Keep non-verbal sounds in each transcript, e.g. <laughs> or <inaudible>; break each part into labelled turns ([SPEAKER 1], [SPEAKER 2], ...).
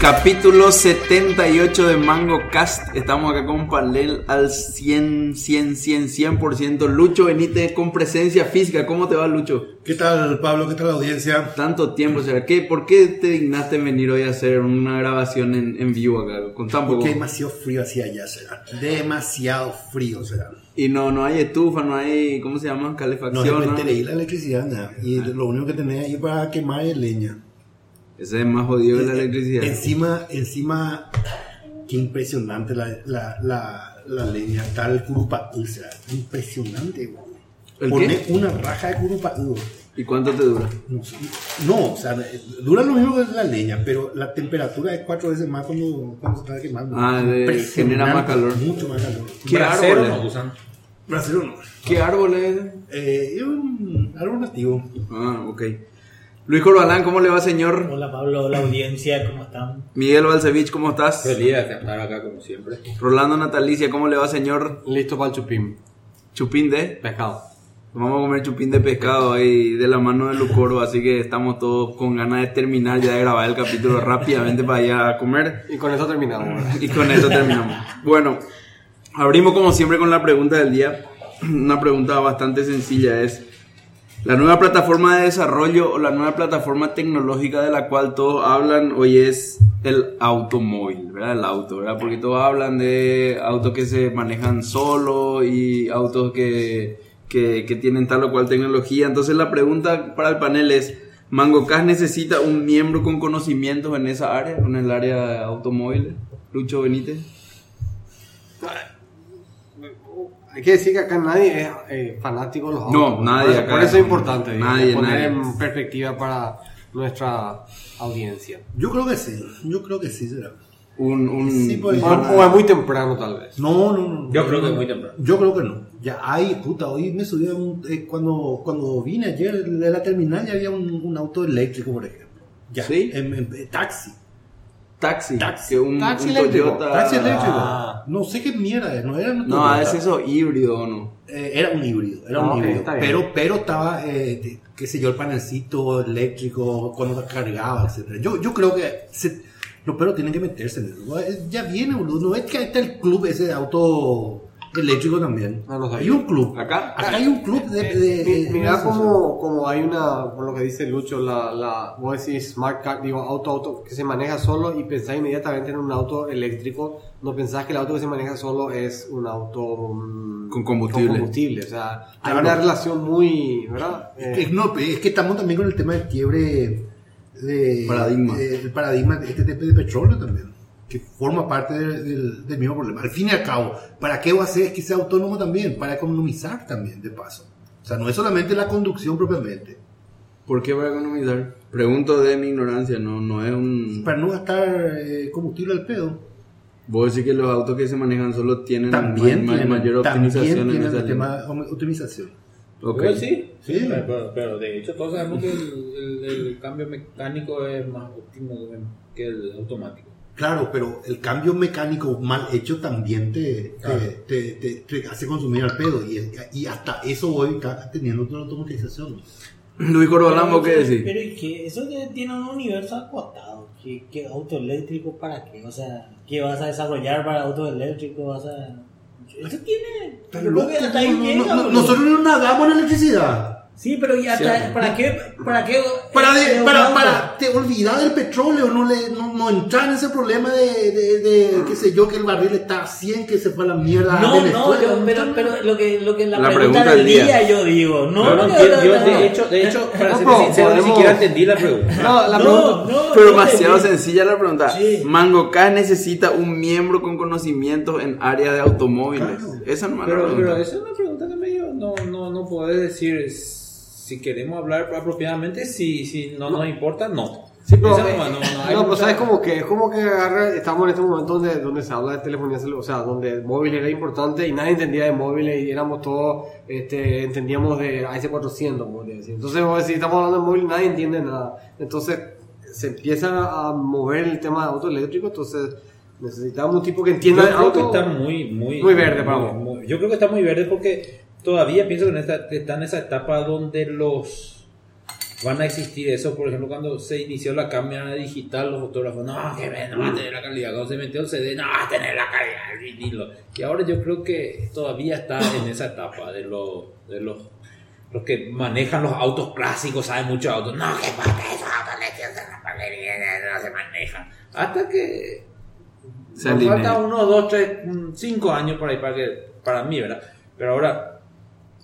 [SPEAKER 1] Capítulo 78 de Mango Cast. Estamos acá con panel al 100, 100, 100, 100%. Lucho Benítez con presencia física. ¿Cómo te va, Lucho?
[SPEAKER 2] ¿Qué tal, Pablo? ¿Qué tal la audiencia?
[SPEAKER 1] Tanto tiempo, o sea, ¿qué, ¿por qué te dignaste en venir hoy a hacer una grabación en, en vivo acá? Con tan poco.
[SPEAKER 2] Porque demasiado frío hacía allá, será. Demasiado frío, será.
[SPEAKER 1] Y no, no hay estufa, no hay, ¿cómo se llama?
[SPEAKER 2] No se
[SPEAKER 1] Calefacción.
[SPEAKER 2] me
[SPEAKER 1] ¿no? Ah.
[SPEAKER 2] enteré la electricidad, nada. Y lo único que tenés ahí para quemar es leña.
[SPEAKER 1] Ese es más jodido que
[SPEAKER 2] Eh,
[SPEAKER 1] la electricidad.
[SPEAKER 2] Encima, encima, qué impresionante la, la, la, la leña. Tal curupatú, será. Impresionante, güey.
[SPEAKER 1] ¿El
[SPEAKER 2] Poné
[SPEAKER 1] qué?
[SPEAKER 2] una raja de curupatú.
[SPEAKER 1] ¿Y cuánto te dura?
[SPEAKER 2] No, sé. no, o sea, dura lo mismo que la leña, pero la temperatura es cuatro veces más cuando, cuando se está quemando.
[SPEAKER 1] Ah, de-
[SPEAKER 2] Impresionante,
[SPEAKER 1] genera más calor.
[SPEAKER 2] Mucho más calor.
[SPEAKER 1] ¿Qué
[SPEAKER 3] Brasero
[SPEAKER 1] árboles?
[SPEAKER 3] no usan.
[SPEAKER 2] Brasil no.
[SPEAKER 1] ¿Qué árboles?
[SPEAKER 2] Eh, es un árbol nativo.
[SPEAKER 1] Ah, ok. Luis Corbalán, ¿cómo le va, señor?
[SPEAKER 4] Hola Pablo, hola audiencia, ¿cómo están?
[SPEAKER 1] Miguel Balcevich, ¿cómo estás?
[SPEAKER 3] Feliz de estar acá como siempre.
[SPEAKER 1] Rolando Natalicia, ¿cómo le va, señor?
[SPEAKER 3] Listo para el chupín.
[SPEAKER 1] Chupín de.
[SPEAKER 3] Pescado.
[SPEAKER 1] Vamos a comer chupín de pescado ahí de la mano de Lucoro, así que estamos todos con ganas de terminar ya de grabar el capítulo rápidamente para ir a comer.
[SPEAKER 3] Y con eso terminamos. ¿verdad?
[SPEAKER 1] Y con eso terminamos. Bueno, abrimos como siempre con la pregunta del día. Una pregunta bastante sencilla es, ¿la nueva plataforma de desarrollo o la nueva plataforma tecnológica de la cual todos hablan hoy es el automóvil, ¿verdad? El auto, ¿verdad? Porque todos hablan de autos que se manejan solo y autos que, que, que tienen tal o cual tecnología. Entonces la pregunta para el panel es, ¿MangoCast necesita un miembro con conocimientos en esa área, en el área de automóviles? Lucho Benítez.
[SPEAKER 3] Hay que decir que acá nadie es eh, fanático de los
[SPEAKER 1] No,
[SPEAKER 3] autos.
[SPEAKER 1] nadie
[SPEAKER 3] por eso,
[SPEAKER 1] acá.
[SPEAKER 3] Por eso es importante digamos,
[SPEAKER 1] Nadie,
[SPEAKER 3] poner
[SPEAKER 1] nadie.
[SPEAKER 3] en perspectiva para nuestra audiencia.
[SPEAKER 2] Yo creo que sí, yo creo que sí será.
[SPEAKER 1] Un, un,
[SPEAKER 2] Sí, pues.
[SPEAKER 3] O, o es muy temprano tal vez.
[SPEAKER 2] No, no, no. no.
[SPEAKER 5] Yo creo que es muy temprano.
[SPEAKER 2] Yo creo que no. Ya hay, puta, hoy me subí a un. eh, cuando, cuando vine ayer de la terminal ya había un, un auto eléctrico, por ejemplo. Ya.
[SPEAKER 1] ¿Sí?
[SPEAKER 2] En, en- eh, taxi.
[SPEAKER 1] taxi,
[SPEAKER 2] Taxi.
[SPEAKER 1] que un, un
[SPEAKER 3] Taxi eléctrico.
[SPEAKER 1] Toyota.
[SPEAKER 2] Taxi eléctrico.
[SPEAKER 3] Ah.
[SPEAKER 2] No sé qué mierda es, no era. un
[SPEAKER 1] No,
[SPEAKER 2] Toyota.
[SPEAKER 1] es eso híbrido, ¿o ¿no?
[SPEAKER 2] Eh, era un híbrido, era
[SPEAKER 3] Ah,
[SPEAKER 2] un
[SPEAKER 3] ok,
[SPEAKER 2] híbrido.
[SPEAKER 3] está bien.
[SPEAKER 2] Pero, pero estaba, eh, de- qué sé yo, el panelcito eléctrico, cuando cargaba, etcétera. Yo, yo creo que se- los perros tienen que meterse en eso. ¿no? Es- Ya viene, boludo. No es que ahí está el club ese de auto eléctrico también.
[SPEAKER 3] No lo sabía. Eh,
[SPEAKER 2] hay un club.
[SPEAKER 1] Acá.
[SPEAKER 2] Acá hay un club de. de-
[SPEAKER 3] Mi-
[SPEAKER 2] de-
[SPEAKER 3] Mirá
[SPEAKER 2] de-
[SPEAKER 3] como, como hay una, por lo que dice Lucho, la, la, vos decís smart car, digo auto, auto que se maneja solo y pensás inmediatamente en un auto eléctrico, no pensás que el auto que se maneja solo es un auto mm,
[SPEAKER 1] Con combustible.
[SPEAKER 3] con combustible, o sea, hay
[SPEAKER 2] Claro.
[SPEAKER 3] una relación muy, ¿verdad? Eh,
[SPEAKER 2] Es que, no, es que estamos también con el tema del quiebre de
[SPEAKER 1] Paradigma.
[SPEAKER 2] de- el paradigma de este tipo de petróleo también, que forma parte del, del- del mismo problema. Al fin y al cabo, ¿para qué va a ser que sea autónomo también? Para economizar también, de paso. O sea, no es solamente la conducción propiamente.
[SPEAKER 1] ¿Por qué para economizar? Pregunto de mi ignorancia, no, no es un...
[SPEAKER 2] Para no gastar eh, combustible al pedo.
[SPEAKER 1] Vos decís que los autos que se manejan solo tienen
[SPEAKER 2] También
[SPEAKER 1] Mm, ma- ma-
[SPEAKER 2] tienen,
[SPEAKER 1] mayor
[SPEAKER 2] también
[SPEAKER 1] optimización
[SPEAKER 2] tienen
[SPEAKER 1] en esa
[SPEAKER 2] el
[SPEAKER 1] línea.
[SPEAKER 2] tema de optimización.
[SPEAKER 1] Ok.
[SPEAKER 5] Igual sí,
[SPEAKER 2] Sí.
[SPEAKER 5] Pero- Pero, pero de hecho todos sabemos que el, el- el cambio mecánico es más óptimo que el automático.
[SPEAKER 2] Claro, pero el cambio mecánico mal hecho también te, te-
[SPEAKER 5] Claro.
[SPEAKER 2] te, te- te hace consumir al pedo y, y hasta eso hoy está teniendo toda la automatización.
[SPEAKER 1] Luis Corbalán, ¿vos qué decís?
[SPEAKER 4] Pero ¿y qué? Eso te- tiene un universo acotado. ¿Qué, qué auto eléctrico para qué? O sea, ¿qué vas a desarrollar para auto eléctrico? ¿Vas a...? Eso tiene... Yo creo que hasta ahí
[SPEAKER 2] No, no,
[SPEAKER 4] llega,
[SPEAKER 2] no,
[SPEAKER 4] boludo.
[SPEAKER 2] nosotros no nadamos en electricidad.
[SPEAKER 4] Sí, pero ¿y hasta, ¿para qué? ¿Para qué?
[SPEAKER 2] Para, de-
[SPEAKER 4] eh,
[SPEAKER 2] para,
[SPEAKER 4] auto?
[SPEAKER 2] para te olvidar del petróleo, no, le, no, no entrar en ese problema de, de, de, qué sé yo, que el barril está a 100, que se fue a la mierda. a
[SPEAKER 4] No, no,
[SPEAKER 2] Venezuela.
[SPEAKER 4] yo- pero, pero lo que, lo que la,
[SPEAKER 1] La
[SPEAKER 4] pregunta,
[SPEAKER 1] pregunta
[SPEAKER 4] del
[SPEAKER 1] del
[SPEAKER 4] día,
[SPEAKER 1] día.
[SPEAKER 4] yo digo, no,
[SPEAKER 5] Yo no
[SPEAKER 4] no,
[SPEAKER 5] entiendo-
[SPEAKER 4] no,
[SPEAKER 5] yo,
[SPEAKER 4] no, no.
[SPEAKER 5] de hecho, de hecho, para
[SPEAKER 3] No,
[SPEAKER 5] ser
[SPEAKER 3] pero
[SPEAKER 5] sincero, ni
[SPEAKER 3] podemos-
[SPEAKER 5] siquiera entendí la pregunta.
[SPEAKER 3] no, la
[SPEAKER 4] no,
[SPEAKER 3] pregunta-
[SPEAKER 4] no,
[SPEAKER 1] Pero
[SPEAKER 4] no
[SPEAKER 1] demasiado
[SPEAKER 4] entendí.
[SPEAKER 1] sencilla la pregunta.
[SPEAKER 4] Sí.
[SPEAKER 1] Mango K necesita un miembro con conocimientos en área de automóviles.
[SPEAKER 2] Claro.
[SPEAKER 1] Esa no me la
[SPEAKER 5] Pero,
[SPEAKER 1] pregunta.
[SPEAKER 5] pero esa es una pregunta que medio no, no, no podés decir si queremos hablar apropiadamente, si, si no, nos importa, no.
[SPEAKER 3] Sí, pero,
[SPEAKER 6] Esa
[SPEAKER 3] eh,
[SPEAKER 6] nomás, no, no, hay
[SPEAKER 3] no, pero
[SPEAKER 6] mucha-
[SPEAKER 3] ¿sabes cómo que es como que agarra- estamos en este momento donde, donde se habla de telefonía celular, o sea, donde el móvil era importante y nadie entendía de móviles y éramos todos, este, entendíamos de AC400, como te decía. Entonces, vos decís, estamos hablando de móvil, nadie entiende nada. Entonces, se empieza a mover el tema de auto eléctrico, entonces necesitamos un tipo que
[SPEAKER 6] Yo
[SPEAKER 3] entienda de
[SPEAKER 6] creo que
[SPEAKER 3] auto.
[SPEAKER 6] está muy, muy,
[SPEAKER 3] Muy verde,
[SPEAKER 6] muy-
[SPEAKER 3] vamos.
[SPEAKER 6] muy- yo creo que está muy verde porque todavía pienso que en esta- está en esa etapa donde los van a existir eso. Por ejemplo, cuando se inició la cámara digital, los fotógrafos, no, que ve, no va a tener la calidad. Cuando se metió el CD, no va a tener la calidad del vinilo. Y ahora yo creo que todavía está en esa etapa de, los de los, los que manejan los autos clásicos, saben mucho de autos. No, que va a tener esos autos, le tienen la papelería, no se manejan. Hasta que
[SPEAKER 1] Se
[SPEAKER 6] nos
[SPEAKER 1] alinea.
[SPEAKER 6] falta unos dos, tres, mm, cinco años para ahí para que, para mí, ¿verdad? Pero ahora,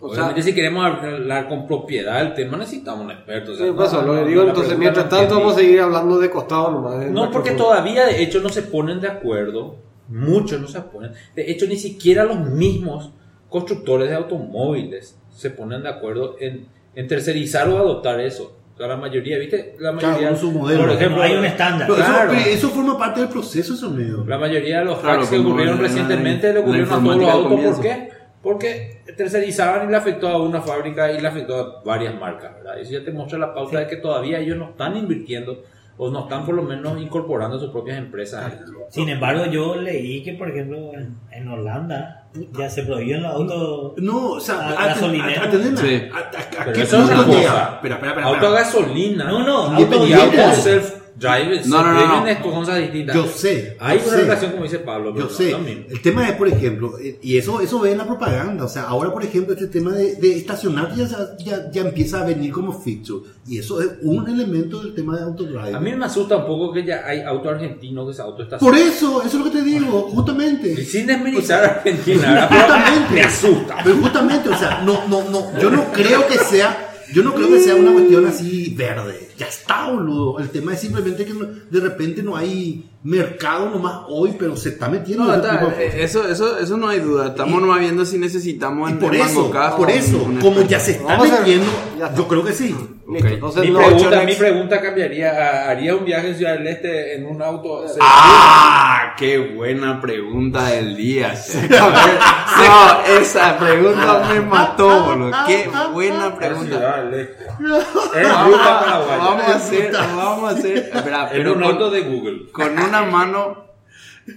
[SPEAKER 3] O sea,
[SPEAKER 6] obviamente si queremos hablar con propiedad del tema necesitamos un experto. o sea,
[SPEAKER 3] sí, por eso,
[SPEAKER 6] no,
[SPEAKER 3] lo que
[SPEAKER 6] no,
[SPEAKER 3] digo,
[SPEAKER 6] la
[SPEAKER 3] entonces,
[SPEAKER 6] pregunta
[SPEAKER 3] mientras
[SPEAKER 6] no
[SPEAKER 3] tanto,
[SPEAKER 6] entendí.
[SPEAKER 3] vamos a seguir hablando de costado nomás. ¿eh? de
[SPEAKER 6] No, porque
[SPEAKER 3] micrófono.
[SPEAKER 6] todavía de hecho no se ponen de acuerdo, muchos no se ponen. De hecho, ni siquiera los mismos constructores de automóviles se ponen de acuerdo en, en tercerizar o adoptar eso. O sea, la mayoría, ¿viste? La
[SPEAKER 2] Claro,
[SPEAKER 6] mayoría.
[SPEAKER 2] con su modelo.
[SPEAKER 6] Por ejemplo,
[SPEAKER 4] No hay un estándar.
[SPEAKER 2] Pero eso-
[SPEAKER 6] claro.
[SPEAKER 2] pero eso, forma parte del proceso, eso medio.
[SPEAKER 6] La mayoría de los
[SPEAKER 1] Claro,
[SPEAKER 6] hacks que
[SPEAKER 1] como
[SPEAKER 6] ocurrieron
[SPEAKER 1] la-
[SPEAKER 6] recientemente
[SPEAKER 1] la
[SPEAKER 6] le ocurrieron a todos los
[SPEAKER 1] informática
[SPEAKER 6] autos.
[SPEAKER 1] al
[SPEAKER 6] ¿Por qué? Porque tercerizaban y le afectó a una fábrica y le afectó a varias marcas. ¿verdad? Eso ya te muestra la pauta de que todavía ellos no están invirtiendo o no están por lo menos incorporando a sus propias empresas.
[SPEAKER 4] Sin embargo, yo leí que, por ejemplo, en, en Holanda ya se prohibió el auto.
[SPEAKER 2] No, o sea,
[SPEAKER 4] Ah,
[SPEAKER 2] a- a-
[SPEAKER 4] gasolinera.
[SPEAKER 2] a- atendeme,
[SPEAKER 1] Sí.
[SPEAKER 2] a- a- a- ¿a
[SPEAKER 6] Pero
[SPEAKER 2] qué
[SPEAKER 6] eso es
[SPEAKER 2] punto
[SPEAKER 6] una
[SPEAKER 2] llega?
[SPEAKER 6] cosa.
[SPEAKER 2] Espera, espera, espera,
[SPEAKER 6] Auto a
[SPEAKER 2] espera.
[SPEAKER 6] gasolina.
[SPEAKER 4] No, no,
[SPEAKER 6] auto y
[SPEAKER 2] independiente.
[SPEAKER 6] auto self-drive.
[SPEAKER 1] No, no, no,
[SPEAKER 6] self-driven
[SPEAKER 1] no.
[SPEAKER 6] es cosas distintas.
[SPEAKER 2] Yo sé,
[SPEAKER 6] Hay
[SPEAKER 2] yo
[SPEAKER 6] una
[SPEAKER 2] sé.
[SPEAKER 6] relación, como dice Pablo. pero
[SPEAKER 2] Yo
[SPEAKER 6] no
[SPEAKER 2] sé.
[SPEAKER 6] es lo mismo.
[SPEAKER 2] El tema es, por ejemplo, eh, y eso eso ve en la propaganda. O sea, ahora, por ejemplo, este tema de, de estacionar ya, ya, ya empieza a venir como feature. Y eso es un elemento del tema de autodrive.
[SPEAKER 6] A mí me asusta un poco que ya hay auto argentino que se auto está
[SPEAKER 2] Por eso, eso es lo que te digo,
[SPEAKER 6] Ah.
[SPEAKER 2] justamente.
[SPEAKER 6] Y sin desmeritar a
[SPEAKER 2] <laughs>
[SPEAKER 6] Argentina, ¿verdad? Pero
[SPEAKER 2] Justamente.
[SPEAKER 6] me asusta.
[SPEAKER 2] Pero justamente, o sea, no, no, no, yo no creo que sea, yo no creo que sea una cuestión así verde. Ya está, boludo. El tema es simplemente que no- de repente no hay mercado nomás hoy, pero se está metiendo.
[SPEAKER 1] No,
[SPEAKER 2] ese
[SPEAKER 1] está,
[SPEAKER 2] tipo de cosas.
[SPEAKER 1] eh, eso, eso, eso no hay duda. Estamos nomás viendo si necesitamos
[SPEAKER 2] y
[SPEAKER 1] en-
[SPEAKER 2] por
[SPEAKER 1] en Mango
[SPEAKER 2] eso,
[SPEAKER 1] Cast
[SPEAKER 2] por
[SPEAKER 1] un-
[SPEAKER 2] eso,
[SPEAKER 1] un
[SPEAKER 2] como
[SPEAKER 1] experto.
[SPEAKER 2] ya se está
[SPEAKER 3] Vamos a ver.
[SPEAKER 2] metiendo,
[SPEAKER 3] Ya está.
[SPEAKER 2] yo creo que sí.
[SPEAKER 3] Listo,
[SPEAKER 1] Ok.
[SPEAKER 3] entonces,
[SPEAKER 6] Mi
[SPEAKER 3] no,
[SPEAKER 6] pregunta,
[SPEAKER 3] Chonex-
[SPEAKER 6] mi pregunta cambiaría. ¿Haría un viaje en Ciudad del Este en un auto?
[SPEAKER 1] ¡Ah! ¡Qué buena pregunta del día! Che. <laughs> No, esa pregunta me mató, boludo. ¡Qué buena pregunta!
[SPEAKER 6] Ciudad del Este. En
[SPEAKER 1] Vamos
[SPEAKER 6] ruta
[SPEAKER 1] a,
[SPEAKER 6] paraguaya.
[SPEAKER 1] vamos a hacer, vamos a hacer. Espera,
[SPEAKER 6] En
[SPEAKER 1] pero
[SPEAKER 6] un auto
[SPEAKER 1] con,
[SPEAKER 6] de Google.
[SPEAKER 1] con una mano,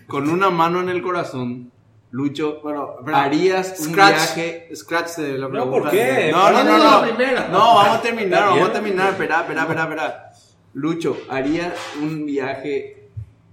[SPEAKER 1] con una mano en el corazón, Lucho,
[SPEAKER 3] Bueno, espera.
[SPEAKER 1] harías un
[SPEAKER 3] Scratch,
[SPEAKER 1] viaje.
[SPEAKER 3] Scratch de la
[SPEAKER 6] No,
[SPEAKER 3] pregunta.
[SPEAKER 6] ¿por qué?
[SPEAKER 1] No, no, no,
[SPEAKER 6] Hablando
[SPEAKER 1] no.
[SPEAKER 6] de la primera.
[SPEAKER 1] No, vamos a terminar,
[SPEAKER 6] Está
[SPEAKER 1] vamos a
[SPEAKER 6] bien.
[SPEAKER 1] terminar. Espera, espera, espera, espera. Lucho, ¿harías un viaje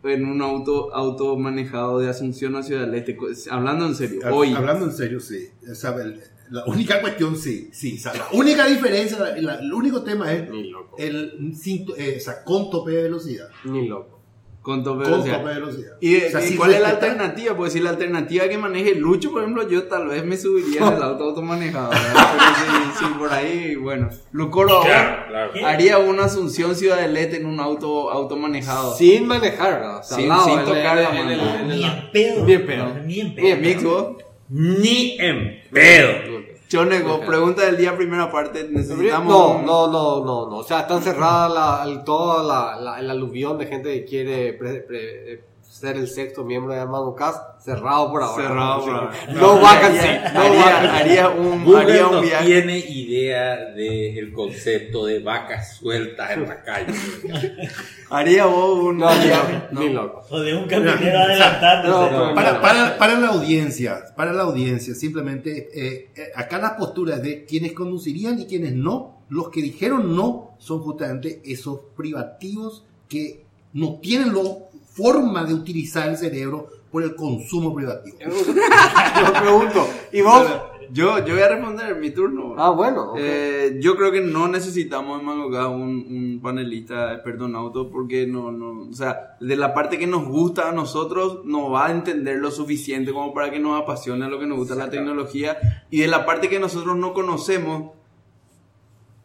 [SPEAKER 1] en un auto, auto manejado de Asunción a Ciudad del Este? Co- Hablando en serio,
[SPEAKER 2] Hab-
[SPEAKER 1] hoy.
[SPEAKER 2] Hablando en serio, sí. O sea, el- la única cuestión, sí. sí. O sea, la única diferencia, la- la- el único tema es
[SPEAKER 3] Ni loco.
[SPEAKER 2] el, sin- eh, o sea, con tope de velocidad.
[SPEAKER 3] Ni loco.
[SPEAKER 1] Con tope de
[SPEAKER 2] Con
[SPEAKER 1] velocidad.
[SPEAKER 2] tope de velocidad.
[SPEAKER 1] ¿Y, de-
[SPEAKER 2] O sea,
[SPEAKER 1] y
[SPEAKER 2] sin
[SPEAKER 1] cuál es la
[SPEAKER 2] respetar-
[SPEAKER 1] alternativa? Pues si la alternativa que maneje Lucho, por ejemplo, yo tal vez me subiría en el auto automanejado. ¿verdad? Pero si, si por ahí, bueno. Lucoro,
[SPEAKER 6] Claro, claro.
[SPEAKER 1] haría una Asunción Ciudad del Este en un auto automanejado.
[SPEAKER 3] Sin manejar, o sea,
[SPEAKER 1] Sin-
[SPEAKER 3] al lado,
[SPEAKER 1] sin
[SPEAKER 3] en-
[SPEAKER 1] tocar la
[SPEAKER 3] en- en-
[SPEAKER 1] mano.
[SPEAKER 3] en- en-
[SPEAKER 4] Ni en pedo.
[SPEAKER 3] Ni en pedo.
[SPEAKER 4] Ni en pedo.
[SPEAKER 3] Ni en pedo.
[SPEAKER 1] Mix, vos.
[SPEAKER 6] Ni en pedo.
[SPEAKER 1] Chonego, pregunta del día, primera parte. Necesitamos.
[SPEAKER 3] No,
[SPEAKER 1] un-
[SPEAKER 3] no, no, no, no. O sea, está encerrada la, el- toda la, la- el aluvión de gente que quiere pre- pre- eh, ser el sexto miembro de Armando Cast. Cerrado por ahora.
[SPEAKER 1] Cerrado por ahora.
[SPEAKER 3] No vacancy. No
[SPEAKER 1] Haría,
[SPEAKER 3] vacancy.
[SPEAKER 1] haría un,
[SPEAKER 6] Google
[SPEAKER 1] haría
[SPEAKER 6] no
[SPEAKER 1] un viaje.
[SPEAKER 6] tiene idea del concepto de vacas sueltas en la calle.
[SPEAKER 1] Haría vos un.
[SPEAKER 3] No, ni loco,
[SPEAKER 1] No.
[SPEAKER 3] ni loco.
[SPEAKER 4] O de un camionero adelantado.
[SPEAKER 3] No,
[SPEAKER 4] pero-
[SPEAKER 3] pero-
[SPEAKER 2] Para, para, para la audiencia, para la audiencia, simplemente eh, eh, acá las posturas de quienes conducirían y quienes no, los que dijeron no son justamente esos privativos que no tienen la forma de utilizar el cerebro por el consumo privativo.
[SPEAKER 3] Yo pregunto. ¿Y vos?
[SPEAKER 1] Yo, yo voy a responder mi turno.
[SPEAKER 3] Ah, bueno. ok.
[SPEAKER 1] Eh, yo creo que no necesitamos en Mango Gas un, un panelista experto en auto porque no, no, o sea, de la parte que nos gusta a nosotros no va a entender lo suficiente como para que nos apasione lo que nos gusta la tecnología y de la parte que nosotros no conocemos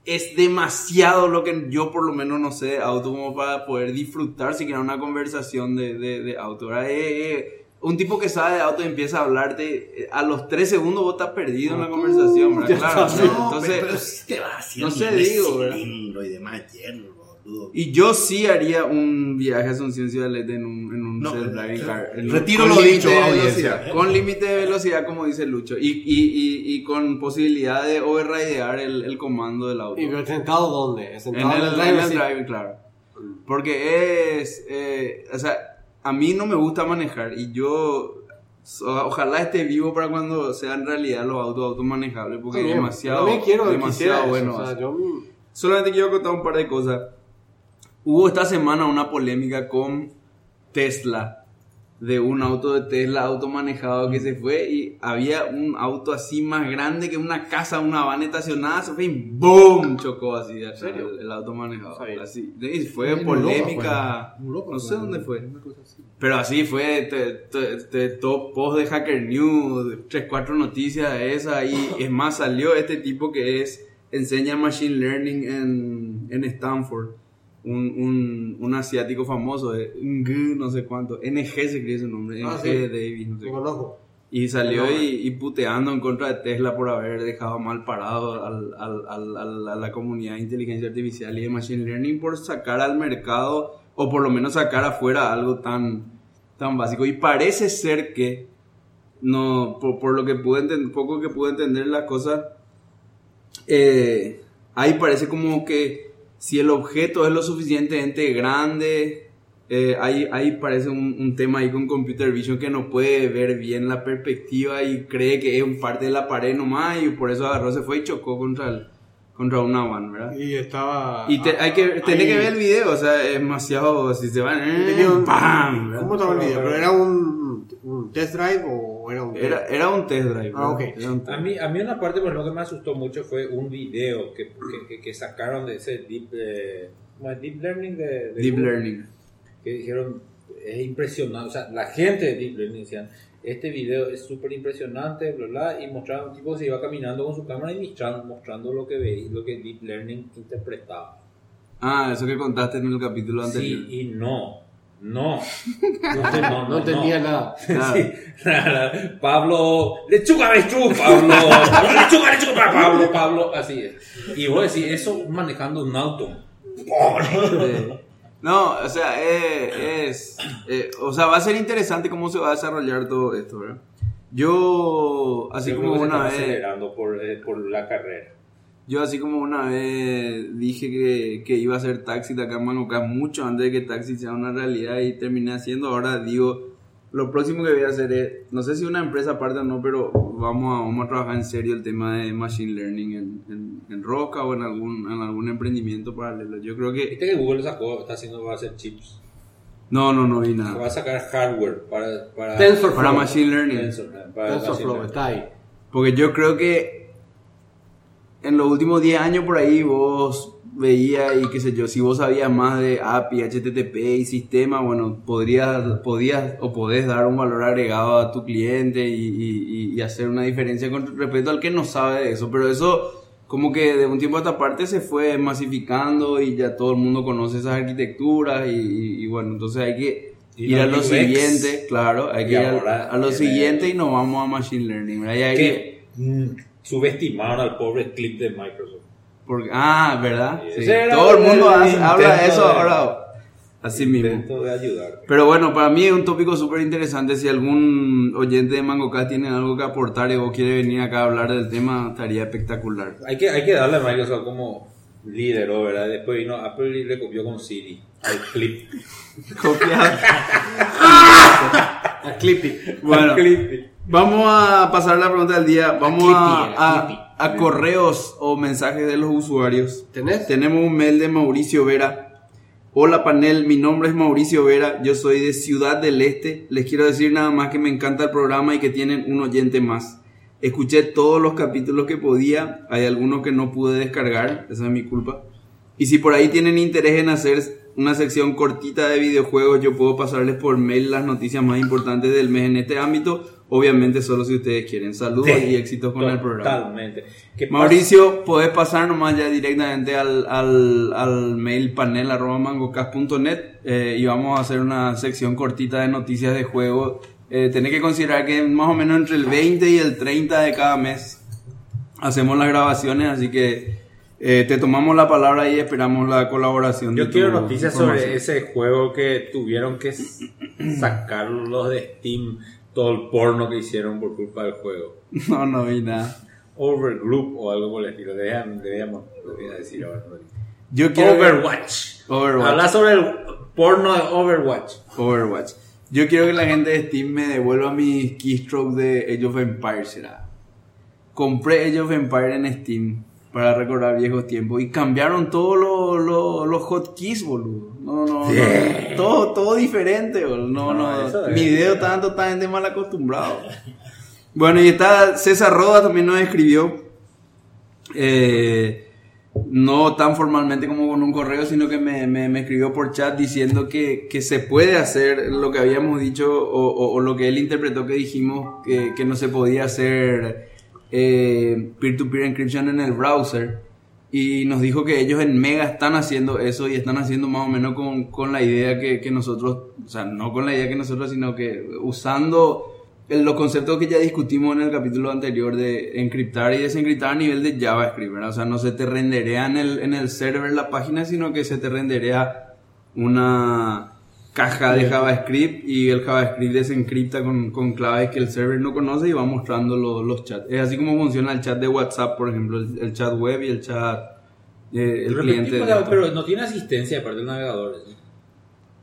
[SPEAKER 1] es demasiado lo que yo por lo menos no sé de auto como para poder disfrutar siquiera una conversación de, de, de auto. ¿verdad? Eh, eh, un tipo que sabe de auto y empieza a hablarte, eh, a los tres segundos vos estás perdido en la conversación, ¿verdad?
[SPEAKER 3] Uh, ya
[SPEAKER 1] Claro,
[SPEAKER 3] está.
[SPEAKER 1] ¿no? entonces...
[SPEAKER 2] sí te va haciendo
[SPEAKER 1] no se
[SPEAKER 2] un
[SPEAKER 1] digo, ¿verdad?
[SPEAKER 2] cilindro y demás hierro. boludo.
[SPEAKER 1] Y yo sí haría un viaje a Asunción Ciudad Leste en un, en un
[SPEAKER 2] No, eh,
[SPEAKER 1] self-driving car. En un-
[SPEAKER 2] retiro
[SPEAKER 1] con
[SPEAKER 2] lo
[SPEAKER 1] límite
[SPEAKER 2] dicho,
[SPEAKER 1] de
[SPEAKER 2] audiencia,
[SPEAKER 1] velocidad,
[SPEAKER 2] ¿eh?
[SPEAKER 1] Con límite de velocidad, como dice Lucho. Y, y, y, y con posibilidad de overridear el, el comando del auto.
[SPEAKER 3] ¿Y pero sentado dónde?
[SPEAKER 1] En
[SPEAKER 3] Sentado
[SPEAKER 1] el,
[SPEAKER 3] driver
[SPEAKER 1] en el
[SPEAKER 3] seat.
[SPEAKER 1] driving, claro. Porque es. eh, o sea, a mí no me gusta manejar y yo. so- ojalá esté vivo para cuando sean realidad los autos automanejables porque es
[SPEAKER 3] También,
[SPEAKER 1] demasiado,
[SPEAKER 3] también quiero, quisiera
[SPEAKER 1] demasiado
[SPEAKER 3] eso,
[SPEAKER 1] bueno.
[SPEAKER 3] o sea, yo,
[SPEAKER 1] Solamente quiero contar un par de cosas. Hubo esta semana una polémica con Tesla, de un auto de Tesla automanejado que se fue y había un auto así más grande que una casa, una van estacionada, se fue y ¡boom! Chocó así al-
[SPEAKER 3] serio?
[SPEAKER 1] El, el auto manejado.
[SPEAKER 3] Sabía.
[SPEAKER 1] Así. Y fue
[SPEAKER 2] En Europa
[SPEAKER 1] polémica,
[SPEAKER 2] fue, en Europa pues.
[SPEAKER 1] no sé
[SPEAKER 2] fue,
[SPEAKER 1] dónde fue.
[SPEAKER 2] una cosa así.
[SPEAKER 1] Pero así fue, te, te- te- top post de Hacker News, 3, 4 noticias de esa,
[SPEAKER 3] <laughs>
[SPEAKER 1] y es más, salió este tipo que es, enseña Machine Learning en, en Stanford, un, un, un asiático famoso, de Ng, no sé cuánto, NG se cree su nombre,
[SPEAKER 3] Ah,
[SPEAKER 1] NG
[SPEAKER 3] sí.
[SPEAKER 1] Davis, no sé
[SPEAKER 3] me
[SPEAKER 1] cuánto.
[SPEAKER 3] conozco.
[SPEAKER 1] Y salió y, y puteando en contra de Tesla por haber dejado mal parado al- al- al- al- a la comunidad de inteligencia artificial y de machine learning por sacar al mercado o por lo menos sacar afuera algo tan, tan básico. Y parece ser que, no, por, por lo que pude entender, poco que pude entender las cosas, eh, ahí parece como que si el objeto es lo suficientemente grande, eh, ahí, ahí parece un, un tema ahí con computer vision que no puede ver bien la perspectiva y cree que es un parte de la pared nomás y por eso agarró, se fue y chocó contra, el, contra una van, ¿verdad?
[SPEAKER 7] Y estaba.
[SPEAKER 1] Y te- hay que, tener
[SPEAKER 7] ahí-
[SPEAKER 1] que ver el video, o sea, es demasiado, si se van, eh,
[SPEAKER 3] Tenía un-
[SPEAKER 1] ¡pam! ¿verdad?
[SPEAKER 3] Mm, ¿Cómo estaba el video? ¿Pero era un, un test drive o era un.?
[SPEAKER 1] Era, era un test drive.
[SPEAKER 3] Ah,
[SPEAKER 1] ¿verdad?
[SPEAKER 3] ok.
[SPEAKER 1] Era un test-
[SPEAKER 6] A mí, a mí una parte por lo que me asustó mucho fue un video que, que- que- que sacaron de ese deep, eh, ¿cómo es? deep learning de, de
[SPEAKER 1] Deep
[SPEAKER 6] Google,
[SPEAKER 1] learning.
[SPEAKER 6] que dijeron es impresionante, o sea, la gente de deep learning decían este video es súper impresionante, bla bla, y mostraban un tipo que se iba caminando con su cámara y mostrando, mostrando lo que veía, lo que deep learning interpretaba.
[SPEAKER 1] Ah, eso que contaste en el capítulo anterior.
[SPEAKER 6] Sí y no, no, no,
[SPEAKER 1] <laughs>
[SPEAKER 6] te- no,
[SPEAKER 3] No tenía nada.
[SPEAKER 1] Claro.
[SPEAKER 6] Sí, nada. Pablo, lechuga, lechuga, Pablo, no, lechuga, lechuga, Pablo, Pablo, así es. Y voy a decir eso manejando un auto.
[SPEAKER 1] Sí. No, o sea, eh, es. eh, o sea, va a ser interesante cómo se va a desarrollar todo esto, ¿verdad? Yo, así
[SPEAKER 6] Yo creo
[SPEAKER 1] como
[SPEAKER 6] que se
[SPEAKER 1] una
[SPEAKER 6] están
[SPEAKER 1] vez.
[SPEAKER 6] acelerando por, eh, por la carrera.
[SPEAKER 1] Yo, así como una vez dije que, que iba a hacer taxi de acá en Manucas mucho antes de que taxi sea una realidad y terminé haciendo. Ahora digo, lo próximo que voy a hacer es. No sé si una empresa aparte o no, pero vamos a, vamos a trabajar en serio el tema de Machine Learning en, en, en Roca o en algún, en algún emprendimiento paralelo. Yo creo que.
[SPEAKER 6] Viste que Google sacó, está haciendo, va a hacer chips.
[SPEAKER 1] No, no, no vi nada.
[SPEAKER 6] Va a sacar hardware para. para
[SPEAKER 3] TensorFlow.
[SPEAKER 1] Para Machine Learning.
[SPEAKER 6] Tensor, para- para
[SPEAKER 3] TensorFlow,
[SPEAKER 6] machine
[SPEAKER 3] está ahí.
[SPEAKER 1] Porque yo creo que en los últimos 10 años por ahí vos veías y qué sé yo, si vos sabías más de API, HTTP y sistema, bueno, podrías, podías o podés dar un valor agregado a tu cliente y, y- y- y hacer una diferencia con respecto al que no sabe de eso. Pero eso como que de un tiempo a esta parte se fue masificando y ya todo el mundo conoce esas arquitecturas y, y- y bueno, entonces hay que
[SPEAKER 6] Y
[SPEAKER 1] ir
[SPEAKER 6] la
[SPEAKER 1] a lo
[SPEAKER 6] UX.
[SPEAKER 1] siguiente, claro, hay que
[SPEAKER 6] Y
[SPEAKER 1] ir a-
[SPEAKER 6] ahora
[SPEAKER 1] a lo
[SPEAKER 6] viene-
[SPEAKER 1] siguiente y nos vamos a Machine Learning. ¿verdad? Y ahí-
[SPEAKER 6] Que mm, subestimaron al pobre clip de Microsoft.
[SPEAKER 1] Porque, ah, ¿verdad?
[SPEAKER 6] Sí.
[SPEAKER 1] Sí.
[SPEAKER 6] Ese era
[SPEAKER 1] Todo el
[SPEAKER 6] el
[SPEAKER 1] mundo hace-
[SPEAKER 6] intento
[SPEAKER 1] habla de eso
[SPEAKER 6] de-
[SPEAKER 1] ahora. Así mismo.
[SPEAKER 6] Intento de ayudar.
[SPEAKER 1] Pero bueno, para mí es un tópico súper interesante. Si algún oyente de MangoCast tiene algo que aportar o quiere venir acá a hablar del tema, estaría espectacular. <laughs>
[SPEAKER 6] Hay que, hay que darle a Microsoft como líder, ¿o? ¿verdad? Después vino Apple y le copió con Siri al clip.
[SPEAKER 1] Copiado.
[SPEAKER 3] A Clippy.
[SPEAKER 1] <laughs> Bueno,
[SPEAKER 6] Al clip.
[SPEAKER 1] vamos a pasar a la pregunta del día. Vamos
[SPEAKER 3] Clippy,
[SPEAKER 1] a,
[SPEAKER 3] Clippy.
[SPEAKER 1] a- a correos o mensajes de los usuarios.
[SPEAKER 3] ¿Tenés?
[SPEAKER 1] Tenemos un mail de Mauricio Vera. Hola panel, mi nombre es Mauricio Vera, yo soy de Ciudad del Este. Les quiero decir nada más que me encanta el programa y que tienen un oyente más. Escuché todos los capítulos que podía, hay algunos que no pude descargar, esa es mi culpa. Y si por ahí tienen interés en hacer una sección cortita de videojuegos, yo puedo pasarles por mail las noticias más importantes del mes en este ámbito, obviamente solo si ustedes quieren. Saludos y éxitos con el programa.
[SPEAKER 6] Totalmente. ¿Qué pasa?
[SPEAKER 1] Mauricio, podés pasar nomás ya directamente al, al, al mail panel arroba mangocast.net eh, y vamos a hacer una sección cortita de noticias de juego. Eh, tenés que considerar que más o menos entre el 20 y el 30 de cada mes hacemos las grabaciones, así que Eh, te tomamos la palabra y esperamos la colaboración. de
[SPEAKER 8] Yo
[SPEAKER 1] tu
[SPEAKER 8] quiero noticias sobre
[SPEAKER 1] información.
[SPEAKER 8] ese juego que tuvieron que s- sacar los de Steam, todo el porno que hicieron por culpa del juego.
[SPEAKER 1] <laughs> No, no vi nada.
[SPEAKER 8] Overgroup o algo por el estilo. Deberían- Deberíamos, lo voy a decir ahora.
[SPEAKER 1] Yo quiero ver-
[SPEAKER 8] Overwatch.
[SPEAKER 1] Overwatch.
[SPEAKER 8] Habla sobre el porno de Overwatch.
[SPEAKER 1] Overwatch. Yo quiero que la gente de Steam me devuelva mis keystrokes de Age of Empires, será. Compré Age of Empires en Steam para recordar viejos tiempos y cambiaron todos los los- los hotkeys, boludo. No, no, no. Todo, todo diferente, boludo. No, no.
[SPEAKER 8] eso es-
[SPEAKER 1] Mi dedo estaba totalmente mal acostumbrado. bueno, y está César Roda también nos escribió. Eh, no tan formalmente como con un correo, sino que me, me- me escribió por chat diciendo que, que se puede hacer lo que habíamos dicho o, o- o lo que él interpretó que dijimos que, que no se podía hacer eh, peer-to-peer encryption en el browser. Y nos dijo que ellos en Mega están haciendo eso y están haciendo más o menos con, con la idea que, que nosotros, o sea, no con la idea que nosotros, sino que usando el- los conceptos que ya discutimos en el capítulo anterior de encriptar y desencriptar a nivel de JavaScript, ¿verdad? O sea, no se te renderea en el, en el server la página, sino que se te renderea una caja de JavaScript y el JavaScript desencripta con, con claves que el server no conoce y va mostrando lo- los chats. Es así como funciona el chat de WhatsApp, por ejemplo, el, el chat web y el chat... eh, el
[SPEAKER 6] Repetí,
[SPEAKER 1] cliente...
[SPEAKER 6] pero,
[SPEAKER 1] de-
[SPEAKER 6] pero no tiene asistencia aparte del navegador. ¿sí?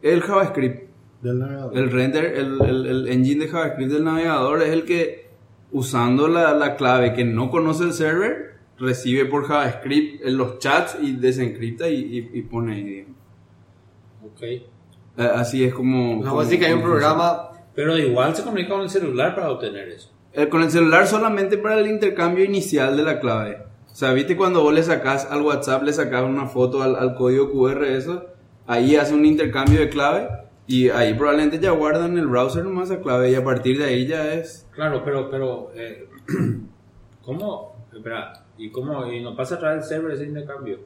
[SPEAKER 1] El JavaScript.
[SPEAKER 2] Del navegador.
[SPEAKER 1] El render, el, el- el engine de JavaScript del navegador es el que, usando la, la clave que no conoce el server, recibe por JavaScript en los chats y desencripta y, y- y pone ahí. digamos.
[SPEAKER 6] Ok.
[SPEAKER 1] Eh, Así es como...
[SPEAKER 3] No,
[SPEAKER 1] como-
[SPEAKER 3] así que hay un
[SPEAKER 1] como
[SPEAKER 3] programa
[SPEAKER 6] Pero igual se comunica con el celular para obtener eso.
[SPEAKER 1] Eh, con el celular solamente para el intercambio inicial de la clave. O sea, viste cuando vos le sacás al WhatsApp, le sacás una foto al, al código QR, eso, ahí hace un intercambio de clave y ahí probablemente ya guardan en el browser nomás esa clave y a partir de ahí ya es...
[SPEAKER 6] Claro, pero, pero, eh, <clears throat> ¿cómo? Espera, ¿y cómo? ¿Y no pasa a través del server ese intercambio?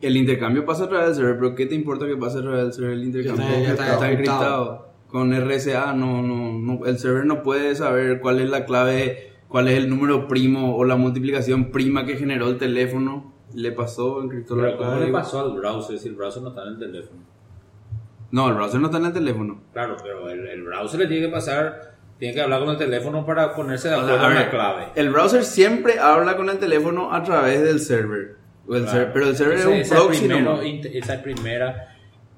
[SPEAKER 1] El intercambio pasa a través del server, pero ¿qué te importa que pase a través del server? El intercambio
[SPEAKER 3] Ya está- ya está encriptado.
[SPEAKER 1] Con RSA, no, no, no, el server no puede saber cuál es la clave, cuál es el número primo o la multiplicación prima que generó el teléfono. Le pasó, encriptó la
[SPEAKER 6] Pero ¿cómo
[SPEAKER 1] clave.
[SPEAKER 6] le pasó al browser si el browser no está en el teléfono?
[SPEAKER 1] No, el browser no está en el teléfono.
[SPEAKER 6] Claro, pero el, el browser le tiene que pasar, tiene que hablar con el teléfono para ponerse de
[SPEAKER 1] O
[SPEAKER 6] acuerdo
[SPEAKER 1] sea, a
[SPEAKER 6] en la
[SPEAKER 1] ver,
[SPEAKER 6] clave.
[SPEAKER 1] El browser siempre habla con el teléfono a través del server. O el
[SPEAKER 6] Claro.
[SPEAKER 1] ser- pero el server
[SPEAKER 6] Ese-
[SPEAKER 1] es
[SPEAKER 6] ese
[SPEAKER 1] un proxy.
[SPEAKER 6] primero
[SPEAKER 1] nomás.
[SPEAKER 6] inter- esa primera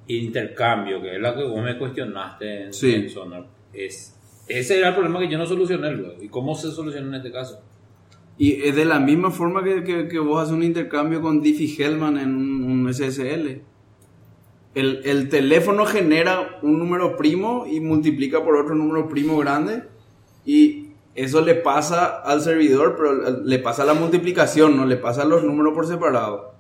[SPEAKER 6] intercambio, que es la que vos me cuestionaste en,
[SPEAKER 1] Sí.
[SPEAKER 6] en Sonar, es, ese era el problema que yo no solucioné luego. ¿Y cómo se solucionó en este caso?
[SPEAKER 1] Y es de la misma forma que, que, que vos haces un intercambio con Diffie Hellman en un, un SSL. El, el teléfono genera un número primo y multiplica por otro número primo grande. Y eso le pasa al servidor, pero le pasa la multiplicación, no le pasa los números por separado.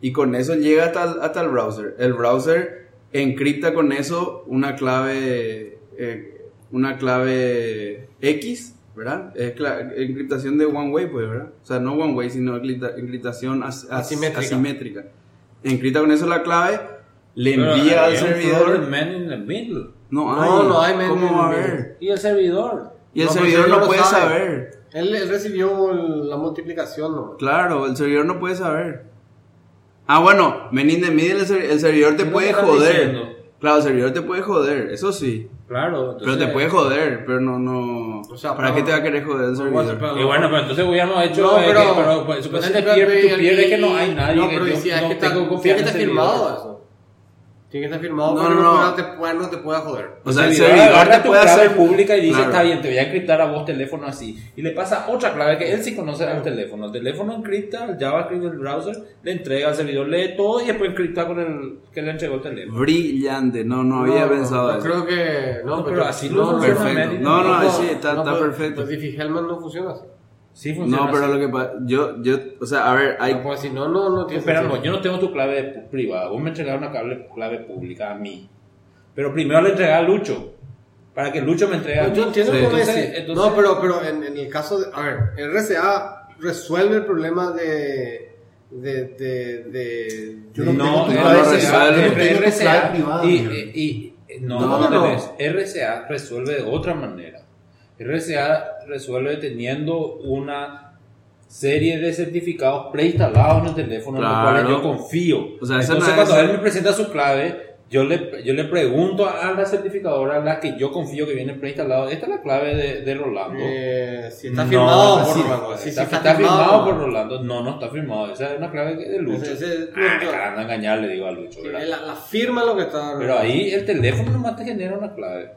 [SPEAKER 1] Y con eso llega hasta el, hasta el browser. El browser encripta con eso una clave, eh, una clave X, ¿verdad? Es cla- encriptación de one way, pues, ¿verdad? O sea, no one way, sino encripta- encriptación as- as- asimétrica.
[SPEAKER 3] Asimétrica.
[SPEAKER 1] Encripta con eso la clave, le
[SPEAKER 6] Pero eh,
[SPEAKER 1] envía al
[SPEAKER 6] había un floor
[SPEAKER 1] servidor.
[SPEAKER 6] man in the middle.
[SPEAKER 1] No hay,
[SPEAKER 3] No, no hay men
[SPEAKER 1] ¿cómo
[SPEAKER 3] en
[SPEAKER 1] va a
[SPEAKER 3] el
[SPEAKER 1] haber?
[SPEAKER 3] medio.
[SPEAKER 6] Y el servidor.
[SPEAKER 1] Y el
[SPEAKER 3] No, pues,
[SPEAKER 1] servidor
[SPEAKER 3] él
[SPEAKER 1] no
[SPEAKER 3] lo
[SPEAKER 1] puede
[SPEAKER 3] sabe.
[SPEAKER 1] saber.
[SPEAKER 3] Él, él recibió el- la multiplicación, ¿no?
[SPEAKER 1] Claro, el servidor no puede saber. Ah, bueno, men in the middle, el, ser- el servidor te
[SPEAKER 6] Es lo
[SPEAKER 1] puede
[SPEAKER 6] que están
[SPEAKER 1] joder.
[SPEAKER 6] diciendo.
[SPEAKER 1] Claro, el servidor te puede joder, eso sí.
[SPEAKER 6] Claro. entonces-
[SPEAKER 1] pero te puede joder, pero no, no.
[SPEAKER 3] O sea,
[SPEAKER 1] ¿Para
[SPEAKER 3] pero-
[SPEAKER 1] qué te va a querer joder el servidor?
[SPEAKER 6] Y bueno, pero entonces hubiéramos hecho.
[SPEAKER 3] No,
[SPEAKER 6] eh,
[SPEAKER 3] pero-
[SPEAKER 6] que- pero, pues, supuestamente
[SPEAKER 3] pero sí, pero-
[SPEAKER 6] peer to peer
[SPEAKER 3] y-
[SPEAKER 6] es que no hay nadie.
[SPEAKER 3] no, pero
[SPEAKER 6] que yo
[SPEAKER 3] sí, es que está-
[SPEAKER 6] tengo
[SPEAKER 3] sí,
[SPEAKER 6] confianza
[SPEAKER 3] que está
[SPEAKER 6] en el servidor.
[SPEAKER 3] firmado eso. Tiene que estar firmado
[SPEAKER 1] No,
[SPEAKER 3] porque
[SPEAKER 1] no,
[SPEAKER 3] no,
[SPEAKER 1] no.
[SPEAKER 3] pueda- te pueda- no te pueda joder.
[SPEAKER 1] O sea, el
[SPEAKER 6] El
[SPEAKER 1] servidor
[SPEAKER 6] agarra
[SPEAKER 1] te
[SPEAKER 6] tu
[SPEAKER 1] puede
[SPEAKER 6] clave
[SPEAKER 1] hacer
[SPEAKER 6] pública y dice,
[SPEAKER 1] Claro.
[SPEAKER 6] está bien, te voy a encriptar a vos teléfono así. Y le pasa otra clave que él sí conoce al teléfono. El teléfono encripta, el JavaScript del browser, le entrega al servidor, lee todo y después encripta con el que le entregó el teléfono.
[SPEAKER 1] Brillante, no, no había pensado
[SPEAKER 3] no,
[SPEAKER 1] eso.
[SPEAKER 3] creo que. No,
[SPEAKER 6] No, pero así no
[SPEAKER 3] no,
[SPEAKER 6] funciona,
[SPEAKER 1] Perfecto.
[SPEAKER 6] Mary.
[SPEAKER 1] No, no,
[SPEAKER 3] no,
[SPEAKER 1] sí, está,
[SPEAKER 3] no,
[SPEAKER 1] está
[SPEAKER 3] pero-
[SPEAKER 1] perfecto.
[SPEAKER 3] Pero Diffie Hellman no funciona así.
[SPEAKER 6] Sí, funciona.
[SPEAKER 1] No, pero
[SPEAKER 6] así.
[SPEAKER 1] lo que pasa, yo, yo, o sea, a ver, hay,
[SPEAKER 3] No, pues, si no, no, no tiene
[SPEAKER 6] Espera, no,
[SPEAKER 3] sentido.
[SPEAKER 6] yo no tengo tu clave pu- privada. Vos me entregaste una clave, clave pública a mí. Pero primero le entregué a Lucho. Para que Lucho me entregue a mí.
[SPEAKER 3] Yo entiendo cómo
[SPEAKER 6] Entonces-
[SPEAKER 3] decir.
[SPEAKER 6] entonces-
[SPEAKER 3] no, pero, pero en, en el caso de. A ver, el RCA resuelve el problema de. de. de. de-
[SPEAKER 2] Yo
[SPEAKER 3] de-
[SPEAKER 2] no tengo
[SPEAKER 6] No,
[SPEAKER 2] tu
[SPEAKER 6] no,
[SPEAKER 2] clave
[SPEAKER 6] RCA,
[SPEAKER 2] privada,
[SPEAKER 6] eh,
[SPEAKER 2] no tengo tu
[SPEAKER 6] RCA,
[SPEAKER 2] clave privada,
[SPEAKER 6] y-
[SPEAKER 2] mierda.
[SPEAKER 6] y- y- eh, no,
[SPEAKER 1] No,
[SPEAKER 6] no,
[SPEAKER 3] no.
[SPEAKER 6] tenés. RCA resuelve de otra manera. RCA resuelve teniendo una serie de certificados preinstalados en el teléfono,
[SPEAKER 1] Claro.
[SPEAKER 6] en los cuales yo confío.
[SPEAKER 1] O sea, esa
[SPEAKER 6] Entonces,
[SPEAKER 1] no es-
[SPEAKER 6] cuando él me presenta su clave, yo le, yo le pregunto a la certificadora a la que yo confío que viene preinstalado, esta es la clave de, de Rolando.
[SPEAKER 3] Eh, si está
[SPEAKER 9] No,
[SPEAKER 3] firmado por
[SPEAKER 9] sí,
[SPEAKER 3] Rolando.
[SPEAKER 6] Si
[SPEAKER 3] Si
[SPEAKER 6] está,
[SPEAKER 3] está,
[SPEAKER 6] está firmado, por
[SPEAKER 3] Rolando.
[SPEAKER 6] Rolando, no, no está firmado. Esa es una clave que- de Lucho.
[SPEAKER 3] Ese- ese-
[SPEAKER 6] ah, me acaban de engañar, le digo a Lucho. ¿verdad?
[SPEAKER 3] La, la firma lo que está.
[SPEAKER 6] Pero ahí el teléfono nomás te genera una clave.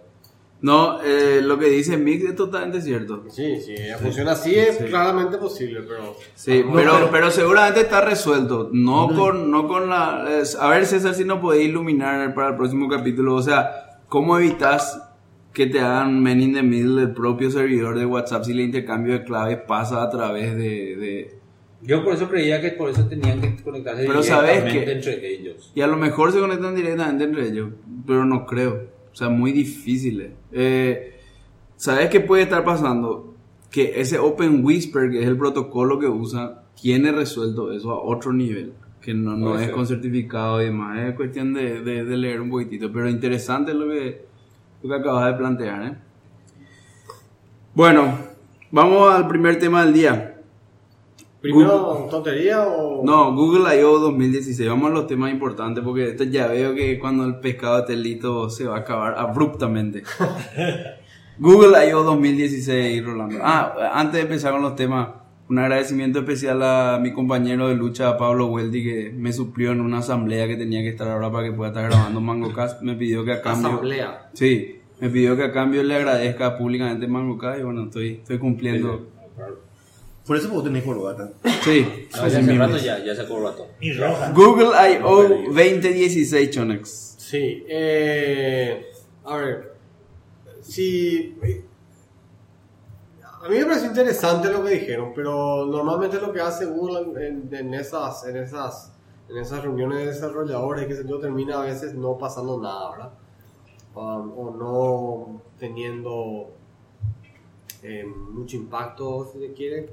[SPEAKER 1] No, eh, lo que dice Mick es totalmente cierto.
[SPEAKER 3] Sí, sí, funciona así, es claramente posible, pero.
[SPEAKER 1] Sí,
[SPEAKER 2] Ah, No,
[SPEAKER 1] pero,
[SPEAKER 2] pero-
[SPEAKER 1] pero seguramente está resuelto. No con, no con la. es- a ver, César, si no podés iluminar para el próximo capítulo. O sea, ¿cómo evitas que te hagan men in the middle el propio servidor de WhatsApp si el intercambio de claves pasa a través de. de-
[SPEAKER 6] Yo por eso creía que por eso tenían que conectarse
[SPEAKER 1] Pero sabes
[SPEAKER 6] directamente
[SPEAKER 1] que-
[SPEAKER 6] entre ellos.
[SPEAKER 1] Y a lo mejor se conectan directamente entre ellos, pero no creo. O sea, muy difíciles. Eh, ¿Sabes qué puede estar pasando? Que ese Open Whisper, que es el protocolo que usa, tiene resuelto eso a otro nivel. Que no, no
[SPEAKER 6] Puede
[SPEAKER 1] es
[SPEAKER 6] ser.
[SPEAKER 1] con certificado y demás. Es cuestión de, de- de leer un poquitito. Pero interesante lo que, lo que acabas de plantear. ¿eh? Bueno, vamos al primer tema del día.
[SPEAKER 3] ¿Primero tontería o.?
[SPEAKER 1] No, Google I.O. 2016. Vamos a los temas importantes porque esto ya veo que cuando el pescado telito se va a acabar
[SPEAKER 6] <laughs>
[SPEAKER 1] abruptamente. Google I.O. 2016, Rolando. Ah, antes de empezar con los temas, un agradecimiento especial a mi compañero de lucha, Pablo Weldy, que me suplió en una asamblea que tenía que estar ahora para que pueda estar grabando Mango Cast. Me pidió que a cambio.
[SPEAKER 3] Asamblea.
[SPEAKER 1] Sí, me pidió que a cambio le agradezca públicamente Mango Cast y bueno, estoy, estoy cumpliendo.
[SPEAKER 2] Por eso vos tenés corbata.
[SPEAKER 1] Sí,
[SPEAKER 6] No,
[SPEAKER 1] así
[SPEAKER 6] ya hace
[SPEAKER 1] mismo.
[SPEAKER 6] rato ya, ya sacó rato.
[SPEAKER 4] Y roja.
[SPEAKER 1] Google I.O. 2016, Chonex.
[SPEAKER 3] Sí, eh, a ver, si... A mí me pareció interesante lo que dijeron, pero normalmente lo que hace Google en, en esas, en, esas, en esas reuniones de desarrolladores, que se yo, termina a veces no pasando nada, ¿verdad? Um, o no teniendo eh, mucho impacto, si se quiere.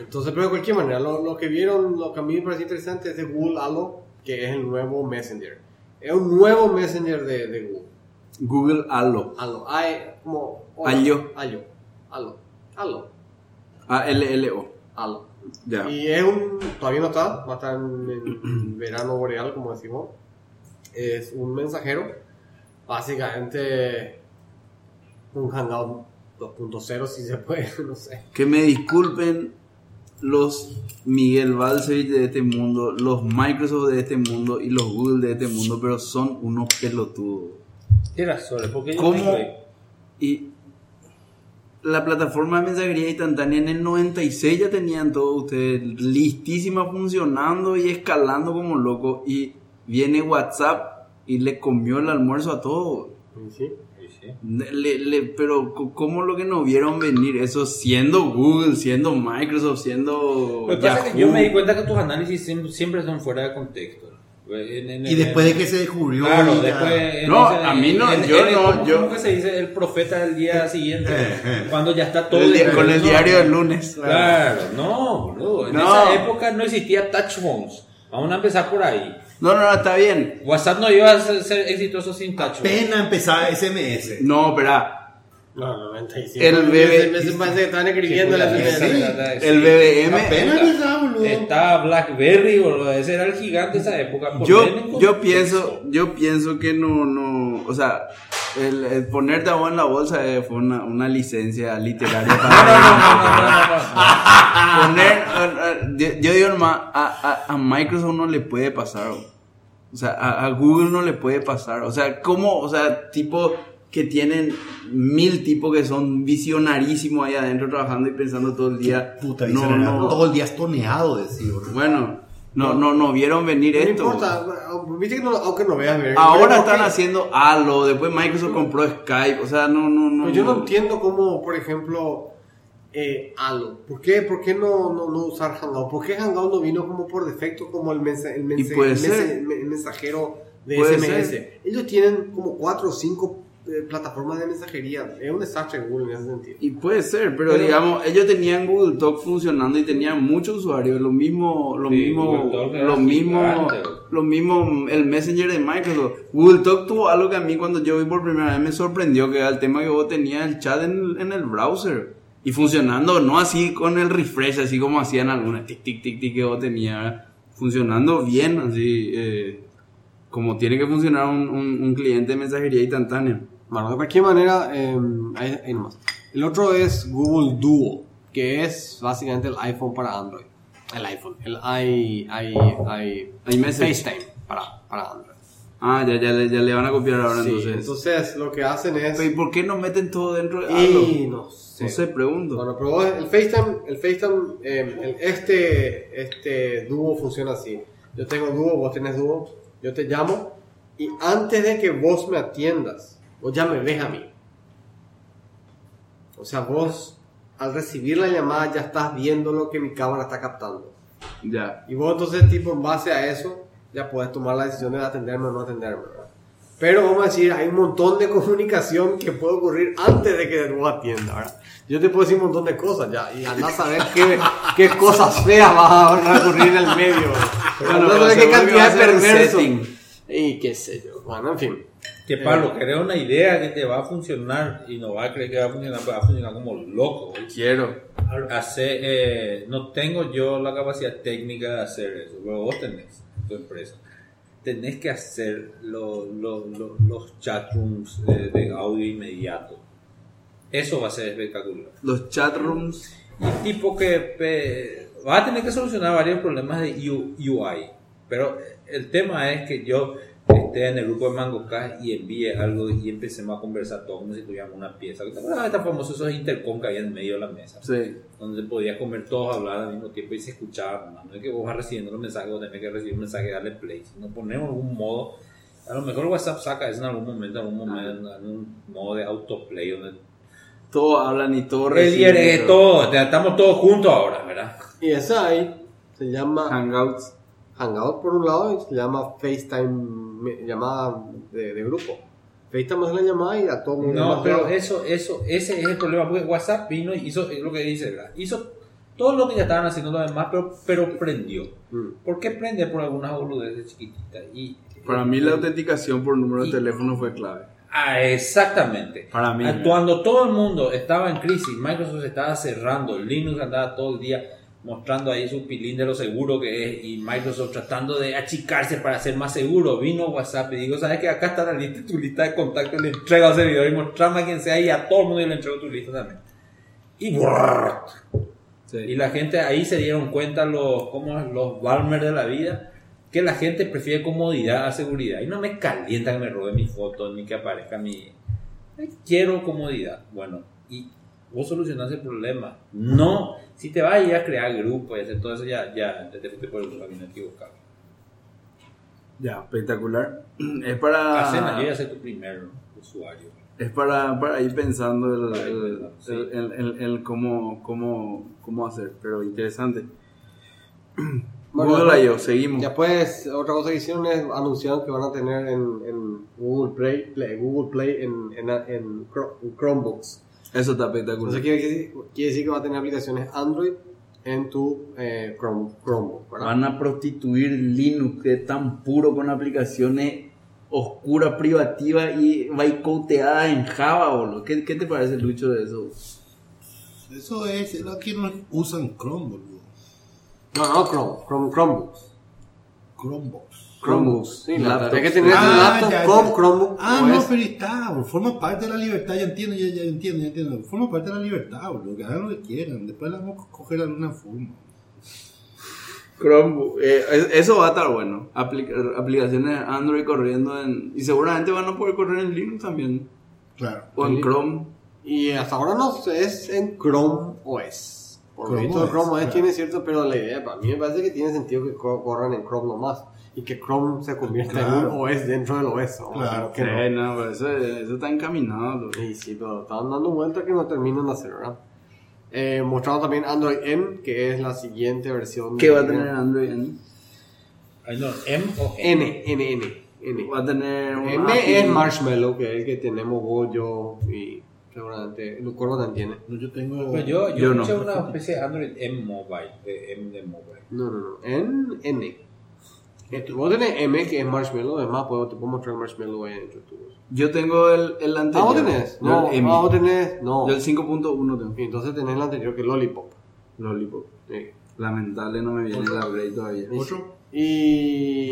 [SPEAKER 3] Entonces, pero de cualquier manera, lo, lo que vieron, lo que a mí me pareció interesante es de Google Allo, que es el nuevo Messenger. Es un nuevo Messenger de, de Google.
[SPEAKER 1] Google Allo.
[SPEAKER 3] Allo. Ay, como,
[SPEAKER 1] Allo.
[SPEAKER 3] Allo. Allo. Allo.
[SPEAKER 1] A-L-L-O.
[SPEAKER 3] Allo.
[SPEAKER 1] Ya.
[SPEAKER 3] Y es un. Todavía no está, va a estar en, en verano boreal, como decimos. Es un mensajero. Básicamente. Un Hangout 2.0, si se puede, <laughs> no sé.
[SPEAKER 1] Que me disculpen los Miguel Balsevich de este mundo, los Microsoft de este mundo y los Google de este mundo, pero son unos pelotudos.
[SPEAKER 6] Tienes razón, porque yo
[SPEAKER 1] ¿Cómo?
[SPEAKER 6] estoy-
[SPEAKER 1] Y la plataforma de mensajería instantánea en el 96 ya tenían todos ustedes listísima funcionando y escalando como loco. Y viene WhatsApp y le comió el almuerzo a todos.
[SPEAKER 3] ¿Sí?
[SPEAKER 1] Le- le- pero co- ¿cómo lo que no vieron venir? Eso siendo Google, siendo Microsoft, siendo...
[SPEAKER 6] Lo que pasa es
[SPEAKER 1] Yahoo.
[SPEAKER 6] que yo me di cuenta que tus análisis siem- siempre son fuera de contexto. En- en-
[SPEAKER 2] Y
[SPEAKER 6] en-
[SPEAKER 2] después de que se descubrió.
[SPEAKER 6] Claro,
[SPEAKER 2] y ya-
[SPEAKER 6] después. en
[SPEAKER 1] No, a mí no, yo no,
[SPEAKER 6] ¿cómo-
[SPEAKER 1] yo- Eh,
[SPEAKER 6] cómo que se dice el profeta del día siguiente? cuando ya está todo.
[SPEAKER 1] El di- con el
[SPEAKER 6] no,
[SPEAKER 1] diario del lunes.
[SPEAKER 6] Claro, no, boludo. En
[SPEAKER 1] No.
[SPEAKER 6] esa época no existía touch phones. Vamos a empezar por ahí.
[SPEAKER 1] No, no, no, está bien.
[SPEAKER 6] WhatsApp no iba a ser, ser exitoso sin touch phones.
[SPEAKER 2] Apenas empezaba SMS.
[SPEAKER 1] No, espera.
[SPEAKER 3] No, 95.
[SPEAKER 1] El bebé-
[SPEAKER 3] Me, me parece que estaban
[SPEAKER 6] pues,
[SPEAKER 3] escribiendo la
[SPEAKER 6] Sí,
[SPEAKER 3] primera.
[SPEAKER 2] sí.
[SPEAKER 1] El BBM...
[SPEAKER 2] Apenas empezaba, boludo.
[SPEAKER 6] Estaba Blackberry, boludo. Ese era el gigante de esa época. Poner en
[SPEAKER 1] Yo,
[SPEAKER 6] contexto.
[SPEAKER 1] yo pienso, yo pienso que no, no, o sea, el, el ponerte a vos en la bolsa eh, fue una, una licencia literaria para...
[SPEAKER 6] <laughs>
[SPEAKER 1] poner a- a- yo, yo digo nomás, a, a, a Microsoft no le puede pasar bro. o sea a, a Google no le puede pasar o sea cómo o sea tipo que tienen mil tipos que son visionarísimos ahí adentro trabajando y pensando todo el día
[SPEAKER 2] Puta, y
[SPEAKER 1] no,
[SPEAKER 2] se
[SPEAKER 1] no.
[SPEAKER 2] todo el día estoneado, decir, boludo.
[SPEAKER 1] bueno no no no vieron venir
[SPEAKER 3] No
[SPEAKER 1] esto
[SPEAKER 3] importa, viste que no, aunque no veas bien.
[SPEAKER 1] ahora
[SPEAKER 3] Pero ¿por
[SPEAKER 1] están
[SPEAKER 3] qué?
[SPEAKER 1] haciendo algo después Microsoft compró Skype o sea no no no
[SPEAKER 3] Pero Pues yo no entiendo cómo, por ejemplo, eh, Allo. ¿Por qué, por qué no, no, no usar Hangout? ¿Por qué Hangout no vino como por defecto, como el, mensa- el, mensa-
[SPEAKER 1] Y puede
[SPEAKER 3] el mensa-
[SPEAKER 1] ser.
[SPEAKER 3] el men- el mensajero de
[SPEAKER 1] Puede
[SPEAKER 3] SMS?
[SPEAKER 1] ser.
[SPEAKER 3] Ellos tienen como cuatro o cinco eh, plataformas de mensajería. Es un desastre Google en ese sentido.
[SPEAKER 1] Y puede ser, pero,
[SPEAKER 3] Pero-
[SPEAKER 1] digamos, ellos tenían Google Talk funcionando y tenían muchos usuarios, lo mismo, lo
[SPEAKER 6] Sí,
[SPEAKER 1] mismo,
[SPEAKER 6] Google Talk era
[SPEAKER 1] lo mismo,
[SPEAKER 6] gigante.
[SPEAKER 1] lo mismo el Messenger de Microsoft. Google Talk tuvo algo que a mí cuando yo vi por primera vez me sorprendió, que era el tema que vos tenías el chat en, en el browser. Y funcionando, no así con el refresh, así como hacían algunas tic, tic, tic, tic que vos tenías. ¿verdad? Funcionando bien, así eh, como tiene que funcionar un, un- un cliente de mensajería instantánea.
[SPEAKER 3] Bueno, de cualquier manera, eh, ahí, ahí nomás. El otro es Google Duo, que es básicamente el iPhone para Android. El iPhone, el i, i, i,
[SPEAKER 1] iMessage.
[SPEAKER 3] FaceTime para, para Android.
[SPEAKER 1] Ah, ya, ya, le- ya le van a copiar ahora
[SPEAKER 3] Sí,
[SPEAKER 1] entonces.
[SPEAKER 3] entonces lo que hacen es...
[SPEAKER 1] ¿Y por qué no meten todo dentro de
[SPEAKER 3] Y
[SPEAKER 1] algo?
[SPEAKER 3] no sé.
[SPEAKER 1] No sé, pregunto.
[SPEAKER 3] Bueno, pero vos- el FaceTime, el FaceTime eh, el- este, este dúo funciona así. Yo tengo dúo, vos tenés dúo, yo te llamo y antes de que vos me atiendas, vos ya me ves a mí. O sea, vos al recibir la llamada ya estás viendo lo que mi cámara está captando.
[SPEAKER 1] Ya.
[SPEAKER 3] Y vos entonces, tipo, en base a eso, ya podés tomar la decisión de atenderme o no atenderme, ¿verdad? Pero vamos a decir, hay un montón de <laughs> comunicación que puede ocurrir antes de que vos atiendas, ¿verdad? Yo te puedo decir un montón de cosas ya, y andás a saber qué,
[SPEAKER 1] <laughs>
[SPEAKER 3] qué cosas feas van a ocurrir en el medio, ¿verdad? Andás a
[SPEAKER 1] pero
[SPEAKER 3] saber qué
[SPEAKER 1] seguro que va a
[SPEAKER 3] cantidad de
[SPEAKER 1] ser un
[SPEAKER 3] perverso.
[SPEAKER 1] setting.
[SPEAKER 3] Y qué sé yo. Bueno, en fin.
[SPEAKER 6] Que Pablo, crea una idea que te va a funcionar y no va a creer que va a funcionar, pero va a funcionar como loco.
[SPEAKER 1] Quiero.
[SPEAKER 6] Hacer, eh, no tengo yo la capacidad técnica de hacer eso, pero vos tenés, tu empresa. Tenés que hacer lo- lo- lo- los chatrooms eh, de audio inmediato. Eso va a ser espectacular.
[SPEAKER 1] Los chatrooms.
[SPEAKER 6] Y tipo que eh, va a tener que solucionar varios problemas de U- UI. Pero el tema es que yo esté en el grupo de Mango Cash y envíe algo y empecemos a conversar todos como si tuviéramos una pieza. ¿Te acuerdas de estos famosos esos intercom que había en medio de la mesa?
[SPEAKER 1] Sí.
[SPEAKER 6] Donde podías comer todos, hablar al mismo tiempo y se escuchaban. No es que vos vas recibiendo los mensajes, vos tenés que recibir un mensaje y darle play. Si no ponemos algún modo, a lo mejor WhatsApp saca eso en algún momento, en algún momento, en un modo de autoplay donde
[SPEAKER 1] Todos hablan y todos
[SPEAKER 6] el
[SPEAKER 1] reciben,
[SPEAKER 6] viernes,
[SPEAKER 1] pero-
[SPEAKER 6] todo, te- estamos todos juntos ahora, ¿verdad?
[SPEAKER 3] Y esa ahí se llama
[SPEAKER 1] Hangouts.
[SPEAKER 3] Hangout por un lado y se llama FaceTime, me- llamada de, de grupo. FaceTime es la llamada y a todo el mundo.
[SPEAKER 6] No,
[SPEAKER 3] más
[SPEAKER 6] pero
[SPEAKER 3] llamada.
[SPEAKER 6] eso, eso, ese es el problema, porque WhatsApp vino y hizo es lo que dice, ¿verdad? Hizo todo lo que ya estaban haciendo los demás, pero, pero prendió.
[SPEAKER 3] Mm.
[SPEAKER 6] ¿Por qué prende? Por algunas boludeces chiquititas. Y, eh,
[SPEAKER 1] Para mí la autenticación por número de
[SPEAKER 6] Y-
[SPEAKER 1] teléfono fue clave.
[SPEAKER 6] Ah, exactamente.
[SPEAKER 1] Para mí,
[SPEAKER 6] Ah,
[SPEAKER 1] ¿no?
[SPEAKER 6] Cuando todo el mundo estaba en crisis, Microsoft estaba cerrando, Linux andaba todo el día mostrando ahí su pilín de lo seguro que es y Microsoft tratando de achicarse para ser más seguro. Vino WhatsApp y digo, ¿sabes que Acá está la lista, tu lista de contactos, le entrego al servidor y mostrame a quien sea y a todo el mundo yo le entrego tu lista también. Y ¡guarr! Y la gente ahí se dieron cuenta los, como los Balmer de la vida, que la gente prefiere comodidad a seguridad. Y no me calienta que me robe mi foto ni que aparezca mi... eh, Quiero comodidad. Bueno, y vos solucionás el problema. No, si te vas a ir a crear grupos y hacer todo eso, ya, ya te fuiste por el camino equivocado.
[SPEAKER 1] Ya, espectacular. <clears throat> Es para...
[SPEAKER 6] Hacen, yo voy a ser tu primer usuario.
[SPEAKER 1] Es para, para ir pensando el,
[SPEAKER 6] Para ir
[SPEAKER 1] el-
[SPEAKER 6] pensando, sí.
[SPEAKER 1] el- el- el- el cómo, cómo, cómo hacer, pero interesante. <clears throat>
[SPEAKER 3] Bueno,
[SPEAKER 1] Google
[SPEAKER 3] ya-
[SPEAKER 1] I.O., seguimos.
[SPEAKER 3] Después, otra cosa que hicieron es anunciar que van a tener en, en Google Play, Play- Google Play en, en, en Chrome- en Chromebooks.
[SPEAKER 1] Eso está espectacular.
[SPEAKER 3] Entonces quiere decir, quiere decir que va a tener aplicaciones Android en tu eh, Chrome, Chromebook, ¿verdad?
[SPEAKER 1] Van a prostituir Linux, que es tan puro con aplicaciones oscuras, privativas y baicoteadas en Java, boludo. ¿Qué, ¿Qué te parece, Lucho, de eso?
[SPEAKER 2] Eso es, es lo que no usan Chrome, boludo.
[SPEAKER 3] No, no, Chrome, Chrome Chromebooks.
[SPEAKER 2] Chromebox.
[SPEAKER 1] Chromebooks,
[SPEAKER 3] Sí, la
[SPEAKER 1] laptops.
[SPEAKER 3] verdad que tener
[SPEAKER 2] Ah,
[SPEAKER 3] laptop
[SPEAKER 2] ya,
[SPEAKER 3] con
[SPEAKER 2] ya.
[SPEAKER 3] Chromebook.
[SPEAKER 2] Ah,
[SPEAKER 3] pues,
[SPEAKER 2] no, pero está, boludo. forma parte de la libertad, ya entiendo, ya, ya entiendo, ya entiendo. Forma parte de la libertad, boludo, que hagan lo que quieran, después la vamos a coger de alguna forma.
[SPEAKER 1] Chromebook, eh, es- eso va a estar bueno. Apli- aplicaciones Android corriendo en. Y seguramente van a poder correr en Linux también.
[SPEAKER 2] Claro.
[SPEAKER 1] O en Chrome.
[SPEAKER 3] Y hasta ahora no sé, es en Chrome OS. Por lo
[SPEAKER 2] Chrome
[SPEAKER 3] visto,
[SPEAKER 2] OS,
[SPEAKER 3] Chrome OS
[SPEAKER 2] claro.
[SPEAKER 3] tiene cierto, pero la idea para mí me parece que tiene sentido que co- corran en Chrome nomás y que Chrome se convierta en
[SPEAKER 2] Claro.
[SPEAKER 3] un OS dentro del OS. ¿no?
[SPEAKER 2] Claro.
[SPEAKER 3] Que no.
[SPEAKER 1] Eh, no, pero eso, eso está encaminado. boludo.
[SPEAKER 3] Sí, sí, pero están dando vueltas que no terminan de hacer, ¿verdad? Eh, mostraron también Android M, que es la siguiente versión.
[SPEAKER 1] ¿Qué
[SPEAKER 3] de-
[SPEAKER 1] va a tener Android? N?
[SPEAKER 6] Ay, no, ¿M o N?
[SPEAKER 3] N, N, N. N,
[SPEAKER 1] Va a tener un
[SPEAKER 3] N
[SPEAKER 1] API.
[SPEAKER 3] es Marshmallow, que es el que tenemos vos, yo y seguramente Lucorbo también tiene.
[SPEAKER 2] No, Yo tengo.
[SPEAKER 6] Pues yo, yo,
[SPEAKER 1] Yo no.
[SPEAKER 6] escuché eh, una especie de Android M Mobile, de M de Mobile.
[SPEAKER 3] No, no, no. N, N. Esto- Vos tenés M que es Marshmallow, es más, puedo, te puedo mostrar Marshmallow ahí en YouTube.
[SPEAKER 1] Yo tengo el, el
[SPEAKER 3] Ah,
[SPEAKER 1] anterior.
[SPEAKER 3] vos tenés.
[SPEAKER 1] Yo
[SPEAKER 3] No,
[SPEAKER 1] el M.
[SPEAKER 3] ah, vos tenés. No.
[SPEAKER 1] Yo el 5.1 tengo.
[SPEAKER 3] Y entonces tenés el anterior que es Lollipop. Lollipop. Sí.
[SPEAKER 1] Lamentable, no me viene el upgrade todavía.
[SPEAKER 2] ¿Otro?
[SPEAKER 3] Y.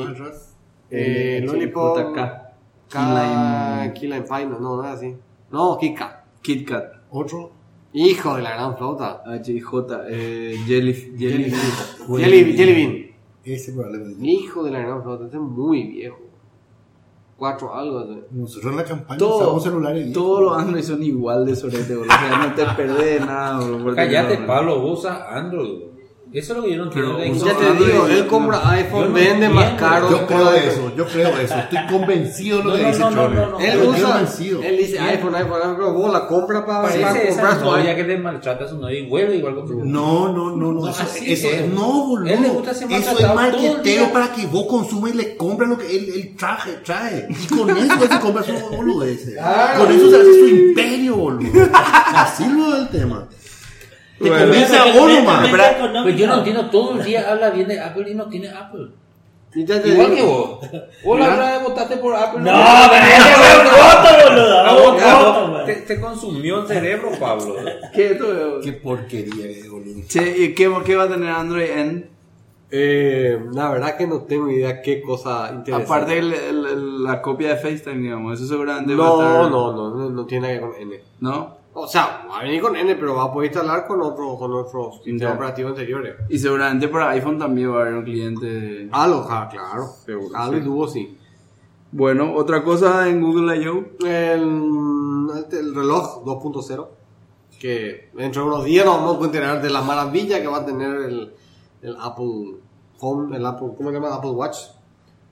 [SPEAKER 3] Eh,
[SPEAKER 1] Sí,
[SPEAKER 3] Lollipop.
[SPEAKER 1] JK.
[SPEAKER 3] K-
[SPEAKER 1] Key Lime.
[SPEAKER 3] Key Lime Pie, no, no, no es así. No, Kika.
[SPEAKER 1] Kit Kat.
[SPEAKER 2] ¿Otro?
[SPEAKER 3] Hijo de la gran flauta.
[SPEAKER 1] HJ, eh, Jelly, Jelly,
[SPEAKER 3] Jelly, Jelly Bean.
[SPEAKER 2] Ese probablemente.
[SPEAKER 3] Hijo de la gran flauta, este es muy viejo. Cuatro algo. así.
[SPEAKER 2] Nosotros en la campaña
[SPEAKER 1] Todo-
[SPEAKER 2] usamos celulares.
[SPEAKER 1] Todos los Android son igual de sorete, boludo. O sea, no te perdés de nada, boludo. porque
[SPEAKER 6] Callate,
[SPEAKER 1] no, no.
[SPEAKER 6] Pablo, vos usas Android. bro. Eso es lo que yo no entiendo.
[SPEAKER 1] Pero
[SPEAKER 6] de
[SPEAKER 1] usa
[SPEAKER 3] Ya
[SPEAKER 6] Xbox.
[SPEAKER 3] te
[SPEAKER 1] Android,
[SPEAKER 3] digo,
[SPEAKER 1] yo
[SPEAKER 3] él
[SPEAKER 1] no-
[SPEAKER 3] compra iPhone,
[SPEAKER 6] no
[SPEAKER 3] vende más
[SPEAKER 6] entiendo.
[SPEAKER 3] caro.
[SPEAKER 2] Yo creo
[SPEAKER 3] que-
[SPEAKER 2] eso, yo creo eso. Estoy convencido de lo
[SPEAKER 6] No,
[SPEAKER 2] que
[SPEAKER 6] no,
[SPEAKER 2] dice
[SPEAKER 6] no, no,
[SPEAKER 2] Chole.
[SPEAKER 6] no, no.
[SPEAKER 3] Él
[SPEAKER 2] Estoy
[SPEAKER 3] usa,
[SPEAKER 2] convencido.
[SPEAKER 3] él dice iPhone, iPhone, iPhone, pero vos la compra para, para
[SPEAKER 6] Parece
[SPEAKER 3] comprar
[SPEAKER 6] esa
[SPEAKER 3] tu
[SPEAKER 6] novia
[SPEAKER 3] iPhone.
[SPEAKER 6] que le maltrata a su novia y vuelve igual con su
[SPEAKER 2] No, no, no, no. Eso,
[SPEAKER 6] así
[SPEAKER 2] eso
[SPEAKER 6] es.
[SPEAKER 2] es. No, boludo.
[SPEAKER 6] Él le gusta ser
[SPEAKER 2] eso es
[SPEAKER 6] maltratado todo el
[SPEAKER 2] marqueteo
[SPEAKER 6] día.
[SPEAKER 2] para que vos consumas y le compras lo que él, él traje, trae. Y con eso él se compra su boludo ese. Con eso se hace su imperio, boludo. Así lo es el tema. Te
[SPEAKER 1] Bueno.
[SPEAKER 2] convence a vos nomás.
[SPEAKER 6] Pues yo no entiendo, todo el día habla bien de Apple y no tiene Apple.
[SPEAKER 3] Y ya te
[SPEAKER 6] Igual que
[SPEAKER 3] digo,
[SPEAKER 6] vos. Vos la otra vez votaste por Apple.
[SPEAKER 4] No, pero ese fue un voto, boludo.
[SPEAKER 6] A
[SPEAKER 4] Un
[SPEAKER 6] vos- a vos-
[SPEAKER 4] voto,
[SPEAKER 6] te,
[SPEAKER 4] güey.
[SPEAKER 6] te consumió el cerebro, Pablo. <laughs>
[SPEAKER 1] ¿Qué es esto?
[SPEAKER 2] Qué porquería, eh, boludo.
[SPEAKER 1] Che, ¿y qué, qué va a tener Android en?
[SPEAKER 3] eh, la verdad que no tengo idea qué cosa interesante.
[SPEAKER 1] Aparte el- el- el- la copia de FaceTime, digamos. Eso seguramente va a
[SPEAKER 3] no,
[SPEAKER 1] estar...
[SPEAKER 3] no, no, no, no tiene nada que ver con N.
[SPEAKER 1] ¿No?
[SPEAKER 3] O sea, va a venir con N, pero va a poder instalar con otro, con otros sistemas
[SPEAKER 1] Ya.
[SPEAKER 3] operativos anteriores.
[SPEAKER 1] Y seguramente para iPhone también va a haber un cliente... Ah,
[SPEAKER 3] Aloha, claro. Halo y Duo sí.
[SPEAKER 1] Bueno, otra cosa en Google I.O.
[SPEAKER 3] El, el reloj 2.0, que dentro de unos días nos vamos a enterar de las maravillas que va a tener el, el Apple Home, el Apple, ¿cómo se llama? Apple Watch.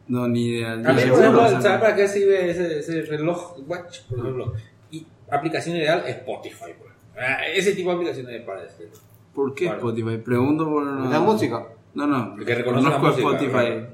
[SPEAKER 1] No, ni idea.
[SPEAKER 6] A mí,
[SPEAKER 1] Ni
[SPEAKER 6] por
[SPEAKER 1] seguro,
[SPEAKER 6] ejemplo,
[SPEAKER 1] o sea,
[SPEAKER 6] ¿sabes Ah, para qué sirve ese, ese reloj Watch? Por ejemplo, y aplicación ideal Spotify. por ejemplo. Ah, Ese tipo de aplicaciones me parece.
[SPEAKER 1] ¿Por qué
[SPEAKER 6] Claro.
[SPEAKER 1] Spotify? Pregunto por...
[SPEAKER 6] Ah,
[SPEAKER 1] No,
[SPEAKER 3] La música.
[SPEAKER 1] No, no.
[SPEAKER 6] Que reconoce la
[SPEAKER 1] Conozco
[SPEAKER 6] música,
[SPEAKER 1] Spotify.
[SPEAKER 6] claro.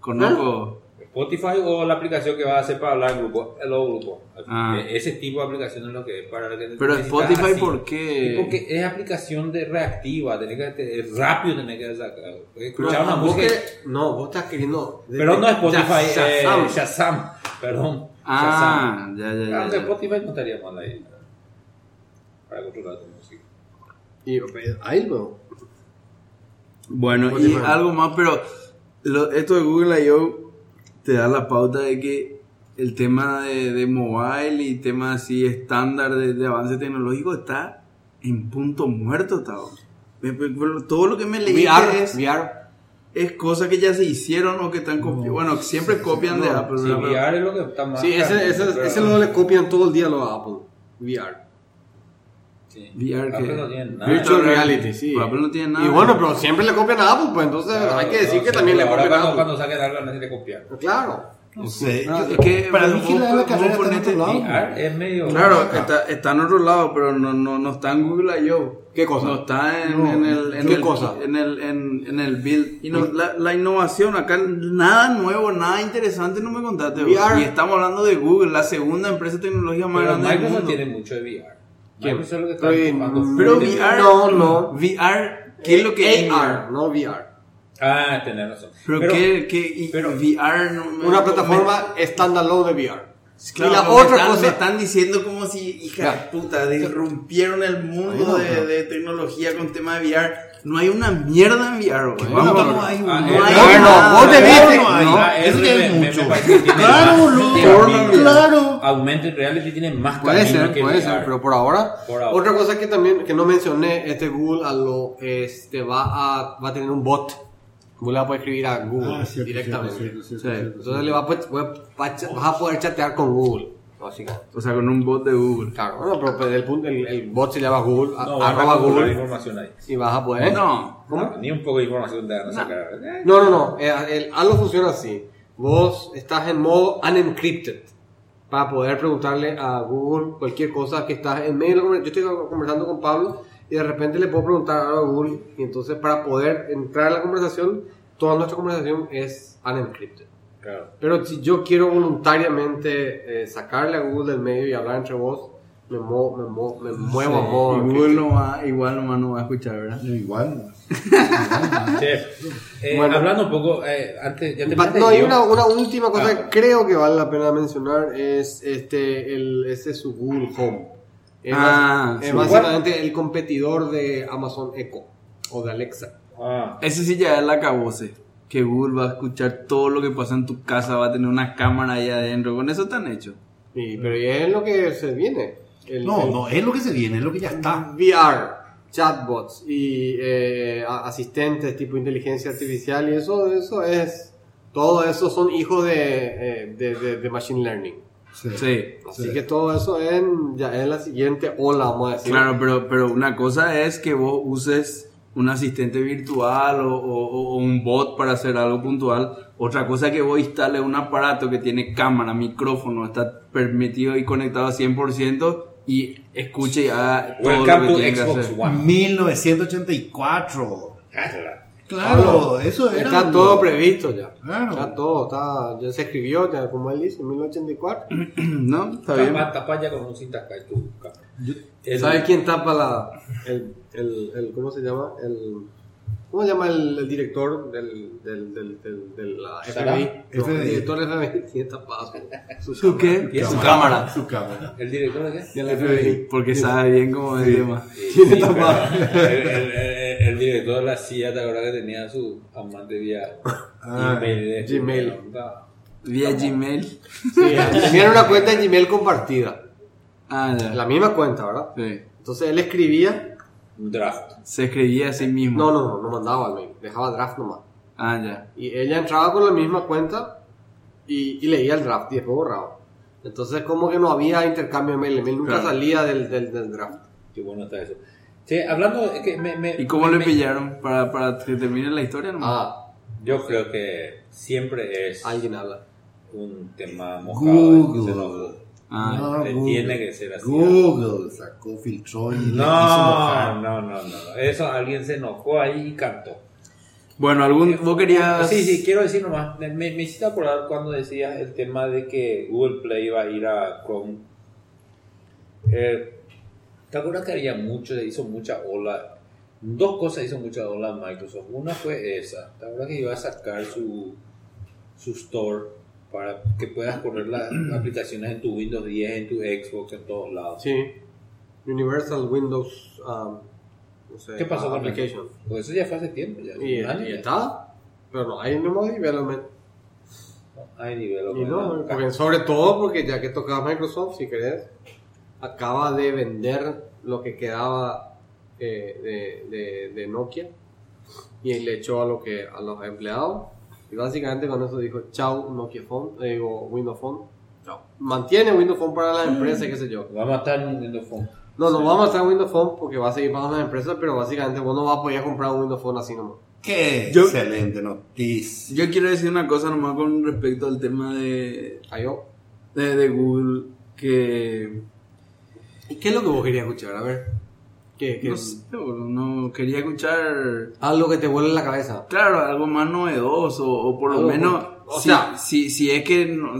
[SPEAKER 1] Conozco...
[SPEAKER 6] Spotify o la aplicación que va a hacer para hablar en grupo, en los grupos.
[SPEAKER 1] Ah.
[SPEAKER 6] Ese tipo de aplicación es lo que es para lo que
[SPEAKER 1] Pero
[SPEAKER 6] necesitas
[SPEAKER 1] Spotify,
[SPEAKER 6] así.
[SPEAKER 1] ¿por qué?
[SPEAKER 6] Y porque es aplicación de reactiva, tenés que, te- es rápido tenés que sacar. Escuchar una
[SPEAKER 3] No, vos
[SPEAKER 6] música.
[SPEAKER 3] que- no, vos estás queriendo.
[SPEAKER 6] Pero no Spotify,
[SPEAKER 3] Ya-
[SPEAKER 6] eh,
[SPEAKER 3] Shazam.
[SPEAKER 6] Shazam. perdón.
[SPEAKER 1] Ah, ya, ya,
[SPEAKER 6] Shazam.
[SPEAKER 1] ya.
[SPEAKER 6] Aunque
[SPEAKER 1] ya.
[SPEAKER 6] Spotify no estaría mal ahí. Para controlar tu música.
[SPEAKER 3] Y, eh, ahí, bro.
[SPEAKER 1] Bueno, y
[SPEAKER 3] Spotify.
[SPEAKER 1] algo más, pero lo- esto de Google I.O. te da la pauta de que el tema de, de mobile y tema así estándar de, de avance tecnológico está en punto muerto, Tao. Me- me- por- Todo lo que me leí
[SPEAKER 3] VR,
[SPEAKER 1] es,
[SPEAKER 3] VR.
[SPEAKER 1] es cosas que ya se hicieron o que están copi- Bueno, siempre copian de Apple.
[SPEAKER 6] Sí,
[SPEAKER 1] ¿verdad?
[SPEAKER 6] VR es lo que está más.
[SPEAKER 3] Sí, ese,
[SPEAKER 6] caro,
[SPEAKER 3] ese,
[SPEAKER 6] pero-
[SPEAKER 3] ese lo le copian todo el día a los Apple. VR.
[SPEAKER 6] sí.
[SPEAKER 1] VR
[SPEAKER 6] Apple
[SPEAKER 1] que-
[SPEAKER 6] no tiene nada.
[SPEAKER 3] Virtual
[SPEAKER 1] Apple-
[SPEAKER 3] reality, sí.
[SPEAKER 1] Apple no tiene nada.
[SPEAKER 3] Y bueno, pero siempre le copian a Apple, pues entonces
[SPEAKER 6] Claro,
[SPEAKER 3] hay que
[SPEAKER 6] no,
[SPEAKER 3] decir que
[SPEAKER 6] sí,
[SPEAKER 3] también le
[SPEAKER 6] ahora
[SPEAKER 3] copian a
[SPEAKER 6] cuando,
[SPEAKER 3] Apple.
[SPEAKER 6] cuando saquen algo nadie le copia.
[SPEAKER 3] Claro.
[SPEAKER 2] No sé.
[SPEAKER 3] No,
[SPEAKER 2] yo-
[SPEAKER 1] es que-
[SPEAKER 2] para mí
[SPEAKER 1] vos-
[SPEAKER 2] que la,
[SPEAKER 1] vos
[SPEAKER 2] la carrera está en
[SPEAKER 1] ponete-
[SPEAKER 2] otro lado.
[SPEAKER 6] VR es medio.
[SPEAKER 1] Claro, está, está en otro lado, pero no, no, no está en Google I.O.
[SPEAKER 3] ¿Qué cosa?
[SPEAKER 1] No está en,
[SPEAKER 3] No,
[SPEAKER 1] en el, en
[SPEAKER 3] ¿qué
[SPEAKER 1] el-
[SPEAKER 3] cosa?
[SPEAKER 1] En el, en, en el build. Y no- la, la innovación acá, nada nuevo, nada interesante, no me contaste. vos.
[SPEAKER 3] VR.
[SPEAKER 1] Y estamos hablando de Google, la segunda empresa tecnológica más
[SPEAKER 6] Pero
[SPEAKER 1] grande del
[SPEAKER 6] Microsoft
[SPEAKER 1] mundo.
[SPEAKER 6] tiene mucho de VR.
[SPEAKER 3] ¿Quién?
[SPEAKER 6] Microsoft es lo que está
[SPEAKER 3] Pero,
[SPEAKER 6] empujando.
[SPEAKER 1] Pero
[SPEAKER 3] vi-
[SPEAKER 1] VR,
[SPEAKER 3] No, no.
[SPEAKER 1] VR, ¿qué es lo que es
[SPEAKER 3] AR,
[SPEAKER 1] VR?
[SPEAKER 3] Eh, no VR.
[SPEAKER 6] Ah, tenés razón.
[SPEAKER 1] Pero, qué, qué y
[SPEAKER 6] pero-
[SPEAKER 1] VR no me-
[SPEAKER 3] Una plataforma standalone de VR.
[SPEAKER 1] Claro,
[SPEAKER 3] y la
[SPEAKER 1] me
[SPEAKER 3] otra
[SPEAKER 1] están-
[SPEAKER 3] cosa.
[SPEAKER 1] me están diciendo como si, hija de puta, disrumpieron el mundo
[SPEAKER 2] No,
[SPEAKER 1] de,
[SPEAKER 2] no.
[SPEAKER 1] de tecnología con tema de VR. No hay una mierda en VR, güey. Vamos,
[SPEAKER 2] no,
[SPEAKER 1] güey.
[SPEAKER 2] hay
[SPEAKER 6] Ah,
[SPEAKER 2] un-
[SPEAKER 6] eh,
[SPEAKER 1] hay
[SPEAKER 3] bueno,
[SPEAKER 1] nada,
[SPEAKER 3] vos te
[SPEAKER 1] güey.
[SPEAKER 3] viste-
[SPEAKER 1] No hay.
[SPEAKER 2] No,
[SPEAKER 6] Ah,
[SPEAKER 2] eso
[SPEAKER 6] eso
[SPEAKER 2] ya
[SPEAKER 6] me-
[SPEAKER 2] es
[SPEAKER 6] me
[SPEAKER 2] mucho.
[SPEAKER 6] parece que tiene
[SPEAKER 2] Claro,
[SPEAKER 6] más
[SPEAKER 2] boludo,
[SPEAKER 6] camino.
[SPEAKER 2] claro.
[SPEAKER 6] Augmented Reality tiene más
[SPEAKER 3] Puede
[SPEAKER 6] camino
[SPEAKER 3] ser,
[SPEAKER 6] que
[SPEAKER 3] puede
[SPEAKER 6] VR.
[SPEAKER 3] ser, pero por ahora,
[SPEAKER 6] Por ahora.
[SPEAKER 3] Otra cosa que también que no mencioné, este Google a lo, este, va, a, va a tener un bot. Google va a poder escribir a Google
[SPEAKER 2] Ah, cierto,
[SPEAKER 3] directamente.
[SPEAKER 2] cierto, cierto, cierto,
[SPEAKER 1] Sí.
[SPEAKER 2] cierto,
[SPEAKER 3] Entonces
[SPEAKER 2] cierto.
[SPEAKER 3] le va a, poder- va a cha- vas a poder chatear con Google, básicamente.
[SPEAKER 1] O sea, con un bot de Google.
[SPEAKER 3] Claro, bueno, pero pues el, punto- el, el bot se llama Google, a-
[SPEAKER 6] No, va a
[SPEAKER 3] arroba
[SPEAKER 6] capturar
[SPEAKER 3] Google,
[SPEAKER 6] información ahí.
[SPEAKER 3] y vas a poder...
[SPEAKER 1] No.
[SPEAKER 3] ¿Cómo?
[SPEAKER 6] Ni un poco de información te van a sacar. Eh,
[SPEAKER 3] No, no, no. eh, El Halo funciona así. Vos estás en modo unencrypted para poder preguntarle a Google cualquier cosa que estás en medio. de la conver- Yo estoy conversando con Pablo y de repente le puedo preguntar algo a Google y entonces para poder entrar a la conversación, toda nuestra conversación es unencrypted.
[SPEAKER 6] Claro.
[SPEAKER 3] Pero si yo quiero voluntariamente eh, sacarle a Google del medio y hablar entre vos, me, mo- me, mo- me muevo a modo
[SPEAKER 1] Y Google
[SPEAKER 3] Arcade.
[SPEAKER 1] no va, igual nomás no va a escuchar, ¿verdad?
[SPEAKER 2] Igual.
[SPEAKER 6] Chef, eh,
[SPEAKER 3] Bueno.
[SPEAKER 6] hablando un poco, eh, antes, ya te
[SPEAKER 3] Va- No, hay una, una última cosa
[SPEAKER 6] Ah.
[SPEAKER 3] que creo que vale la pena mencionar, es este, el, ese su Google Home. Es,
[SPEAKER 1] Ah,
[SPEAKER 3] bas- es
[SPEAKER 1] sí.
[SPEAKER 3] básicamente el competidor de Amazon Echo o de Alexa.
[SPEAKER 6] Ah,
[SPEAKER 1] Eso sí ya es la cabose. Que Google va a escuchar todo lo que pasa en tu casa, va a tener una cámara ahí adentro. Con eso están hecho.
[SPEAKER 3] Y- pero y es lo que se viene. El-
[SPEAKER 2] No,
[SPEAKER 3] el
[SPEAKER 2] no, es lo que se viene, es lo que ya está.
[SPEAKER 3] VR, chatbots y eh, a- asistentes tipo inteligencia artificial y eso, eso es... Todo eso son hijos de, eh, de, de- de Machine Learning.
[SPEAKER 1] Sí.
[SPEAKER 3] Así
[SPEAKER 2] Sí.
[SPEAKER 3] que todo eso es, ya es la siguiente ola, vamos a decir.
[SPEAKER 1] Claro, pero, pero una cosa es que vos uses un asistente virtual o, o- o un bot para hacer algo puntual. Otra cosa es que vos instales un aparato que tiene cámara, micrófono, está permitido y conectado a 100% y escuche y haga todo lo
[SPEAKER 6] welcome to
[SPEAKER 1] que tiene que
[SPEAKER 6] Xbox
[SPEAKER 1] hacer.
[SPEAKER 6] One.
[SPEAKER 2] 1984. Claro, eso era.
[SPEAKER 3] Está todo previsto ya.
[SPEAKER 2] Claro.
[SPEAKER 3] Está todo, está, ya se escribió, ya, como él dice, en 1984.
[SPEAKER 2] <clears throat>
[SPEAKER 1] ¿No? Está bien.
[SPEAKER 6] Tapa, tapa ya con un cinta acá, tú, capa. El-
[SPEAKER 3] ¿Sabes quién tapa la, el, el, el- ¿cómo se llama? El, ¿Cómo se llama el, el director del, del, del, del, de la
[SPEAKER 6] Sara.
[SPEAKER 3] FBI? No,
[SPEAKER 2] FBI.
[SPEAKER 3] El director del FBI <laughs> tiene tapado su,
[SPEAKER 1] ¿Su qué?
[SPEAKER 6] Y es
[SPEAKER 1] Su
[SPEAKER 6] su
[SPEAKER 1] cámara.
[SPEAKER 2] Su cámara.
[SPEAKER 6] ¿El director de qué?
[SPEAKER 3] del FBI.
[SPEAKER 1] Porque sabe bien cómo es el tema.
[SPEAKER 6] Sí, pero el, el- el- el director de la CIA, ¿te acuerdas que tenía a su amante vía
[SPEAKER 2] Ah,
[SPEAKER 6] Gmail? Este, de-
[SPEAKER 3] Gmail.
[SPEAKER 1] Vía Gmail.
[SPEAKER 3] Sí, tenía una cuenta en Gmail compartida.
[SPEAKER 1] Ah, ya.
[SPEAKER 3] La misma cuenta, ¿verdad?
[SPEAKER 1] Sí.
[SPEAKER 3] Entonces él escribía.
[SPEAKER 6] Un draft.
[SPEAKER 1] Se escribía a sí mismo.
[SPEAKER 3] No, no, no, no mandaba al mail. Dejaba draft nomás.
[SPEAKER 1] Ah, ya.
[SPEAKER 3] Y ella entraba con la misma cuenta y, y leía el draft y después borraba. Entonces, como que no había intercambio de mail. El mail nunca
[SPEAKER 1] Claro.
[SPEAKER 3] salía del, del, del draft.
[SPEAKER 6] Qué bueno está eso. Che, hablando. es que me- me-
[SPEAKER 1] ¿Y cómo
[SPEAKER 6] me-
[SPEAKER 1] le
[SPEAKER 6] me-
[SPEAKER 1] pillaron? ¿Para, para que termine la historia?
[SPEAKER 6] Mm.
[SPEAKER 1] nomás?
[SPEAKER 3] Ah,
[SPEAKER 6] Yo creo que siempre es
[SPEAKER 3] alguien habla.
[SPEAKER 6] un tema mojado.
[SPEAKER 2] Google.
[SPEAKER 6] se enojó.
[SPEAKER 1] Ah,
[SPEAKER 2] No,
[SPEAKER 6] te
[SPEAKER 2] Google.
[SPEAKER 6] tiene que ser así.
[SPEAKER 2] Google sacó, filtró y le hizo
[SPEAKER 6] No,
[SPEAKER 2] mojar.
[SPEAKER 6] no, no, no. Eso alguien se enojó ahí y cantó.
[SPEAKER 1] Bueno, algún, vos querías...
[SPEAKER 6] Sí, Eh, sí, quiero decir nomás. Me, me hiciste acordar cuando decías el tema de que Google Play iba a ir a Chrome. Eh, ¿Te acuerdas que había mucho, hizo mucha ola? Dos cosas hizo mucha ola Microsoft. Una fue esa. ¿Te acuerdas que iba a sacar su, su store para que puedas
[SPEAKER 3] <clears throat>
[SPEAKER 6] correr las aplicaciones en tu Windows 10, en tu Xbox, en todos lados?
[SPEAKER 3] Sí. Universal Windows. um, no sé, ah,
[SPEAKER 6] ¿Qué pasó con
[SPEAKER 3] Application.
[SPEAKER 6] eso? Pues eso ya fue hace tiempo, ya.
[SPEAKER 3] Y,
[SPEAKER 6] un año
[SPEAKER 3] y
[SPEAKER 6] ya.
[SPEAKER 3] está. Pero no hay nuevo development.
[SPEAKER 6] Hay nivel.
[SPEAKER 3] Y no,
[SPEAKER 6] ¿verdad?
[SPEAKER 3] porque sobre todo porque ya que tocaba Microsoft, si querés, acaba de vender lo que quedaba eh, de, de- de Nokia y le echó a, lo que, a los empleados. Y básicamente con eso dijo, chao Nokia Phone, eh, digo Windows Phone. Chao. Mantiene Windows Phone para las empresas, qué sé yo.
[SPEAKER 6] Va a matar un Windows Phone.
[SPEAKER 3] No, no vamos a hacer Windows Phone porque va a seguir para las empresas, pero básicamente vos no vas a poder comprar un Windows Phone así nomás.
[SPEAKER 2] Qué
[SPEAKER 1] Yo-
[SPEAKER 2] excelente noticia.
[SPEAKER 1] Yo quiero decir una cosa nomás con respecto al tema de,
[SPEAKER 3] Ahí yo.
[SPEAKER 1] de, de Google, que...
[SPEAKER 3] ¿Y qué es lo que vos querías escuchar? A ver. ¿Qué, qué?
[SPEAKER 1] No sé, boludo, no quería escuchar...
[SPEAKER 3] Algo que te vuele la cabeza.
[SPEAKER 1] Claro, algo más novedoso, o por lo
[SPEAKER 3] Algo
[SPEAKER 1] menos...
[SPEAKER 3] con- o
[SPEAKER 1] si,
[SPEAKER 3] sea-
[SPEAKER 1] si, si es que no-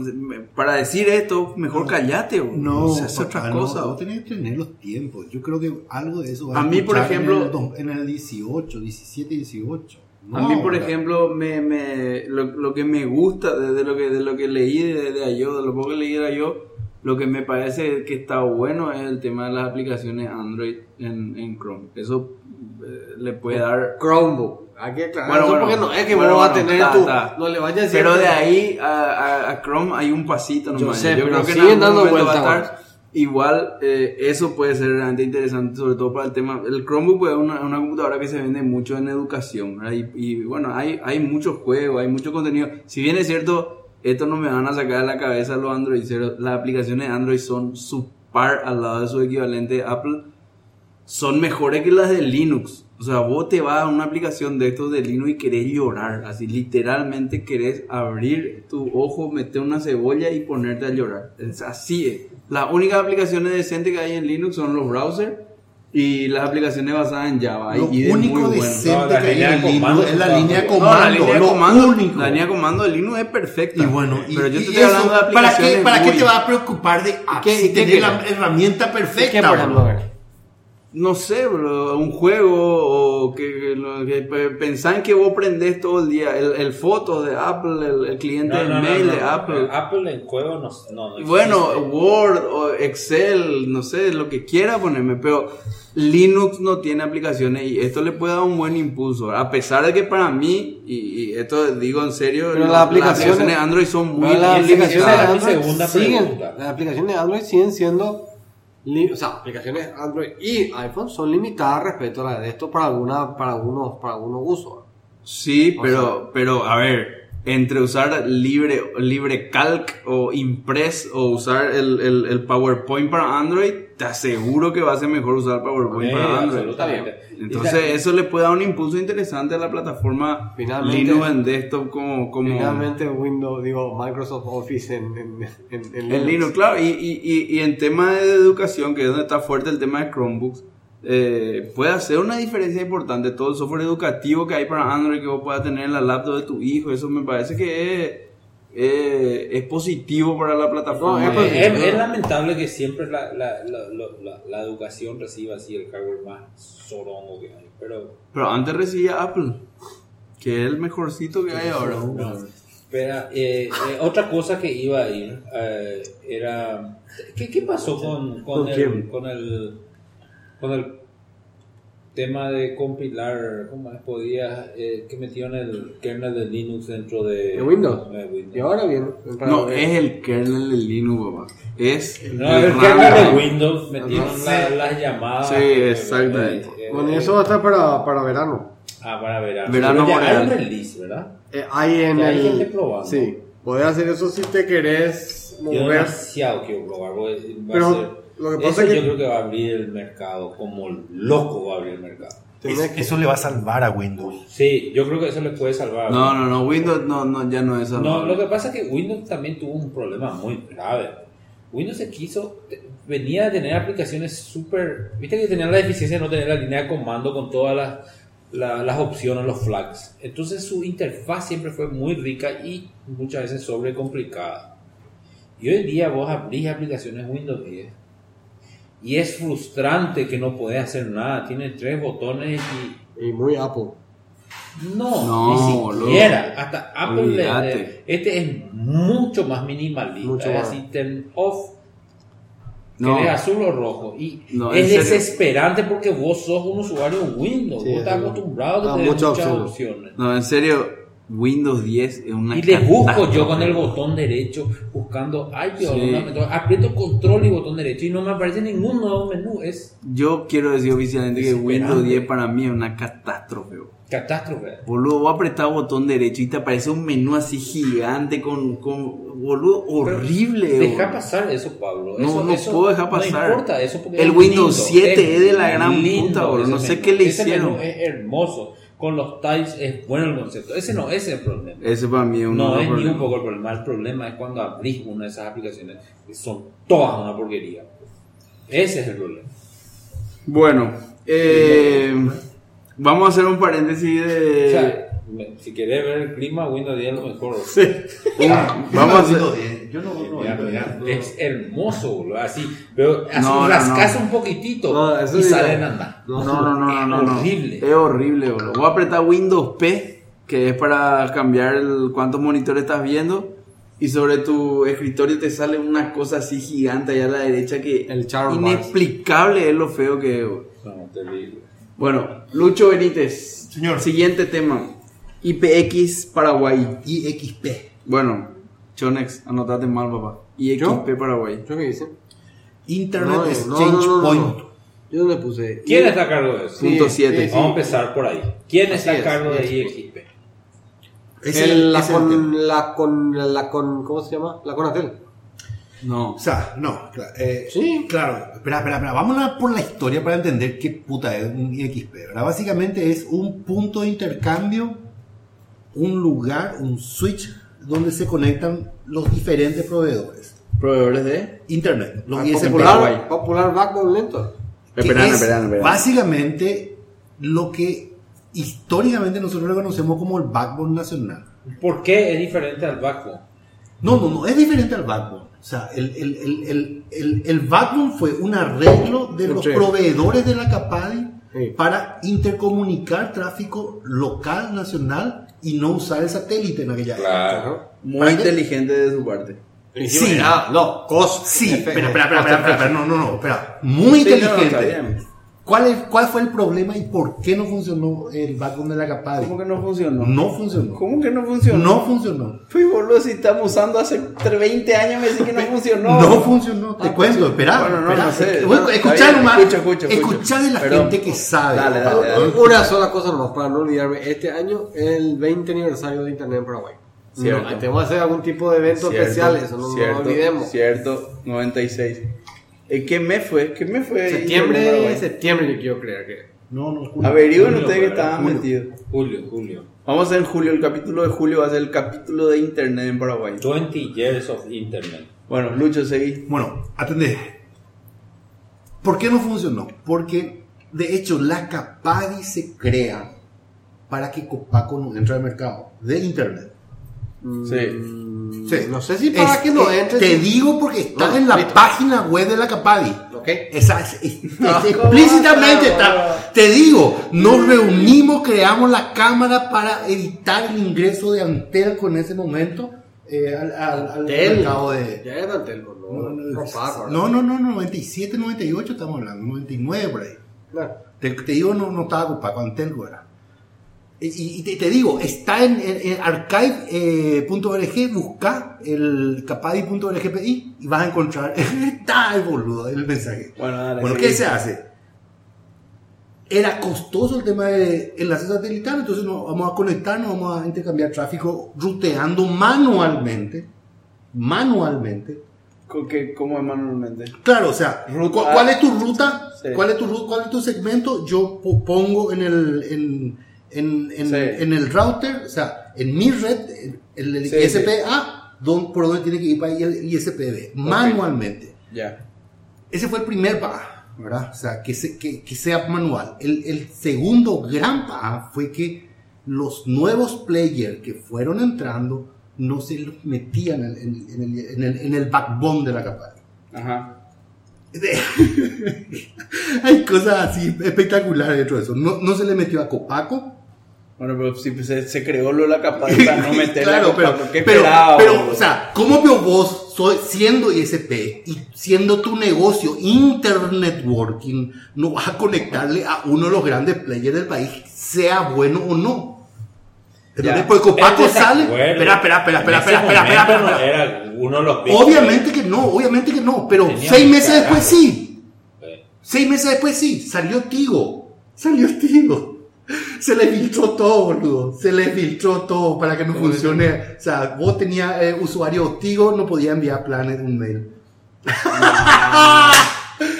[SPEAKER 1] para decir esto, mejor callate, boludo.
[SPEAKER 2] No,
[SPEAKER 1] o sea, es otra
[SPEAKER 2] papá, no,
[SPEAKER 1] cosa.
[SPEAKER 2] vos tenés que tener los tiempos. Yo creo que algo de eso va
[SPEAKER 1] A mí, por
[SPEAKER 2] escuchar
[SPEAKER 1] ejemplo-
[SPEAKER 2] en el, dos- en el 18, 17, 18. No,
[SPEAKER 1] a mí, por
[SPEAKER 2] ahora.
[SPEAKER 1] ejemplo, me, me- lo, lo que me gusta de, de lo, que, de lo que leí de, de Ayo, de lo poco que leí de Ayo, lo que me parece que está bueno es el tema de las aplicaciones Android en, en Chrome. Eso eh, le puede dar...
[SPEAKER 3] Chromebook. Hay que aclarar
[SPEAKER 1] Bueno,
[SPEAKER 3] eso
[SPEAKER 1] bueno.
[SPEAKER 3] porque no es que
[SPEAKER 1] Bueno,
[SPEAKER 3] vos va a
[SPEAKER 1] bueno,
[SPEAKER 3] tener
[SPEAKER 1] está,
[SPEAKER 3] tu.
[SPEAKER 1] está.
[SPEAKER 3] No le vayas a decir.
[SPEAKER 1] Pero de
[SPEAKER 3] que-
[SPEAKER 1] ahí a, a- a Chrome hay un pasito nomás.
[SPEAKER 3] Yo sé, pero
[SPEAKER 1] en
[SPEAKER 3] siguen
[SPEAKER 1] algún
[SPEAKER 3] dando
[SPEAKER 1] momento va a
[SPEAKER 3] vuelta,
[SPEAKER 1] estar. Igual, eh, eso puede ser realmente interesante, sobre todo para el tema. El Chromebook es una, una computadora que se vende mucho en educación, ¿verdad? Y, y, bueno, hay, hay muchos juegos, hay mucho contenido. Si bien es cierto, esto no me van a sacar de la cabeza los Android, las aplicaciones de Android son su par al lado de su equivalente Apple son mejores que las de Linux. O sea, vos te vas a una aplicación de estos de Linux y querés llorar. Así literalmente querés abrir tu ojo, meter una cebolla y eh. ponerte a llorar. Es así es. Las únicas aplicaciones decentes que hay en Linux son los browsers Y las aplicaciones basadas en Java.
[SPEAKER 2] Lo
[SPEAKER 1] y es
[SPEAKER 2] único
[SPEAKER 1] muy bueno.
[SPEAKER 2] decente
[SPEAKER 6] No, la
[SPEAKER 2] que hay
[SPEAKER 6] línea
[SPEAKER 2] en
[SPEAKER 6] de
[SPEAKER 2] Linux
[SPEAKER 6] comando,
[SPEAKER 2] es la
[SPEAKER 6] no,
[SPEAKER 2] línea
[SPEAKER 1] No,
[SPEAKER 2] de comando.
[SPEAKER 1] la línea de
[SPEAKER 2] lo
[SPEAKER 1] comando,
[SPEAKER 2] único.
[SPEAKER 1] la línea de comando de Linux es perfecta.
[SPEAKER 2] Y bueno, y,
[SPEAKER 1] pero yo
[SPEAKER 2] y
[SPEAKER 1] te estoy
[SPEAKER 2] eso,
[SPEAKER 1] hablando de
[SPEAKER 2] ¿para
[SPEAKER 1] aplicaciones.
[SPEAKER 2] qué, ¿Para qué
[SPEAKER 1] muy-
[SPEAKER 2] te vas a preocupar de apps
[SPEAKER 1] ¿Qué-
[SPEAKER 2] si
[SPEAKER 1] qué
[SPEAKER 2] tenés
[SPEAKER 1] quieres?
[SPEAKER 2] la herramienta perfecta?
[SPEAKER 3] ¿Qué, por ejemplo?
[SPEAKER 2] boludo?
[SPEAKER 3] A ver.
[SPEAKER 1] No sé, bro, un juego o que, que lo- que pe- pensá en que vos prendés todo el día el, el foto de Apple, el, el cliente
[SPEAKER 6] No,
[SPEAKER 1] del
[SPEAKER 6] no, no,
[SPEAKER 1] mail
[SPEAKER 6] no,
[SPEAKER 1] de
[SPEAKER 6] no.
[SPEAKER 1] Apple.
[SPEAKER 6] Apple en juego no, no, no existe.
[SPEAKER 1] Bueno, Word o Excel, no sé, lo que quiera ponerme, pero Linux no tiene aplicaciones y esto le puede dar un buen impulso. A pesar de que para mí, y, y esto digo en serio,
[SPEAKER 3] Pero
[SPEAKER 1] lo-
[SPEAKER 3] las aplicaciones-
[SPEAKER 1] de Android son muy
[SPEAKER 3] Pero las
[SPEAKER 1] bien
[SPEAKER 3] aplicaciones de
[SPEAKER 1] limitadas.
[SPEAKER 6] mi
[SPEAKER 3] Android
[SPEAKER 6] segunda
[SPEAKER 3] siguen,
[SPEAKER 6] pregunta.
[SPEAKER 3] las aplicaciones de Android siguen siendo, li- o sea, aplicaciones Android y iPhone son limitadas respecto a las de esto para alguna, para algunos, para algunos usos.
[SPEAKER 1] Sí,
[SPEAKER 3] O
[SPEAKER 1] pero, pero a ver, entre usar libre, libre calc o impress o usar el, el- el PowerPoint para Android, te aseguro que va a ser mejor usar PowerPoint
[SPEAKER 6] Sí,
[SPEAKER 1] para Android.
[SPEAKER 6] absolutamente.
[SPEAKER 1] Entonces eso le puede dar un impulso interesante a la plataforma
[SPEAKER 3] Finalmente-
[SPEAKER 1] Linux en desktop como, como
[SPEAKER 3] Finalmente Windows, digo, Microsoft Office en, en, en, en
[SPEAKER 1] en Linux, claro. Y, y, y- y en tema de educación, que es donde está fuerte el tema de Chromebooks, eh, puede hacer una diferencia importante todo el software educativo que hay para Android que vos puedas tener en la laptop de tu hijo. Eso me parece que es, eh, es positivo para la plataforma.
[SPEAKER 3] No, es
[SPEAKER 6] Eh, es,
[SPEAKER 3] positivo.
[SPEAKER 6] es lamentable que siempre la, la, la, la- la- la educación reciba así el hardware más sorongo que hay. Pero,
[SPEAKER 1] Pero antes recibía Apple, que es el mejorcito que hay ahora.
[SPEAKER 6] espera, eh, eh, otra cosa que iba a ir eh, era. ¿qué, qué pasó con, con,
[SPEAKER 3] ¿Con
[SPEAKER 6] el,
[SPEAKER 3] quién?
[SPEAKER 6] con, el, con el tema de compilar? ¿Cómo es? Podía, eh, que metieron el kernel de Linux dentro de,
[SPEAKER 3] ¿De Windows?
[SPEAKER 6] de Windows.
[SPEAKER 3] Y ahora viene.
[SPEAKER 1] No, es el kernel de Linux, papá. Es
[SPEAKER 6] No, el
[SPEAKER 1] RAM.
[SPEAKER 6] kernel de Windows metieron la- las llamadas.
[SPEAKER 1] Sí,
[SPEAKER 6] eh,
[SPEAKER 1] exactamente.
[SPEAKER 6] eh,
[SPEAKER 3] Bueno, y eso va a estar para, para verano.
[SPEAKER 6] Ah, para verano.
[SPEAKER 1] Verano
[SPEAKER 6] Pero ya
[SPEAKER 1] boreal.
[SPEAKER 6] hay un release, ¿verdad?
[SPEAKER 3] Eh, hay en
[SPEAKER 6] Que hay
[SPEAKER 3] el.
[SPEAKER 6] gente probando.
[SPEAKER 3] Sí. Podés hacer eso si te querés
[SPEAKER 6] Yo
[SPEAKER 3] mover.
[SPEAKER 6] demasiado quiero probar. voy- va
[SPEAKER 3] Pero
[SPEAKER 6] a ser-
[SPEAKER 3] lo que pasa
[SPEAKER 6] eso
[SPEAKER 3] es que-
[SPEAKER 6] yo creo que va a abrir el mercado, como loco va a abrir el mercado.
[SPEAKER 3] Tenés que-
[SPEAKER 10] Eso le va a salvar a Windows.
[SPEAKER 6] Sí, yo creo que eso les puede salvar.
[SPEAKER 1] No, no, no, Windows no, no, ya no es
[SPEAKER 6] No,
[SPEAKER 1] salvable.
[SPEAKER 6] lo que pasa es que Windows también tuvo un problema muy grave. Windows se quiso, venía de tener aplicaciones súper, viste que tenía la deficiencia de no tener la línea de comando con todas las, la- las opciones, los flags. Entonces su interfaz siempre fue muy rica y muchas veces sobrecomplicada. Y hoy en día vos abrís aplicaciones Windows 10 y es frustrante que no podés hacer nada. Tiene tres botones y
[SPEAKER 3] Y muy Apple.
[SPEAKER 6] no,
[SPEAKER 1] No,
[SPEAKER 6] ni siquiera. Hasta Apple le-
[SPEAKER 1] Olvídate.
[SPEAKER 6] Este es mucho más minimalista.
[SPEAKER 3] Mucho
[SPEAKER 6] es
[SPEAKER 3] más.
[SPEAKER 6] así, turn off,
[SPEAKER 1] No.
[SPEAKER 6] que es azul o rojo. Y
[SPEAKER 1] No, en
[SPEAKER 6] es
[SPEAKER 1] serio.
[SPEAKER 6] desesperante porque vos sos un usuario de Windows.
[SPEAKER 3] Sí,
[SPEAKER 6] vos
[SPEAKER 3] es
[SPEAKER 6] estás
[SPEAKER 3] verdad.
[SPEAKER 6] acostumbrado a que
[SPEAKER 3] Ah,
[SPEAKER 6] te den
[SPEAKER 3] muchas
[SPEAKER 6] muchas,
[SPEAKER 3] opciones.
[SPEAKER 6] opciones.
[SPEAKER 1] No, en serio, Windows 10 es una.
[SPEAKER 6] Y le busco yo
[SPEAKER 1] catástrofe.
[SPEAKER 6] con el botón derecho, buscando, ay, Dios,
[SPEAKER 1] Sí.
[SPEAKER 6] no me- entonces aprieto control y botón derecho y no me aparece ningún nuevo menú. Es
[SPEAKER 1] Yo quiero decir oficialmente que Windows
[SPEAKER 6] Desesperante.
[SPEAKER 1] 10 para mí es una catástrofe. bro.
[SPEAKER 6] catástrofe.
[SPEAKER 1] Boludo, vos apretás botón derecho y te aparece un menú así gigante con. con boludo, horrible.
[SPEAKER 6] Deja
[SPEAKER 1] bro.
[SPEAKER 6] pasar eso, Pablo.
[SPEAKER 1] No,
[SPEAKER 6] Eso-
[SPEAKER 1] no
[SPEAKER 6] eso-
[SPEAKER 1] puedo dejar pasar.
[SPEAKER 6] No importa eso. porque
[SPEAKER 1] El
[SPEAKER 6] es
[SPEAKER 1] Windows
[SPEAKER 6] lindo,
[SPEAKER 1] 7 es de la gran
[SPEAKER 6] lindo
[SPEAKER 1] puta, boludo.
[SPEAKER 6] ese
[SPEAKER 1] No sé
[SPEAKER 6] menú.
[SPEAKER 1] qué le
[SPEAKER 6] Ese menú
[SPEAKER 1] hicieron.
[SPEAKER 6] es hermoso. Con los tiles es bueno el concepto. Ese no ese es el problema.
[SPEAKER 1] Ese para mí es un.
[SPEAKER 6] no
[SPEAKER 1] gran
[SPEAKER 6] es ni
[SPEAKER 1] problema.
[SPEAKER 6] un poco el problema. El problema es cuando abrís una de esas aplicaciones que son todas una porquería. Ese es el problema.
[SPEAKER 1] Bueno, eh, vamos a hacer un paréntesis de.
[SPEAKER 6] O sea, me- si querés ver el clima, Windows 10 es lo
[SPEAKER 1] <laughs>
[SPEAKER 6] mejor.
[SPEAKER 1] un- <laughs> vamos a hacer.
[SPEAKER 2] Windows 10. Yo no no,
[SPEAKER 6] Mira,
[SPEAKER 2] no,
[SPEAKER 6] mira,
[SPEAKER 2] no.
[SPEAKER 6] es hermoso, boludo. Así, pero así
[SPEAKER 1] No, no,
[SPEAKER 6] rascas
[SPEAKER 1] no.
[SPEAKER 6] un poquitito
[SPEAKER 3] No, eso
[SPEAKER 6] y
[SPEAKER 3] sí,
[SPEAKER 6] salen
[SPEAKER 3] no.
[SPEAKER 6] a andar.
[SPEAKER 1] No, no, no, no, no, Eh, no.
[SPEAKER 6] horrible.
[SPEAKER 1] Es horrible, bro. Voy a apretar Windows P, que es para cambiar el- cuántos monitores estás viendo. Y sobre tu escritorio te sale una cosa así gigante allá a la derecha que
[SPEAKER 3] El Charm Box.
[SPEAKER 1] inexplicable es lo feo que es. bro.
[SPEAKER 6] No, terrible.
[SPEAKER 1] Bueno, Lucho Benítez.
[SPEAKER 10] Señor.
[SPEAKER 1] Siguiente tema. IPX Paraguay.
[SPEAKER 2] IXP.
[SPEAKER 1] Bueno, Chonex, anotate mal, papá. IXP Paraguay.
[SPEAKER 3] ¿Yo qué hice?
[SPEAKER 2] Internet
[SPEAKER 3] No, no,
[SPEAKER 2] Exchange
[SPEAKER 3] no, no, no.
[SPEAKER 2] Point.
[SPEAKER 3] Yo no le puse.
[SPEAKER 6] ¿Quién está a cargo de eso?
[SPEAKER 3] Sí,
[SPEAKER 1] Punto
[SPEAKER 3] sí,
[SPEAKER 1] siete.
[SPEAKER 3] sí.
[SPEAKER 6] Vamos a empezar por ahí. ¿Quién está
[SPEAKER 3] Así
[SPEAKER 6] a cargo
[SPEAKER 3] es,
[SPEAKER 6] de IXP?
[SPEAKER 2] Ese es
[SPEAKER 3] El- la,
[SPEAKER 2] ese es el tema.
[SPEAKER 3] con, la con. La con. ¿Cómo se llama? La Conatel.
[SPEAKER 1] No.
[SPEAKER 2] O sea, no, claro. eh,
[SPEAKER 3] Sí.
[SPEAKER 2] Claro, espera, espera, espera. Vámonos por la historia para entender qué puta es un IXP, ¿verdad? Básicamente es un punto de intercambio, un lugar, un switch donde se conectan los diferentes proveedores.
[SPEAKER 1] Proveedores de.
[SPEAKER 2] Internet, los
[SPEAKER 3] Ah,
[SPEAKER 2] ISP.
[SPEAKER 3] popular, popular Backbone Lento.
[SPEAKER 2] que
[SPEAKER 1] Esperan,
[SPEAKER 2] es
[SPEAKER 1] esperan, esperan.
[SPEAKER 2] Básicamente lo que históricamente nosotros reconocemos como el backbone nacional.
[SPEAKER 6] ¿Por qué es diferente al Baco?
[SPEAKER 2] No, no, no, es diferente al backbone. O sea, el, el, el, el, el, el backbone fue un arreglo de los
[SPEAKER 1] Sí.
[SPEAKER 2] proveedores de la CAPADI
[SPEAKER 3] Sí.
[SPEAKER 2] para intercomunicar tráfico local, nacional y no usar el satélite en aquella época.
[SPEAKER 3] Claro.
[SPEAKER 1] Muy
[SPEAKER 2] ¿Para qué?
[SPEAKER 1] inteligente de su parte.
[SPEAKER 2] Sí.
[SPEAKER 3] Ah, no, cos.
[SPEAKER 2] Sí,
[SPEAKER 3] F-
[SPEAKER 2] espera, espera, espera, espera, espera, espera, no, no, no, espera. Muy
[SPEAKER 1] Sí, no, no,
[SPEAKER 2] inteligente.
[SPEAKER 1] está bien.
[SPEAKER 2] ¿Cuál, es- ¿Cuál fue el problema y por qué no funcionó el backbone de la CAPADI?
[SPEAKER 1] ¿Cómo que no funcionó?
[SPEAKER 2] No funcionó.
[SPEAKER 1] ¿Cómo que no funcionó?
[SPEAKER 2] No funcionó.
[SPEAKER 1] Fui boludo, si estamos usando hace tre- 20 años, me decís que no funcionó. Ah,
[SPEAKER 2] No, funcionó, te cuento, esperá.
[SPEAKER 1] Bueno, no,
[SPEAKER 2] esperá.
[SPEAKER 1] no sé.
[SPEAKER 2] Eh,
[SPEAKER 1] No, está
[SPEAKER 2] escuchá
[SPEAKER 1] bien,
[SPEAKER 2] nomás.
[SPEAKER 1] escucho, escucho, escucho.
[SPEAKER 2] Escuchá de la
[SPEAKER 1] Perdón.
[SPEAKER 2] gente que sabe.
[SPEAKER 1] Dale, dale, dale.
[SPEAKER 3] Una sola cosa nomás, para no olvidarme. Este año es el 20 aniversario de Internet en Paraguay.
[SPEAKER 1] Cierto.
[SPEAKER 3] No, tenemos que hacer algún tipo de evento
[SPEAKER 1] Cierto,
[SPEAKER 3] especial, eso no, no
[SPEAKER 1] cierto,
[SPEAKER 3] olvidemos.
[SPEAKER 1] Cierto, 96. ¿En Eh, qué mes fue? ¿Qué mes fue?
[SPEAKER 3] Septiembre,
[SPEAKER 1] Paraguay?
[SPEAKER 3] septiembre yo quiero creer que.
[SPEAKER 2] No, no, Julio.
[SPEAKER 1] Averigüen
[SPEAKER 6] Julio,
[SPEAKER 1] ustedes que
[SPEAKER 6] ¿verdad?
[SPEAKER 1] estaban
[SPEAKER 2] Julio.
[SPEAKER 1] metidos.
[SPEAKER 6] Julio, Julio.
[SPEAKER 1] Vamos a hacer en julio, el capítulo de julio va a ser el capítulo de internet en Paraguay.
[SPEAKER 6] 20 years of internet.
[SPEAKER 1] Bueno, Lucho, seguí.
[SPEAKER 2] Bueno, atendé. ¿Por qué no funcionó? Porque, de hecho, la Capadi se crea para que Copaco no entre al mercado de Internet.
[SPEAKER 3] Mm.
[SPEAKER 1] Sí.
[SPEAKER 2] Sí.
[SPEAKER 3] No sé si para
[SPEAKER 2] Es-
[SPEAKER 3] que no
[SPEAKER 2] eh,
[SPEAKER 3] entre.
[SPEAKER 2] Te
[SPEAKER 3] sí.
[SPEAKER 2] digo porque está
[SPEAKER 3] No,
[SPEAKER 2] en la
[SPEAKER 3] listo.
[SPEAKER 2] página web de la Capadi.
[SPEAKER 3] Ok.
[SPEAKER 2] Esa,
[SPEAKER 3] <laughs>
[SPEAKER 2] es- es- explícitamente está. Te digo, nos reunimos, creamos la cámara para evitar el ingreso de Antel con ese momento eh, al, al, al
[SPEAKER 3] Antel.
[SPEAKER 2] mercado de.
[SPEAKER 3] Ya era Telco, no, no, Paco,
[SPEAKER 2] No, no, no, 97, 98 estamos hablando, 99 por ahí.
[SPEAKER 3] Claro.
[SPEAKER 2] Te, te digo, no, no estaba con Paco, Antelco era. Y, y- y te, te digo, está en, en- en archive.org, busca el capadi.orgpi y vas a encontrar. <laughs> está el boludo, el mensaje.
[SPEAKER 1] Bueno, dale.
[SPEAKER 2] Bueno,
[SPEAKER 1] seguí.
[SPEAKER 2] ¿qué se hace? Era costoso el tema de enlace satelital, entonces nos vamos a conectarnos, vamos a intercambiar tráfico ruteando manualmente. Manualmente.
[SPEAKER 1] ¿Con qué- ¿Cómo es manualmente?
[SPEAKER 2] Claro, o sea,
[SPEAKER 1] Ruta.
[SPEAKER 2] ¿cu- ¿cuál es tu ruta?
[SPEAKER 1] Sí.
[SPEAKER 2] ¿Cuál es tu ruta? ¿Cuál es tu segmento? Yo po- pongo en el en, en- en-
[SPEAKER 1] Sí.
[SPEAKER 2] en el router, o sea, en mi red, en el,
[SPEAKER 1] Sí,
[SPEAKER 2] ISPA, ah, don- por donde tiene que ir para ahí el ISPB, manualmente.
[SPEAKER 1] Ya.
[SPEAKER 2] Ese fue el primer paja, ¿verdad? O sea, que, se- que, que sea manual. El, el segundo gran paja fue que los nuevos players que fueron entrando no se los metían en, en- en el, en el- en el backbone de la capa.
[SPEAKER 1] Ajá.
[SPEAKER 2] <laughs> Hay cosas así espectaculares dentro de eso. No, no se le metió a Copaco.
[SPEAKER 1] Bueno, pero si se, se creó lo de la
[SPEAKER 2] <laughs>
[SPEAKER 1] capacidad para no meter
[SPEAKER 2] claro,
[SPEAKER 1] la
[SPEAKER 2] pero,
[SPEAKER 1] copa, ¿qué
[SPEAKER 2] pero,
[SPEAKER 1] esperaba,
[SPEAKER 2] pero,
[SPEAKER 1] boludo?
[SPEAKER 2] o sea, ¿cómo vio vos soy, siendo ISP y siendo tu negocio internetworking, no vas a conectarle a uno de los grandes players del país, sea bueno o no? Entonces,
[SPEAKER 1] Ya.
[SPEAKER 2] pues Copaco
[SPEAKER 6] El
[SPEAKER 2] sale.
[SPEAKER 6] desacuerdo
[SPEAKER 2] Espera, espera, espera,
[SPEAKER 6] en
[SPEAKER 2] espera,
[SPEAKER 6] ese
[SPEAKER 2] espera, espera, espera,
[SPEAKER 6] momento
[SPEAKER 1] eh,
[SPEAKER 2] espera.
[SPEAKER 6] Era uno de los big-
[SPEAKER 2] Obviamente que no, obviamente que no, pero
[SPEAKER 6] Tenía
[SPEAKER 2] seis
[SPEAKER 6] un
[SPEAKER 2] meses
[SPEAKER 6] carajo.
[SPEAKER 2] después sí.
[SPEAKER 6] Eh,
[SPEAKER 2] Seis meses después sí, salió Tigo. Salió Tigo. <laughs> Se le filtró todo, boludo. Se le filtró todo para que no funcione. O sea, vos tenías eh, usuario Tigo, no podía enviar planes un
[SPEAKER 6] <laughs>
[SPEAKER 2] mail.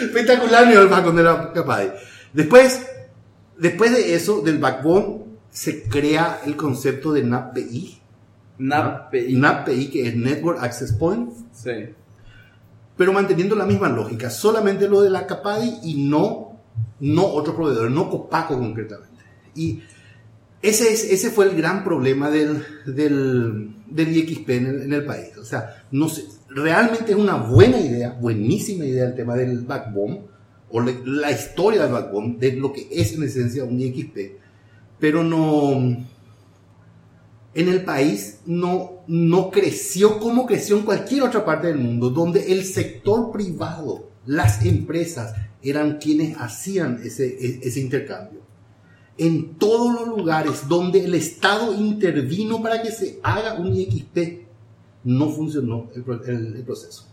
[SPEAKER 2] Espectacular, ni el backbone era capaz. Después, después de eso, del backbone, se crea el concepto de NAPI.
[SPEAKER 1] Nape-
[SPEAKER 2] NAPI, que es Network Access Point
[SPEAKER 1] Sí.
[SPEAKER 2] pero manteniendo la misma lógica, solamente lo de la Capadi y no, no otro proveedor, no Copaco concretamente. Y ese, es, ese fue el gran problema del, del, del IXP en el, en el país. O sea, no sé, realmente es una buena idea, buenísima idea el tema del backbone, o le- la historia del backbone, de lo que es en esencia un IXP, pero no... En el país no, no creció como creció en cualquier otra parte del mundo, donde el sector privado, las empresas, eran quienes hacían ese, e- ese intercambio. En todos los lugares donde el Estado intervino para que se haga un IXP, no funcionó el, pro- el- el proceso.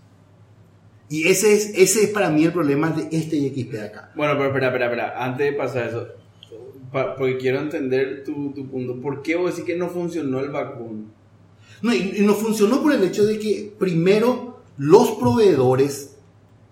[SPEAKER 2] Y ese es, ese es para mí el problema de este IXP de acá.
[SPEAKER 1] Bueno, pero espera, espera, espera. Antes de pasar eso, pa- porque quiero entender tu, tu punto. ¿Por qué vos decís que no funcionó el backbone?
[SPEAKER 2] No, y, y no funcionó por el hecho de que primero los proveedores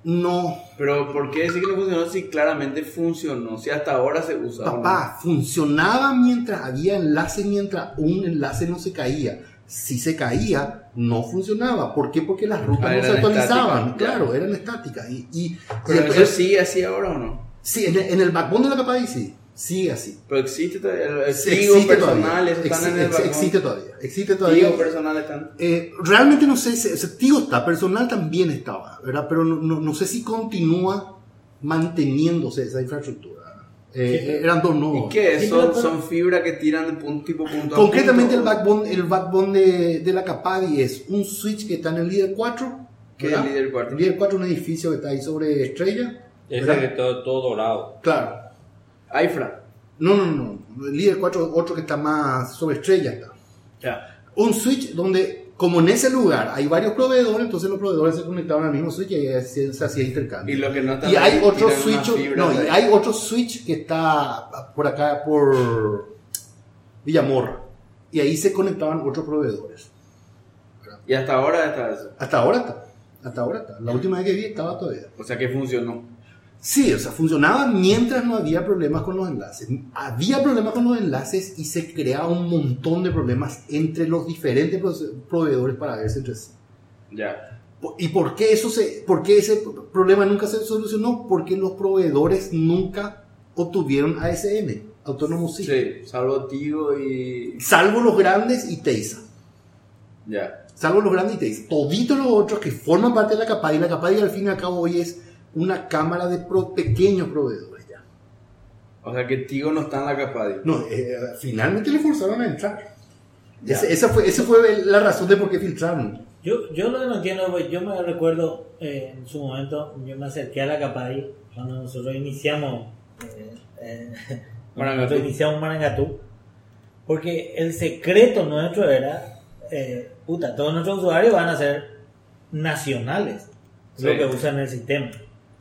[SPEAKER 2] no
[SPEAKER 1] Pero ¿por qué decir que no funcionó si claramente funcionó? Si hasta ahora se usa. ¿o no?
[SPEAKER 2] Papá, funcionaba mientras había enlace, mientras un enlace no se caía. Si se caía, no funcionaba. ¿Por qué? Porque las rutas
[SPEAKER 1] Ah,
[SPEAKER 2] no se
[SPEAKER 1] eran
[SPEAKER 2] actualizaban.
[SPEAKER 1] estáticas.
[SPEAKER 2] Claro, eran estáticas. Y, y- y
[SPEAKER 1] Pero
[SPEAKER 2] el-
[SPEAKER 1] eso sigue así ahora o no?
[SPEAKER 2] Sí, en el, en el backbone de la capa de sí. Sigue así.
[SPEAKER 1] Pero existe todavía. El,
[SPEAKER 2] Sí,
[SPEAKER 1] existe personal,
[SPEAKER 2] todavía.
[SPEAKER 1] eso están
[SPEAKER 2] Exi-
[SPEAKER 1] en el
[SPEAKER 2] ex-
[SPEAKER 1] balcón.
[SPEAKER 2] existe todavía. Existe todavía.
[SPEAKER 1] Tío personal están.
[SPEAKER 2] Eh, realmente no sé, si, o sea, Tigo está, personal también estaba, ¿verdad? Pero no, no, no sé si continúa manteniéndose esa infraestructura. Eh, eh, eran dos
[SPEAKER 1] ¿Y
[SPEAKER 2] nuevos.
[SPEAKER 1] qué es?
[SPEAKER 4] Sí,
[SPEAKER 1] Son,
[SPEAKER 4] pero- pero-
[SPEAKER 1] son fibras que tiran de punto tipo punto. a
[SPEAKER 2] Concretamente el
[SPEAKER 1] punto, o-
[SPEAKER 2] backbone, el backbone de, de la Capavi es un switch que está en el líder 4.
[SPEAKER 1] ¿Qué es
[SPEAKER 2] ¿verdad?
[SPEAKER 1] el líder 4?
[SPEAKER 2] El líder 4 es un edificio que está ahí sobre Estrella.
[SPEAKER 6] Ese
[SPEAKER 2] ¿verdad?
[SPEAKER 6] que todo, todo dorado.
[SPEAKER 2] Claro.
[SPEAKER 1] Aifra.
[SPEAKER 2] No, no, no. El líder 4 es otro que está más sobre Estrella. Está.
[SPEAKER 1] Ya.
[SPEAKER 2] un switch donde, como en ese lugar hay varios proveedores, entonces los proveedores se conectaban al mismo switch y ahí se, se hacía intercambio.
[SPEAKER 1] Y lo que no está.
[SPEAKER 2] Y hay
[SPEAKER 1] tiran
[SPEAKER 2] otro
[SPEAKER 1] unas
[SPEAKER 2] switch,
[SPEAKER 1] fibras
[SPEAKER 2] no, y
[SPEAKER 1] ahí.
[SPEAKER 2] hay otro switch que está por acá, por Villamorra. Y ahí se conectaban otros proveedores.
[SPEAKER 1] Y hasta ahora está eso.
[SPEAKER 2] Hasta ahora está. Hasta ahora está. La última vez que vi estaba todavía.
[SPEAKER 1] O sea que funcionó.
[SPEAKER 2] Sí, o sea, funcionaba mientras no había problemas con los enlaces. Había problemas con los enlaces y se creaba un montón de problemas entre los diferentes prove- proveedores para verse entre sí.
[SPEAKER 1] Ya.
[SPEAKER 2] ¿Y por qué, eso se, por qué ese problema nunca se solucionó? Porque los proveedores nunca obtuvieron ASM, Autónomo
[SPEAKER 1] Sí.
[SPEAKER 2] System.
[SPEAKER 1] Salvo Tigo y.
[SPEAKER 2] Salvo los grandes y Teisa.
[SPEAKER 1] Ya.
[SPEAKER 2] Salvo los grandes y Teisa. Toditos los otros que forman parte de la capa y la capa y al fin y al cabo hoy es una cámara de pro- pequeños proveedores ya.
[SPEAKER 1] O sea que Tigo no está en la capa de.
[SPEAKER 2] No, eh, finalmente le forzaron a entrar. Ese- esa, fue, esa fue la razón de por qué filtraron.
[SPEAKER 4] Yo, yo lo que no entiendo, pues, yo me recuerdo eh, en su momento, yo me acerqué a la Capari cuando nosotros iniciamos, eh, eh, <laughs> cuando
[SPEAKER 1] Marangatu.
[SPEAKER 4] nosotros iniciamos Marangatú, porque el secreto nuestro era, eh, puta, todos nuestros usuarios van a ser nacionales,
[SPEAKER 1] Sí.
[SPEAKER 4] lo que usan el sistema.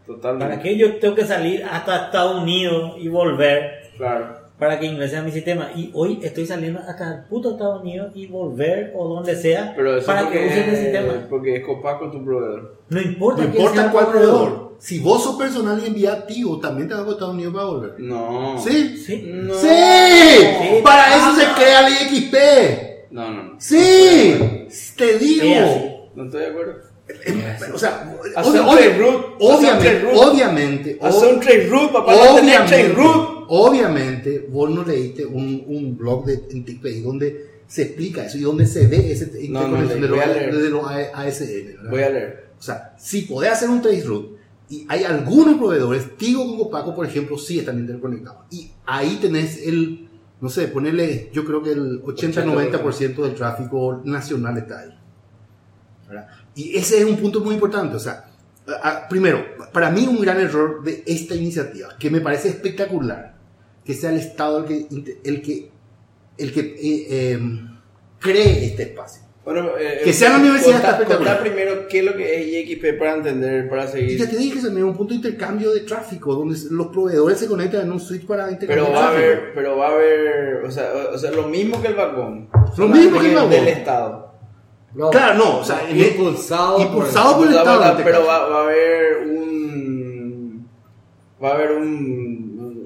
[SPEAKER 1] Totalmente.
[SPEAKER 4] ¿Para qué yo tengo que salir hasta Estados Unidos y volver
[SPEAKER 1] Claro.
[SPEAKER 4] para que ingrese a mi sistema. Y hoy estoy saliendo hasta el puto Estados Unidos y volver o donde sea
[SPEAKER 1] Pero eso
[SPEAKER 4] para
[SPEAKER 1] porque,
[SPEAKER 4] que usen el sistema.
[SPEAKER 1] porque es copaco tu proveedor.
[SPEAKER 4] No importa,
[SPEAKER 2] No
[SPEAKER 4] quién sea
[SPEAKER 2] importa
[SPEAKER 4] el
[SPEAKER 2] cuál proveedor. Si vos sos personal y envía activo, también te vas a Estados Unidos para volver.
[SPEAKER 1] No.
[SPEAKER 2] Sí.
[SPEAKER 4] Sí.
[SPEAKER 1] No.
[SPEAKER 2] ¡Sí! Ah. ¡Para eso se crea la IXP!
[SPEAKER 1] No, no, no.
[SPEAKER 2] ¡Sí! ¡Te digo!
[SPEAKER 4] Es
[SPEAKER 1] No estoy de acuerdo.
[SPEAKER 2] O sea,
[SPEAKER 1] Haz un
[SPEAKER 2] obvia- obvia-
[SPEAKER 1] trade route, haz un trade
[SPEAKER 2] obviamente,
[SPEAKER 1] route.
[SPEAKER 2] obviamente,
[SPEAKER 1] Haz
[SPEAKER 2] ob-
[SPEAKER 1] un trade root, papá. No tenés trade
[SPEAKER 2] obviamente,
[SPEAKER 1] root.
[SPEAKER 2] obviamente, vos no leíste un, un blog de en TikTok donde se explica eso y donde se ve ese
[SPEAKER 1] No, no,
[SPEAKER 2] interconexión de,
[SPEAKER 1] voy a
[SPEAKER 2] los,
[SPEAKER 1] leer.
[SPEAKER 2] de los A- ASN. ¿verdad?
[SPEAKER 1] Voy a leer.
[SPEAKER 2] O sea, si podés hacer un trace route y hay algunos proveedores, Tigo con Copaco, por ejemplo, sí están interconectados. Y ahí tenés el, no sé, ponerle, yo creo que el 80-90% del tráfico nacional está ahí. ¿Verdad? Y ese es un punto muy importante. O sea, a- a- primero, para mí un gran error de esta iniciativa, que me parece espectacular, que sea el Estado el que, inte- el que, el que eh, em, cree este espacio.
[SPEAKER 1] Bueno, eh,
[SPEAKER 2] Que sea la
[SPEAKER 1] eh,
[SPEAKER 2] universidad
[SPEAKER 1] contá-
[SPEAKER 2] está espectacular.
[SPEAKER 1] contá primero qué es lo que es IXP para entender, para
[SPEAKER 2] Y ya
[SPEAKER 1] seguir.
[SPEAKER 2] te dije, se me dio un punto de intercambio de tráfico, donde los proveedores se conectan en un switch para intercambiar
[SPEAKER 1] Pero va a
[SPEAKER 2] tráfico.
[SPEAKER 1] haber, pero va a haber, o sea, o, o sea, lo mismo que el vagón.
[SPEAKER 2] Lo mismo que el vagón.
[SPEAKER 1] Del Estado.
[SPEAKER 2] Claro, no, o sea, en el-
[SPEAKER 3] Impulsado por-
[SPEAKER 2] impulsado por el
[SPEAKER 1] O sea, va-
[SPEAKER 2] Estado.
[SPEAKER 1] va-
[SPEAKER 2] en este
[SPEAKER 1] pero
[SPEAKER 2] caso.
[SPEAKER 1] va, va a haber un, va a haber un,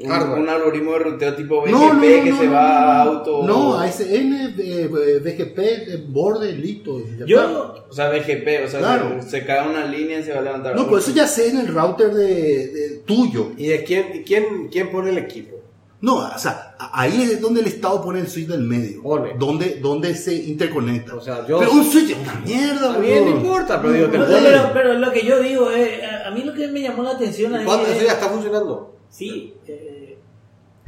[SPEAKER 1] un,
[SPEAKER 2] Hardware.
[SPEAKER 1] un algoritmo de ruteo tipo BGP
[SPEAKER 2] no, no, no,
[SPEAKER 1] que
[SPEAKER 2] no,
[SPEAKER 1] se
[SPEAKER 2] no,
[SPEAKER 1] va
[SPEAKER 2] no,
[SPEAKER 1] a auto.
[SPEAKER 2] No, ASN, eh, BGP, eh, borde, listo. ya está.
[SPEAKER 4] Yo,
[SPEAKER 1] O sea, BGP, o sea,
[SPEAKER 2] Claro.
[SPEAKER 1] se, se cae una línea y se va a levantar.
[SPEAKER 2] No,
[SPEAKER 1] otra.
[SPEAKER 2] pero eso ya sé en el router de, de- tuyo.
[SPEAKER 3] ¿Y de quién, y quién, quién pone el equipo?
[SPEAKER 2] No, o sea, a- ahí es donde el Estado pone el switch del medio.
[SPEAKER 3] Pone.
[SPEAKER 2] Donde, donde se interconecta.
[SPEAKER 3] O sea, yo-
[SPEAKER 2] Pero un switch es una mierda,
[SPEAKER 3] También no
[SPEAKER 2] boludo.
[SPEAKER 3] importa, pero digo, te
[SPEAKER 4] pero,
[SPEAKER 3] ponen.
[SPEAKER 4] pero- pero lo que yo digo es, a a mí lo que me llamó la atención ahí
[SPEAKER 3] ¿Cuándo? Eso
[SPEAKER 4] es,
[SPEAKER 3] ya está funcionando.
[SPEAKER 4] sí, eh,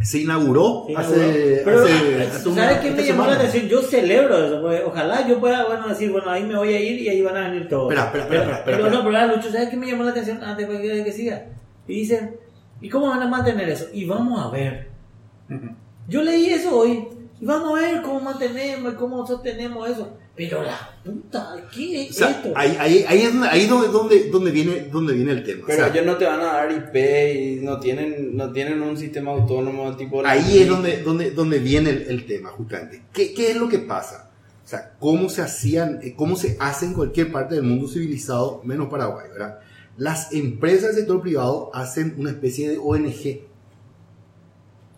[SPEAKER 2] Se inauguró
[SPEAKER 4] sí,
[SPEAKER 2] hace.
[SPEAKER 4] no, pero,
[SPEAKER 2] hace- hace una-
[SPEAKER 4] ¿sabes qué
[SPEAKER 2] esta
[SPEAKER 4] me llamó
[SPEAKER 2] semana.
[SPEAKER 4] la atención? Yo celebro eso, porque ojalá yo pueda, bueno, decir, bueno, ahí me voy a ir y ahí van a venir todos.
[SPEAKER 2] Espera, espera, espera, espera,
[SPEAKER 4] Pero,
[SPEAKER 2] espera.
[SPEAKER 4] no, pero ahora, Lucho, ¿sabes qué me llamó la atención antes de que- de que siga? Y dicen, ¿y cómo van a mantener eso? Y vamos a ver. Yo leí eso hoy. Y vamos a ver cómo mantenemos y cómo sostenemos eso. Pero la puta, ¿qué
[SPEAKER 2] O
[SPEAKER 4] es
[SPEAKER 2] sea,
[SPEAKER 4] esto?
[SPEAKER 2] ahí, ahí, ahí es donde, ahí donde, donde, donde viene, donde viene el tema. O
[SPEAKER 1] Pero
[SPEAKER 2] sea,
[SPEAKER 1] ellos no te van a dar IP y no tienen, no tienen un sistema autónomo tipo.
[SPEAKER 2] ahí es donde, donde, donde viene el, el tema, justamente. ¿Qué, qué es lo que pasa? O sea, cómo se hacían, eh, cómo se hace en cualquier parte del mundo civilizado, menos Paraguay, ¿verdad? Las empresas del sector privado hacen una especie de ONG.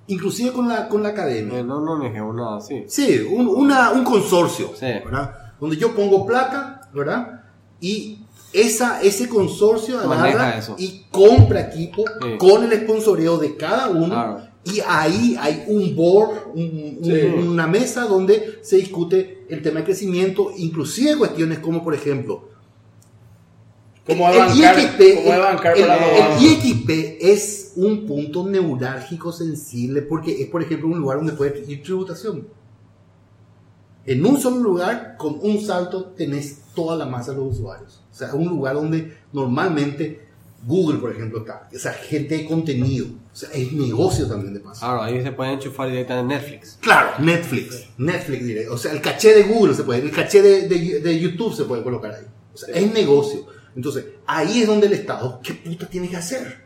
[SPEAKER 2] Inclusive con la, con la academia.
[SPEAKER 3] eh, No, no, no, no, nada así.
[SPEAKER 2] Sí, un, una- un consorcio,
[SPEAKER 3] Sí.
[SPEAKER 2] ¿verdad? Donde yo pongo placa, ¿verdad? Y esa, ese consorcio
[SPEAKER 10] Maneja
[SPEAKER 2] agarra
[SPEAKER 10] eso.
[SPEAKER 2] y compra equipo
[SPEAKER 10] Sí.
[SPEAKER 2] con el sponsoreo de cada uno.
[SPEAKER 10] Claro.
[SPEAKER 2] Y ahí hay un board, un- un- una mesa donde se discute el tema de crecimiento, inclusive cuestiones como, por ejemplo,
[SPEAKER 1] ¿Cómo va a
[SPEAKER 2] el
[SPEAKER 1] bancar?
[SPEAKER 2] IXP
[SPEAKER 1] ¿Cómo va a bancar
[SPEAKER 2] el-
[SPEAKER 1] para la
[SPEAKER 2] el
[SPEAKER 1] abogada?
[SPEAKER 2] IXP es un punto neurálgico sensible porque es, por ejemplo, un lugar donde puedes ir tributación. En un solo lugar, con un salto, tenés toda la masa de los usuarios. O sea, es un lugar donde normalmente Google, por ejemplo, está. O sea, gente de contenido. O sea, es negocio también de paso.
[SPEAKER 3] Claro, ahí se puede enchufar directamente en Netflix.
[SPEAKER 2] Claro, Netflix. Netflix diré. O sea, el caché de Google se puede, el caché de, de- de YouTube se puede colocar ahí. O sea, es negocio. Entonces, ahí es donde el Estado, ¿qué puta tiene que hacer?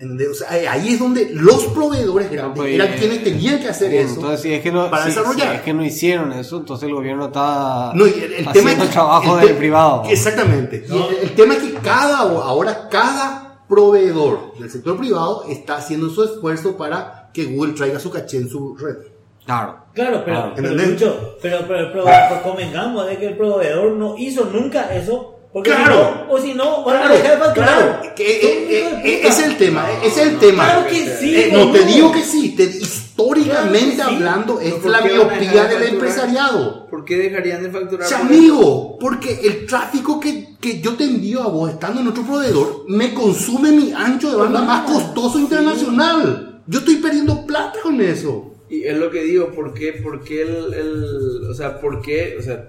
[SPEAKER 2] ¿Entendés? O sea, ahí- ahí es donde los proveedores grandes
[SPEAKER 3] pues,
[SPEAKER 2] eran
[SPEAKER 3] eh,
[SPEAKER 2] quienes tenían que hacer
[SPEAKER 3] Bien,
[SPEAKER 2] eso.
[SPEAKER 3] entonces, si es que no,
[SPEAKER 2] para
[SPEAKER 3] si-
[SPEAKER 2] desarrollar.
[SPEAKER 3] si es que no hicieron eso, entonces el gobierno está
[SPEAKER 2] No, y el, el tema es
[SPEAKER 3] haciendo
[SPEAKER 2] que,
[SPEAKER 3] el trabajo
[SPEAKER 2] el
[SPEAKER 3] del
[SPEAKER 2] te-
[SPEAKER 3] privado.
[SPEAKER 2] Exactamente. Y el, el tema es que cada, ahora cada proveedor del sector privado está haciendo su esfuerzo para que Google traiga su caché en su red.
[SPEAKER 3] Claro.
[SPEAKER 4] Claro, pero,
[SPEAKER 3] Ah,
[SPEAKER 4] pero
[SPEAKER 2] ¿entendés?
[SPEAKER 4] Lucho, pero, pero, el pro- pues convengamos de que el proveedor no hizo nunca eso. Porque
[SPEAKER 2] Claro.
[SPEAKER 4] si no, o si no, van
[SPEAKER 2] Claro,
[SPEAKER 4] a dejar de facturar.
[SPEAKER 2] claro, que,
[SPEAKER 4] Son
[SPEAKER 2] eh,
[SPEAKER 4] hijos de
[SPEAKER 2] eh,
[SPEAKER 4] puta.
[SPEAKER 2] es el tema, es el tema.
[SPEAKER 4] Claro que sí.
[SPEAKER 2] Eh, no, te
[SPEAKER 4] boludo.
[SPEAKER 2] digo que sí, te- históricamente
[SPEAKER 4] Claro que sí.
[SPEAKER 2] hablando, es
[SPEAKER 1] ¿por
[SPEAKER 2] la
[SPEAKER 1] qué van a
[SPEAKER 2] miopía
[SPEAKER 1] dejar de
[SPEAKER 2] del
[SPEAKER 1] facturar?
[SPEAKER 2] empresariado.
[SPEAKER 1] ¿Por qué dejarían de facturar?
[SPEAKER 2] O sea,
[SPEAKER 1] por eso?
[SPEAKER 2] amigo, porque el tráfico que, que yo te envío a vos estando en otro proveedor me consume mi ancho de banda más costoso internacional. Yo estoy perdiendo plata con eso.
[SPEAKER 1] Y es lo que digo, ¿por qué? ¿Por qué el, el- O sea, ¿por qué? O sea,